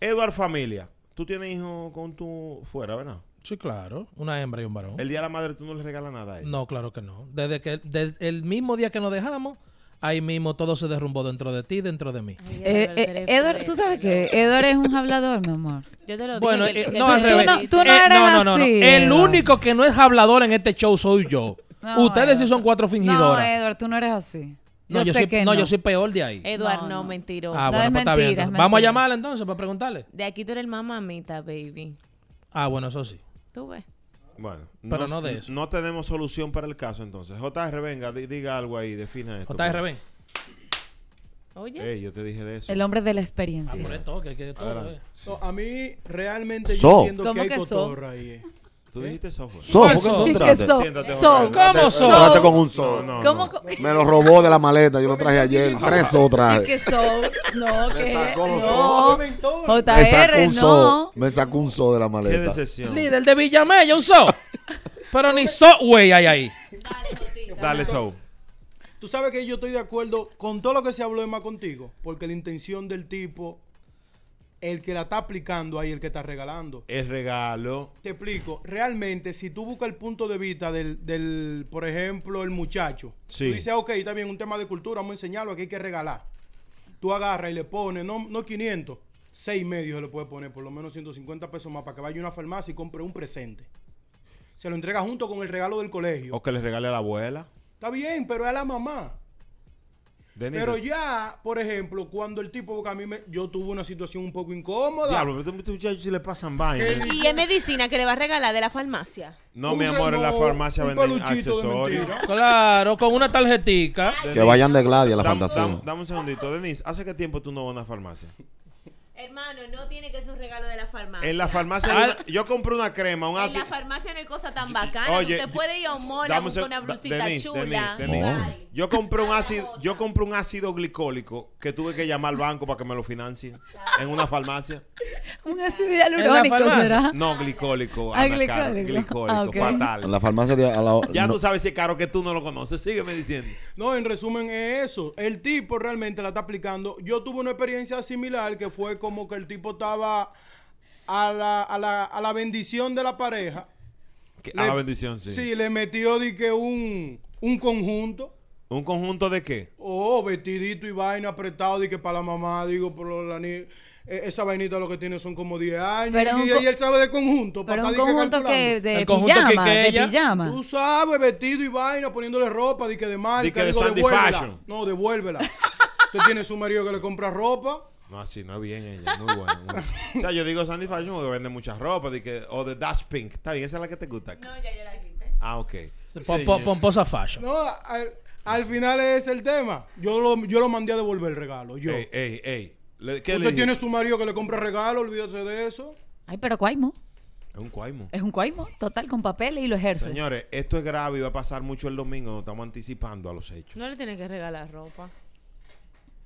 [SPEAKER 2] Edward Familia, tú tienes hijo con tu fuera, ¿verdad?
[SPEAKER 3] Sí, claro. Una hembra y un varón.
[SPEAKER 2] El día de la madre tú no le regalas nada a ella.
[SPEAKER 3] No, claro que no. Desde que desde el mismo día que nos dejamos, ahí mismo todo se derrumbó dentro de ti, dentro de mí.
[SPEAKER 5] Ay,
[SPEAKER 4] Eh, eh,
[SPEAKER 5] eres
[SPEAKER 4] Edward,
[SPEAKER 5] fuerte.
[SPEAKER 4] ¿tú sabes qué? Edward es un hablador, mi amor.
[SPEAKER 5] Yo te lo
[SPEAKER 3] Bueno,
[SPEAKER 5] dije.
[SPEAKER 3] eh,
[SPEAKER 5] que-
[SPEAKER 3] no,
[SPEAKER 5] que-
[SPEAKER 3] al
[SPEAKER 5] tú
[SPEAKER 3] revés.
[SPEAKER 4] no- tú no
[SPEAKER 3] Eh,
[SPEAKER 4] eres así,
[SPEAKER 3] El
[SPEAKER 4] Eduardo.
[SPEAKER 3] único que no es hablador en este show soy yo.
[SPEAKER 4] No,
[SPEAKER 3] Ustedes sí
[SPEAKER 4] Edward.
[SPEAKER 3] son cuatro
[SPEAKER 4] No,
[SPEAKER 3] fingidoras.
[SPEAKER 4] Edward, tú no eres así.
[SPEAKER 3] No,
[SPEAKER 4] Yo,
[SPEAKER 3] yo,
[SPEAKER 4] sé
[SPEAKER 3] soy,
[SPEAKER 4] que
[SPEAKER 3] no,
[SPEAKER 4] no.
[SPEAKER 3] yo soy peor de ahí.
[SPEAKER 5] Edward,
[SPEAKER 4] No,
[SPEAKER 5] no,
[SPEAKER 4] no.
[SPEAKER 5] mentiroso.
[SPEAKER 3] ah,
[SPEAKER 4] no,
[SPEAKER 3] bueno,
[SPEAKER 4] es
[SPEAKER 3] pues está bien.
[SPEAKER 4] mentira, es
[SPEAKER 3] entonces. Vamos a
[SPEAKER 4] mentira.
[SPEAKER 3] llamarle entonces para preguntarle.
[SPEAKER 5] De aquí tú eres el mamamita, baby.
[SPEAKER 3] Ah, bueno, eso sí.
[SPEAKER 5] Tú ves.
[SPEAKER 2] Bueno,
[SPEAKER 3] Pero no de eso.
[SPEAKER 2] No tenemos solución para el caso entonces. JR, venga, di- diga algo ahí, defina esto.
[SPEAKER 3] JR, ven.
[SPEAKER 5] Oye.
[SPEAKER 2] Eh, yo te dije de eso.
[SPEAKER 4] El hombre de la
[SPEAKER 3] Ah, por
[SPEAKER 4] experiencia.
[SPEAKER 3] esto, que, que todo,
[SPEAKER 2] Adelante.
[SPEAKER 3] eh.
[SPEAKER 11] So, a mí realmente
[SPEAKER 6] So.
[SPEAKER 11] yo entiendo
[SPEAKER 4] ¿Cómo
[SPEAKER 11] que hay
[SPEAKER 4] que so?
[SPEAKER 11] cotorra ahí. eh.
[SPEAKER 2] Tú dijiste software.
[SPEAKER 6] So, ¿por qué
[SPEAKER 3] ¿Cuál
[SPEAKER 6] tú
[SPEAKER 3] so?
[SPEAKER 4] Dice
[SPEAKER 6] entraste?
[SPEAKER 4] so-
[SPEAKER 2] Siéntate,
[SPEAKER 4] so-
[SPEAKER 2] Jorge.
[SPEAKER 3] ¿Cómo
[SPEAKER 6] Tú
[SPEAKER 3] so?
[SPEAKER 6] entraste con un so.
[SPEAKER 2] No, no,
[SPEAKER 4] ¿Cómo
[SPEAKER 2] no.
[SPEAKER 4] co-
[SPEAKER 6] Me lo robó de la maleta, yo lo traje ayer. Tres so
[SPEAKER 4] Es
[SPEAKER 6] traje.
[SPEAKER 4] que so, no,
[SPEAKER 6] Me
[SPEAKER 4] que
[SPEAKER 6] sacó los
[SPEAKER 4] no.
[SPEAKER 6] Me sacó
[SPEAKER 4] JR,
[SPEAKER 6] un so.
[SPEAKER 4] no.
[SPEAKER 6] Me sacó un so de la
[SPEAKER 2] Qué
[SPEAKER 6] maleta.
[SPEAKER 2] decepción.
[SPEAKER 3] Líder de Villamella, un so. Pero ni so, güey, hay ahí.
[SPEAKER 2] Dale, so.
[SPEAKER 11] Tú sabes que yo estoy de acuerdo con todo lo que se habló de más contigo, porque la intención del tipo, el que la está aplicando ahí, el que está regalando.
[SPEAKER 2] Es regalo.
[SPEAKER 11] Te explico, realmente si tú buscas el punto de vista del, del, por ejemplo, el muchacho,
[SPEAKER 2] Sí.
[SPEAKER 11] tú dices, ok, está bien, un tema de cultura, vamos a enseñarlo, aquí hay que regalar. Tú agarras y le pones, no, no 500, 6 y medio se le puede poner, por lo menos 150 pesos más para que vaya a una farmacia y compre un presente. Se lo entrega junto con el regalo del colegio.
[SPEAKER 2] O que le regale a la abuela.
[SPEAKER 11] Está bien, pero es a la mamá.
[SPEAKER 2] Denis,
[SPEAKER 11] Pero ya, por ejemplo, cuando el tipo, porque a mí me, yo tuve una situación un poco incómoda.
[SPEAKER 2] Diablo, pero estos muchachos sí le pasan vaina.
[SPEAKER 5] Y es medicina que le va a regalar de la farmacia.
[SPEAKER 2] No,
[SPEAKER 11] Un
[SPEAKER 2] mi amor, en la
[SPEAKER 11] reloj,
[SPEAKER 2] farmacia
[SPEAKER 11] un
[SPEAKER 2] venden
[SPEAKER 11] peluchito de
[SPEAKER 2] accesorios.
[SPEAKER 11] mentira.
[SPEAKER 3] Claro, con una tarjetica.
[SPEAKER 6] Que vayan de Gladia a la
[SPEAKER 2] Dam-
[SPEAKER 6] fantasía.
[SPEAKER 2] dam- Dame un segundito, Denise. ¿Hace qué tiempo tú no vas a una farmacia?
[SPEAKER 5] Hermano, no tiene que ser un regalo de la farmacia.
[SPEAKER 2] En la farmacia, hay
[SPEAKER 3] Ah.
[SPEAKER 2] una- yo compré una crema, un
[SPEAKER 5] En
[SPEAKER 2] ácido.
[SPEAKER 5] la farmacia no hay cosa tan bacana.
[SPEAKER 2] Oye,
[SPEAKER 5] Usted puede ir a un mall a
[SPEAKER 2] dame un
[SPEAKER 5] buscar
[SPEAKER 2] seg-
[SPEAKER 5] una
[SPEAKER 2] da-
[SPEAKER 5] blusita
[SPEAKER 2] Denise,
[SPEAKER 5] chula.
[SPEAKER 2] Denise, Denise.
[SPEAKER 5] Bye.
[SPEAKER 2] Yo compré un ácido, yo compré un ácido glicólico que tuve que llamar al banco para que me lo financien en una farmacia.
[SPEAKER 4] Un ácido hialurónico,
[SPEAKER 3] farmacia.
[SPEAKER 4] ¿será?
[SPEAKER 2] No, glicólico,
[SPEAKER 4] Ah,
[SPEAKER 2] Ana Carol,
[SPEAKER 4] glicólico.
[SPEAKER 2] glicólico,
[SPEAKER 4] Ah, ok.
[SPEAKER 6] En
[SPEAKER 2] fatal.
[SPEAKER 6] la farmacia de. a la-
[SPEAKER 2] Ya
[SPEAKER 6] no-
[SPEAKER 2] tú sabes si es caro que tú no lo conoces. Sígueme diciendo.
[SPEAKER 11] No, en resumen es eso. El tipo realmente la está aplicando. Yo tuve una experiencia similar que fue como que el tipo estaba a la, a la, a la bendición de la pareja.
[SPEAKER 2] Que-
[SPEAKER 11] Le-
[SPEAKER 2] ah, bendición, sí.
[SPEAKER 11] Sí, le metió de que un, un conjunto.
[SPEAKER 2] ¿Un conjunto de qué?
[SPEAKER 11] Oh, vestidito y vaina apretado, de que para la mamá, digo, pero la ni- eh, esa vainita lo que tiene son como 10 años.
[SPEAKER 4] Pero un
[SPEAKER 11] y, y
[SPEAKER 4] co-
[SPEAKER 11] él sabe de conjunto.
[SPEAKER 4] Pero
[SPEAKER 11] pa'
[SPEAKER 4] un
[SPEAKER 11] estar, di que,
[SPEAKER 4] conjunto que
[SPEAKER 11] calculando.
[SPEAKER 4] de
[SPEAKER 3] El conjunto que-
[SPEAKER 4] pijama,
[SPEAKER 3] que
[SPEAKER 4] de
[SPEAKER 3] ella-
[SPEAKER 4] pijama.
[SPEAKER 11] Tú sabes, vestido y vaina, poniéndole ropa, di que de marca,
[SPEAKER 2] Di que de
[SPEAKER 11] digo,
[SPEAKER 2] Sandy
[SPEAKER 11] devuélvela.
[SPEAKER 2] Fashion.
[SPEAKER 11] No, devuélvela. Usted tiene su marido que le compra ropa.
[SPEAKER 2] No, así no es bien ella, muy bueno. muy bueno. o sea, yo digo Sandy Fashion porque vende mucha ropa, de que, o de Dash Pink. Está bien, esa es la que te gusta.
[SPEAKER 5] No, ya yo la quité.
[SPEAKER 2] Ah, ok.
[SPEAKER 3] Pom-
[SPEAKER 2] Sí,
[SPEAKER 3] pom-
[SPEAKER 2] eh,
[SPEAKER 3] pomposa fashion.
[SPEAKER 11] No, al, al final ese es el tema. Yo lo, yo lo mandé a devolver el regalo, yo.
[SPEAKER 2] Ey, ey, ey. Le- Eh, ¿Qué le
[SPEAKER 11] Usted
[SPEAKER 2] dije?
[SPEAKER 11] tiene su marido que le compra regalo, olvídate de eso.
[SPEAKER 4] Ay, pero cuaimo.
[SPEAKER 2] Es un cuaimo.
[SPEAKER 4] Es un cuaimo, total, con papeles y lo ejerce.
[SPEAKER 2] Señores, esto es grave y va a pasar mucho el domingo. Nos estamos anticipando a los hechos.
[SPEAKER 5] No le tienen que regalar ropa.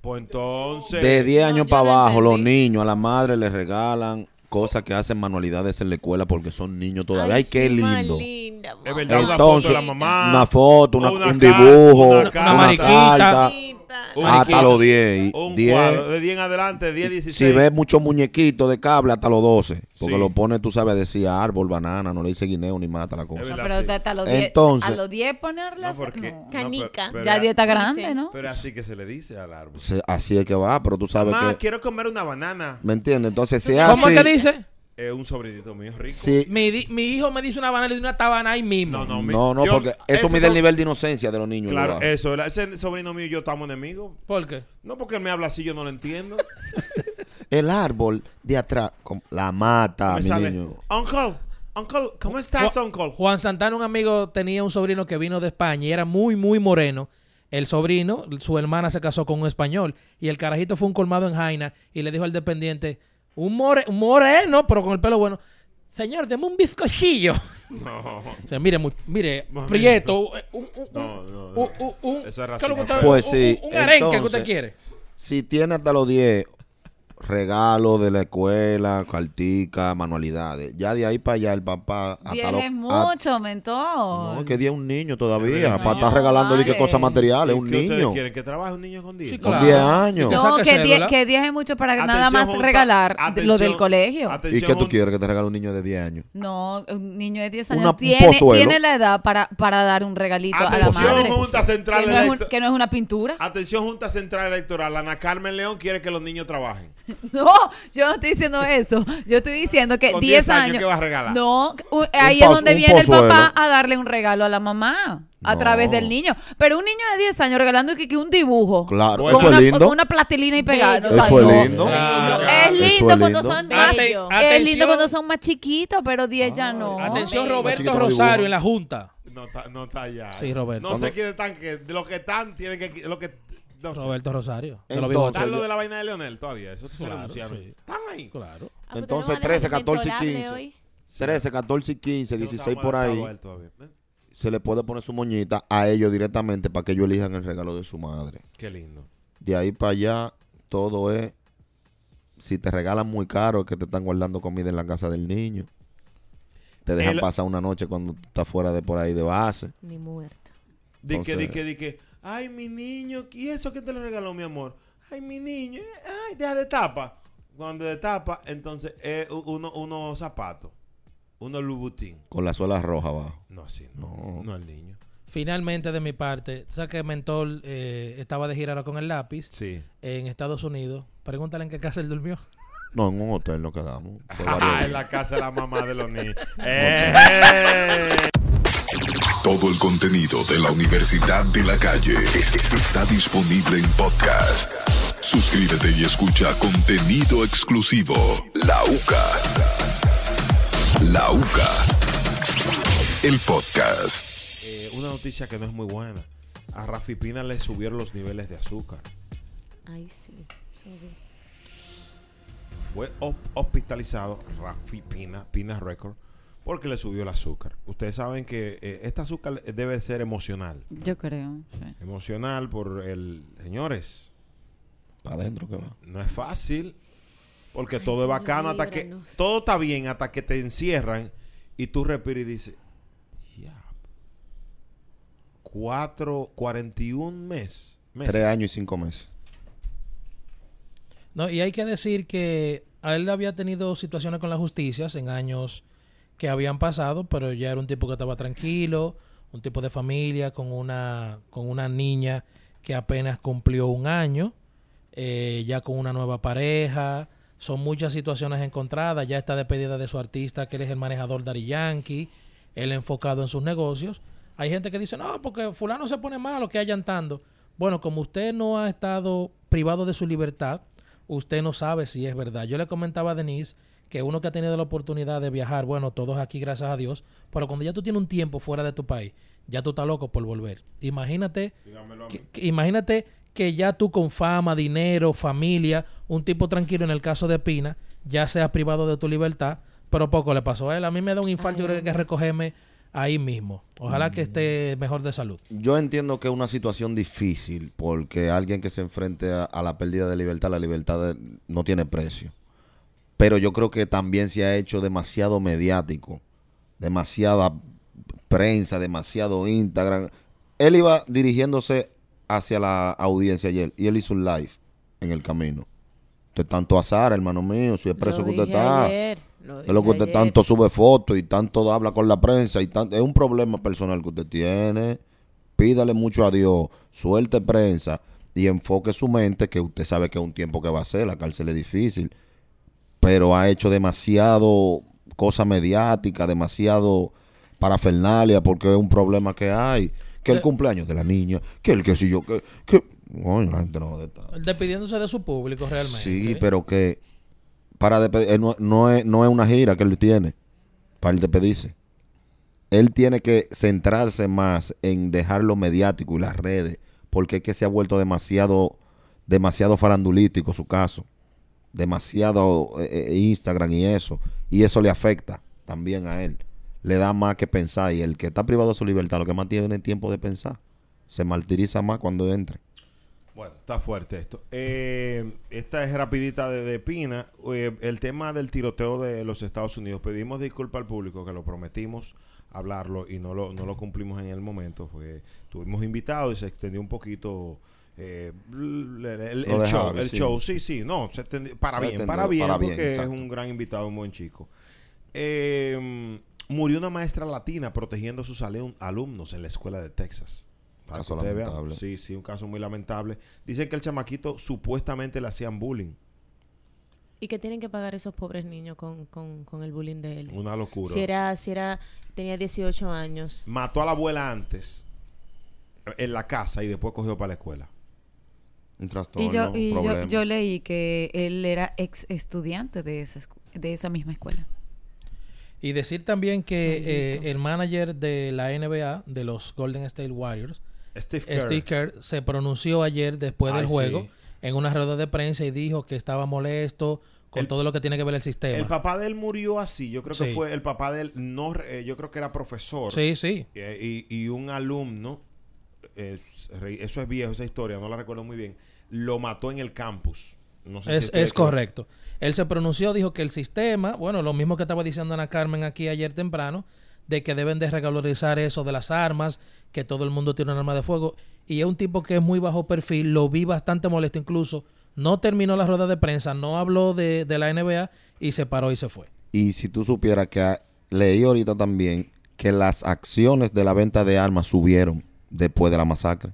[SPEAKER 2] Pues entonces.
[SPEAKER 6] De 10 años
[SPEAKER 5] yo
[SPEAKER 6] para
[SPEAKER 5] lo
[SPEAKER 6] abajo, los
[SPEAKER 5] entendí.
[SPEAKER 6] niños a la madre les regalan cosas que hacen manualidades en la escuela porque son niños todavía. Ay, qué
[SPEAKER 5] sí, más
[SPEAKER 6] lindo.
[SPEAKER 5] linda,
[SPEAKER 2] es
[SPEAKER 5] más
[SPEAKER 2] verdad, una foto
[SPEAKER 6] Entonces,
[SPEAKER 2] de la mamá.
[SPEAKER 6] Una foto, una-
[SPEAKER 2] una
[SPEAKER 6] un
[SPEAKER 2] carta,
[SPEAKER 6] dibujo,
[SPEAKER 2] una
[SPEAKER 6] una,
[SPEAKER 2] carta,
[SPEAKER 3] mariquita.
[SPEAKER 6] carta.
[SPEAKER 5] bonita.
[SPEAKER 2] Un
[SPEAKER 6] Hasta
[SPEAKER 2] cuadro,
[SPEAKER 6] los 10.
[SPEAKER 2] Un
[SPEAKER 6] 10,
[SPEAKER 2] cuadro. De 10 en adelante, 10, 16.
[SPEAKER 6] Si ves muchos muñequitos de cable, hasta los 12. Porque
[SPEAKER 2] Sí.
[SPEAKER 6] lo pone, tú sabes, decía árbol, banana, no le dice guineo ni mata la
[SPEAKER 2] Es
[SPEAKER 6] cosa.
[SPEAKER 4] No,
[SPEAKER 2] verdad,
[SPEAKER 4] pero
[SPEAKER 2] sí.
[SPEAKER 4] hasta los 10
[SPEAKER 6] Entonces-
[SPEAKER 4] a los 10 ponerlas.
[SPEAKER 2] No, porque-
[SPEAKER 4] no.
[SPEAKER 5] Canica.
[SPEAKER 2] pero-
[SPEAKER 4] ya
[SPEAKER 2] pero-
[SPEAKER 4] 10 está grande,
[SPEAKER 5] Sí.
[SPEAKER 4] ¿no?
[SPEAKER 2] Pero así que se le dice al árbol.
[SPEAKER 6] Se- Así es que va, pero tú sabes
[SPEAKER 2] Mamá,
[SPEAKER 6] que.
[SPEAKER 2] quiero comer una banana.
[SPEAKER 6] ¿Me entiendes? Entonces, si es
[SPEAKER 3] ¿Cómo
[SPEAKER 6] así.
[SPEAKER 3] es que dice?
[SPEAKER 2] Eh, un sobrinito mío rico.
[SPEAKER 6] si-
[SPEAKER 3] Mi, di- mi hijo me dice una banana y una tabana ahí mismo.
[SPEAKER 2] No, no, mi-
[SPEAKER 6] no, no,
[SPEAKER 2] yo-
[SPEAKER 6] porque eso
[SPEAKER 2] ese
[SPEAKER 6] mide el
[SPEAKER 2] so-
[SPEAKER 6] nivel de inocencia de los niños.
[SPEAKER 2] Claro, eh,
[SPEAKER 6] Eduardo.
[SPEAKER 2] eso. la- Ese sobrino mío y yo estamos enemigos.
[SPEAKER 3] ¿Por qué?
[SPEAKER 2] No porque él me habla así, yo no lo entiendo.
[SPEAKER 6] El árbol de atrás, con- la mata,
[SPEAKER 2] me
[SPEAKER 6] mi
[SPEAKER 2] sale,
[SPEAKER 6] niño.
[SPEAKER 2] Uncle, Uncle, ¿cómo estás,
[SPEAKER 3] Ju-
[SPEAKER 2] Uncle?
[SPEAKER 3] Juan Santana, un amigo, tenía un sobrino que vino de España y era muy, muy moreno. El sobrino, su hermana se casó con un español y el carajito fue a un colmado en Jaina y le dijo al dependiente, un, more- un moreno, pero con el pelo bueno, "Se- Señor, deme un bizcochillo.
[SPEAKER 2] No.
[SPEAKER 3] O sea, mire, mu- mire,
[SPEAKER 2] Mami.
[SPEAKER 3] Prieto, eh, un, un,
[SPEAKER 2] No,
[SPEAKER 3] un-
[SPEAKER 2] no, no.
[SPEAKER 3] un- un- un-
[SPEAKER 2] Eso es
[SPEAKER 3] ¿qué lo que
[SPEAKER 2] racismo,
[SPEAKER 3] usted-
[SPEAKER 2] pero-
[SPEAKER 6] Pues
[SPEAKER 3] un-
[SPEAKER 6] sí.
[SPEAKER 3] un- un arenque que usted
[SPEAKER 6] entonces,
[SPEAKER 3] quiere.
[SPEAKER 6] Si tiene hasta los 10, regalo de la escuela, cartica, manualidades. Ya de ahí para allá el papá. Hasta
[SPEAKER 4] 10
[SPEAKER 6] los-
[SPEAKER 4] es
[SPEAKER 6] a-
[SPEAKER 4] mucho, mentor.
[SPEAKER 6] no, que 10 es un niño todavía.
[SPEAKER 2] No,
[SPEAKER 6] para estar regalando di que
[SPEAKER 4] vale.
[SPEAKER 6] cosas materiales,
[SPEAKER 2] ¿Y
[SPEAKER 6] un
[SPEAKER 2] qué ustedes
[SPEAKER 6] niño.
[SPEAKER 2] quieren que trabaje un niño con 10?
[SPEAKER 3] Sí,
[SPEAKER 6] Con
[SPEAKER 3] claro.
[SPEAKER 6] 10 años.
[SPEAKER 3] Y
[SPEAKER 4] No,
[SPEAKER 3] saque
[SPEAKER 4] que
[SPEAKER 3] cédula.
[SPEAKER 4] 10 que 10 es mucho para nada
[SPEAKER 2] Atención,
[SPEAKER 4] más
[SPEAKER 2] junta-
[SPEAKER 4] regalar de- lo del
[SPEAKER 2] atención,
[SPEAKER 4] colegio.
[SPEAKER 6] ¿Y
[SPEAKER 2] atención,
[SPEAKER 6] qué tú
[SPEAKER 2] junta-
[SPEAKER 6] quieres que te regale un niño de 10 años?
[SPEAKER 4] Ah, No, un niño de 10 años
[SPEAKER 6] Una- un
[SPEAKER 4] tiene,
[SPEAKER 6] pozuelo.
[SPEAKER 4] tiene la edad para, para dar un regalito
[SPEAKER 2] Ah,
[SPEAKER 4] a la
[SPEAKER 2] Atención,
[SPEAKER 4] madre.
[SPEAKER 2] Junta Central
[SPEAKER 4] que, no es un-
[SPEAKER 2] Electo-
[SPEAKER 4] que no es una pintura.
[SPEAKER 2] Atención, Junta Central Electoral. Ana Carmen León quiere que los niños trabajen.
[SPEAKER 4] No, yo no estoy diciendo eso. Yo estoy diciendo que
[SPEAKER 2] Con
[SPEAKER 4] 10
[SPEAKER 2] 10 años,
[SPEAKER 4] años.
[SPEAKER 2] ¿qué vas a regalar?
[SPEAKER 4] No, u- ahí es
[SPEAKER 6] poz-
[SPEAKER 4] donde
[SPEAKER 6] un
[SPEAKER 4] viene el papá
[SPEAKER 6] pozuelo.
[SPEAKER 4] a darle un regalo a la mamá a
[SPEAKER 6] No.
[SPEAKER 4] través del niño. Pero un niño de 10 años regalando que, que un dibujo.
[SPEAKER 6] Claro, eso
[SPEAKER 2] Bueno.
[SPEAKER 4] con, una,
[SPEAKER 6] es lindo.
[SPEAKER 4] con una plastilina y pegar.
[SPEAKER 5] Bello.
[SPEAKER 6] Eso es lindo.
[SPEAKER 3] Claro.
[SPEAKER 4] Es
[SPEAKER 6] Eso es
[SPEAKER 4] lindo cuando
[SPEAKER 6] lindo.
[SPEAKER 4] son más.
[SPEAKER 5] Ate-
[SPEAKER 4] Es lindo
[SPEAKER 3] atención. Ah.
[SPEAKER 4] cuando son más chiquitos, pero 10 ya no.
[SPEAKER 3] Atención,
[SPEAKER 5] Los
[SPEAKER 3] Roberto
[SPEAKER 6] chiquitos no
[SPEAKER 3] Rosario
[SPEAKER 6] dibujan.
[SPEAKER 3] en la Junta.
[SPEAKER 2] No está, no está allá.
[SPEAKER 3] Sí, Roberto.
[SPEAKER 2] No sé quiénes están. Que, de los que están, tienen que. Lo que, no sé.
[SPEAKER 3] Roberto Rosario. de los
[SPEAKER 6] Entonces,
[SPEAKER 3] bigotes.
[SPEAKER 2] Están lo de la vaina de Leonel todavía. Eso se
[SPEAKER 3] Claro,
[SPEAKER 2] renunciaron.
[SPEAKER 3] sí.
[SPEAKER 2] Están ahí.
[SPEAKER 3] Claro.
[SPEAKER 5] Ah, pues
[SPEAKER 6] Entonces,
[SPEAKER 5] tenemos
[SPEAKER 6] 13,
[SPEAKER 5] Alejandro
[SPEAKER 6] 14 y
[SPEAKER 5] Intolable
[SPEAKER 6] 15.
[SPEAKER 5] hoy.
[SPEAKER 6] 13, 14, 15, 16 por ahí.
[SPEAKER 2] Está todavía. ¿eh?
[SPEAKER 6] Se le puede poner su moñita a ellos directamente para que ellos elijan el regalo de su madre.
[SPEAKER 2] Qué lindo.
[SPEAKER 6] De ahí para allá, todo es. Si te regalan muy caro, es que te están guardando comida en la casa del niño. Te dejan
[SPEAKER 2] El-
[SPEAKER 6] pasar una noche cuando tú estás fuera de por ahí de base.
[SPEAKER 5] Ni muerto.
[SPEAKER 2] Di que, di
[SPEAKER 6] Entonces-
[SPEAKER 2] que, di que. Ay, mi niño. ¿Y eso que te lo regaló, mi amor? Ay, mi niño. eh, Ay, deja de tapa. Cuando de tapa, entonces, eh, u- uno, unos zapatos. Unos Louboutin.
[SPEAKER 6] Con la suela roja abajo.
[SPEAKER 2] No, sí, no. No,
[SPEAKER 6] No.
[SPEAKER 2] el niño.
[SPEAKER 3] Finalmente, de mi parte, ¿sabes que Mentor eh, estaba de gira ahora con el lápiz
[SPEAKER 2] Sí.
[SPEAKER 3] en Estados Unidos? Pregúntale en qué casa él durmió.
[SPEAKER 6] No, en un hotel nos quedamos. Fue varios
[SPEAKER 2] Ah, en
[SPEAKER 6] días.
[SPEAKER 2] la casa de la mamá de los niños. ¡Eh!
[SPEAKER 1] Todo el contenido de la Universidad de la Calle es- es- está disponible en podcast. Suscríbete y escucha contenido exclusivo. La UCA. La UCA. El podcast.
[SPEAKER 2] Eh, una noticia que no es muy buena. A Rafi Pina le subieron los niveles de azúcar.
[SPEAKER 5] Ay, sí. eso vi.
[SPEAKER 2] Fue hop- hospitalizado Rafi Pina, Pina Record, porque le subió el azúcar. Ustedes saben que eh, este azúcar debe ser emocional.
[SPEAKER 4] Yo creo. sí.
[SPEAKER 2] Emocional por el... Señores,
[SPEAKER 6] Pa' adentro que va.
[SPEAKER 2] no es fácil. Porque
[SPEAKER 5] Ay,
[SPEAKER 2] todo es
[SPEAKER 5] señor,
[SPEAKER 2] bacano hasta que...
[SPEAKER 5] líbranos.
[SPEAKER 2] Todo está bien hasta que te encierran y tú respiras y dices... Ya. Cuatro, cuarenta y un mes. meses.
[SPEAKER 6] Tres años y cinco meses.
[SPEAKER 3] No, y hay que decir que a él había tenido situaciones con las justicias en años que habían pasado, pero ya era un tipo que estaba tranquilo, un tipo de familia con una con una niña que apenas cumplió un año, eh, ya con una nueva pareja, son muchas situaciones encontradas, ya está despedida de su artista, que él es el manejador Dari Yankee, él enfocado en sus negocios. Hay gente que dice, no, porque fulano se pone malo, que hayan tanto. Bueno, como usted no ha estado privado de su libertad, usted no sabe si es verdad. Yo le comentaba a Denise que uno que ha tenido la oportunidad de viajar, bueno, todos aquí, gracias a Dios, pero cuando ya tú tienes un tiempo fuera de tu país, ya tú estás loco por volver. Imagínate que- que- imagínate que ya tú con fama, dinero, familia, un tipo tranquilo en el caso de Pina, ya seas privado de tu libertad, pero poco le pasó a él. A mí me da un infarto, yo creo que hay que recogerme ahí mismo. Ojalá que esté mejor de salud.
[SPEAKER 6] Yo entiendo que es una situación difícil porque alguien que se enfrente a, a la pérdida de libertad, la libertad de- no tiene precio. Pero yo creo que también se ha hecho demasiado mediático, demasiada prensa, demasiado Instagram. Él iba dirigiéndose hacia la audiencia ayer y él hizo un live en el camino. Usted tanto azar, hermano mío, si es preso
[SPEAKER 5] Lo
[SPEAKER 6] que usted
[SPEAKER 5] dije
[SPEAKER 6] está.
[SPEAKER 5] ayer, Lo
[SPEAKER 6] Es lo que
[SPEAKER 5] dije
[SPEAKER 6] usted
[SPEAKER 5] ayer.
[SPEAKER 6] tanto sube fotos y tanto habla con la prensa y tanto, es un problema personal que usted tiene. Pídale mucho a Dios, suelte prensa y enfoque su mente que usted sabe que es un tiempo que va a ser, la cárcel es difícil, pero ha hecho demasiado cosa mediática, demasiado parafernalia porque es un problema que hay, que el
[SPEAKER 3] Eh.
[SPEAKER 6] cumpleaños de la niña, que el que si yo que que Coño, la gente no va a estar.
[SPEAKER 3] Él Despidiéndose de su público realmente. ¿eh?
[SPEAKER 6] Sí, pero que para despedir, él no, no es, no es una gira que él tiene para el despedirse. Él tiene que centrarse más en dejar lo mediático y las redes, porque es que se ha vuelto demasiado, demasiado farandulístico su caso, demasiado eh, eh, Instagram y eso, y eso le afecta también a él. Le da más que pensar y el que está privado de su libertad, lo que más tiene es tiempo de pensar, se martiriza más cuando entre.
[SPEAKER 2] Bueno, está fuerte esto. Eh, esta es rapidita de, de Pina. Eh, el tema del tiroteo de los Estados Unidos. Pedimos disculpas al público que lo prometimos hablarlo y no lo, no lo cumplimos en el momento. Fue, tuvimos invitados y se extendió un poquito eh, el, el-
[SPEAKER 6] Lo
[SPEAKER 2] el
[SPEAKER 6] de
[SPEAKER 2] show.
[SPEAKER 6] Javi,
[SPEAKER 2] el
[SPEAKER 6] sí.
[SPEAKER 2] show, sí, sí. No, se extendió- para,
[SPEAKER 6] Se
[SPEAKER 2] bien,
[SPEAKER 6] extendió,
[SPEAKER 2] para bien,
[SPEAKER 6] para bien,
[SPEAKER 2] porque
[SPEAKER 6] exacto.
[SPEAKER 2] es un gran invitado, un buen chico. Eh, murió una maestra latina protegiendo a sus alum- alumnos en la escuela de Texas. Para
[SPEAKER 6] Caso
[SPEAKER 2] que ustedes vean.
[SPEAKER 6] lamentable.
[SPEAKER 2] Sí, sí, un caso muy lamentable. Dicen que el chamaquito supuestamente le hacían bullying.
[SPEAKER 5] Y que tienen que pagar esos pobres niños con, con, con el bullying de él.
[SPEAKER 2] Una locura.
[SPEAKER 5] Si era, si era, tenía 18 años.
[SPEAKER 2] Mató a la abuela antes en la casa y después cogió para la escuela.
[SPEAKER 6] Un
[SPEAKER 4] Y
[SPEAKER 6] trastorno,
[SPEAKER 4] yo, y
[SPEAKER 6] un
[SPEAKER 4] yo,
[SPEAKER 6] problema.
[SPEAKER 4] yo leí que él era ex estudiante de esa, escu- de esa misma escuela.
[SPEAKER 3] Y decir también que eh, el manager de la NBA, de los Golden State Warriors,
[SPEAKER 2] Steve Kerr.
[SPEAKER 3] Steve Kerr, se pronunció ayer después del
[SPEAKER 2] Ay,
[SPEAKER 3] juego
[SPEAKER 2] sí.
[SPEAKER 3] en una rueda de prensa y dijo que estaba molesto con todo lo que tiene que ver el sistema.
[SPEAKER 2] El papá de él murió así. Yo creo que
[SPEAKER 3] Sí.
[SPEAKER 2] fue el papá de él. No, re- eh, yo creo que era profesor.
[SPEAKER 3] Sí, sí.
[SPEAKER 2] Eh, y, y un alumno. eh, re- eso es viejo, esa historia. No la recuerdo muy bien. Lo mató en el campus. No sé si
[SPEAKER 3] es,
[SPEAKER 2] estoy
[SPEAKER 3] es
[SPEAKER 2] equivocado.
[SPEAKER 3] correcto. Él se pronunció, dijo que el sistema, bueno, lo mismo que estaba diciendo Ana Carmen aquí ayer temprano, de que deben de regularizar eso de las armas, que todo el mundo tiene un arma de fuego. Y es un tipo que es muy bajo perfil, lo vi bastante molesto incluso. No terminó la rueda de prensa, no habló de, de la NBA y se paró y se fue.
[SPEAKER 6] Y si tú supieras que ah, leí ahorita también que las acciones de la venta de armas subieron después de la masacre.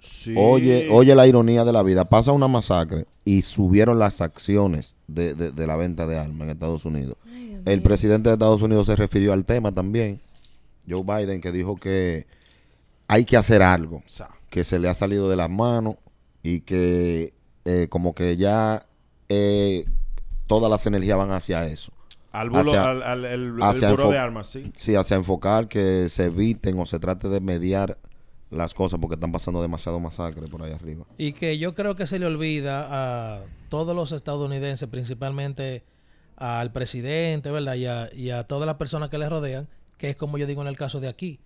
[SPEAKER 2] Sí.
[SPEAKER 6] Oye, oye la ironía de la vida. Pasa una masacre y subieron las acciones de, de- de la venta de armas en Estados Unidos. El presidente de Estados Unidos se refirió al tema también, Joe Biden, que dijo que hay que hacer algo,
[SPEAKER 2] Sa.
[SPEAKER 6] que se le ha salido de las manos y que eh, como que ya eh, todas las energías van hacia eso.
[SPEAKER 2] Al, bulo-
[SPEAKER 6] hacia-
[SPEAKER 2] al, al- el- el
[SPEAKER 6] hacia
[SPEAKER 2] buró
[SPEAKER 6] enfo-
[SPEAKER 2] de armas, sí.
[SPEAKER 6] Sí, hacia enfocar que se eviten o se trate de mediar las cosas porque están pasando demasiado masacre por ahí arriba.
[SPEAKER 3] Y que yo creo que se le olvida a todos los estadounidenses, principalmente al presidente, ¿verdad? Y a, y a todas las personas que le rodean, que es como yo digo en el caso de aquí.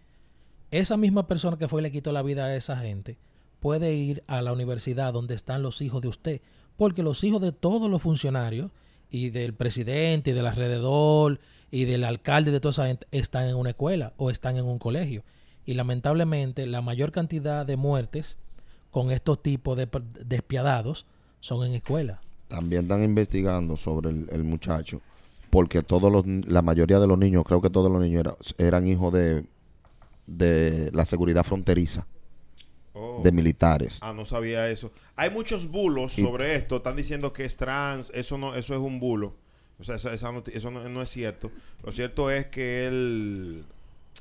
[SPEAKER 3] Esa misma persona que fue y le quitó la vida a esa gente puede ir a la universidad donde están los hijos de usted, porque los hijos de todos los funcionarios y del presidente y del alrededor y del alcalde y de toda esa gente están en una escuela o están en un colegio. Y lamentablemente la mayor cantidad de muertes con estos tipos de per- despiadados son en escuela.
[SPEAKER 6] También están investigando sobre el, el muchacho, porque todos los, ni- la mayoría de los niños, creo que todos los niños era- eran hijos de, de la seguridad fronteriza,
[SPEAKER 2] Oh.
[SPEAKER 6] de militares.
[SPEAKER 2] Ah, no sabía eso. Hay muchos bulos
[SPEAKER 6] Y-
[SPEAKER 2] sobre esto. Están diciendo que es trans. Eso no, eso es un bulo. O sea, esa- esa noti- eso no, no es cierto. Lo cierto es que él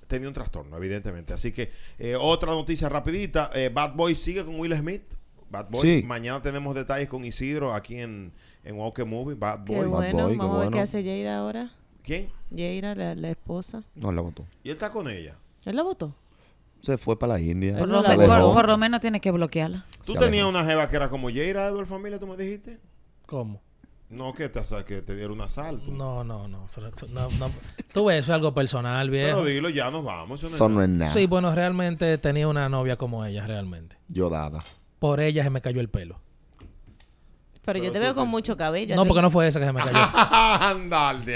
[SPEAKER 2] tenía un trastorno, evidentemente. Así que eh, otra noticia rapidita. Eh, Bad Boy sigue con Will Smith. Bad Boy.
[SPEAKER 6] Sí.
[SPEAKER 2] Mañana tenemos detalles con Isidro aquí en, en Walk the Movie. Bad
[SPEAKER 5] Qué
[SPEAKER 2] Boy.
[SPEAKER 5] bueno.
[SPEAKER 6] boy, qué
[SPEAKER 5] Vamos a ver qué
[SPEAKER 6] bueno.
[SPEAKER 5] hace Jaira ahora.
[SPEAKER 2] ¿Quién?
[SPEAKER 5] Jaira, la, la esposa.
[SPEAKER 6] No, la votó.
[SPEAKER 2] Y él está con ella.
[SPEAKER 5] ¿Él la votó?
[SPEAKER 6] Se fue para la India.
[SPEAKER 4] Por
[SPEAKER 5] Él
[SPEAKER 4] lo,
[SPEAKER 5] no
[SPEAKER 6] se
[SPEAKER 5] la
[SPEAKER 4] men-
[SPEAKER 5] dejó.
[SPEAKER 4] por- por lo menos tiene que bloquearla.
[SPEAKER 2] Tú
[SPEAKER 6] Se
[SPEAKER 2] tenías
[SPEAKER 6] alejó.
[SPEAKER 2] una jeva que era como Jaira Edward Familia, tú me dijiste.
[SPEAKER 3] ¿Cómo?
[SPEAKER 2] No, que te, que te dieron un asalto.
[SPEAKER 3] No, no, no. pero- no, no. Tú ves, eso es algo personal,
[SPEAKER 2] Pero
[SPEAKER 3] viejo.
[SPEAKER 2] dilo, ya nos vamos. eso no es
[SPEAKER 6] Eso
[SPEAKER 2] nada.
[SPEAKER 6] no es nada.
[SPEAKER 3] Sí, bueno, realmente tenía una novia como ella, realmente.
[SPEAKER 6] Yo dada.
[SPEAKER 3] Por ella se me cayó el pelo.
[SPEAKER 5] Pero, yo te veo con mucho cabello.
[SPEAKER 3] No,
[SPEAKER 5] Enrique.
[SPEAKER 3] porque no fue esa que se me cayó.
[SPEAKER 2] Andalde.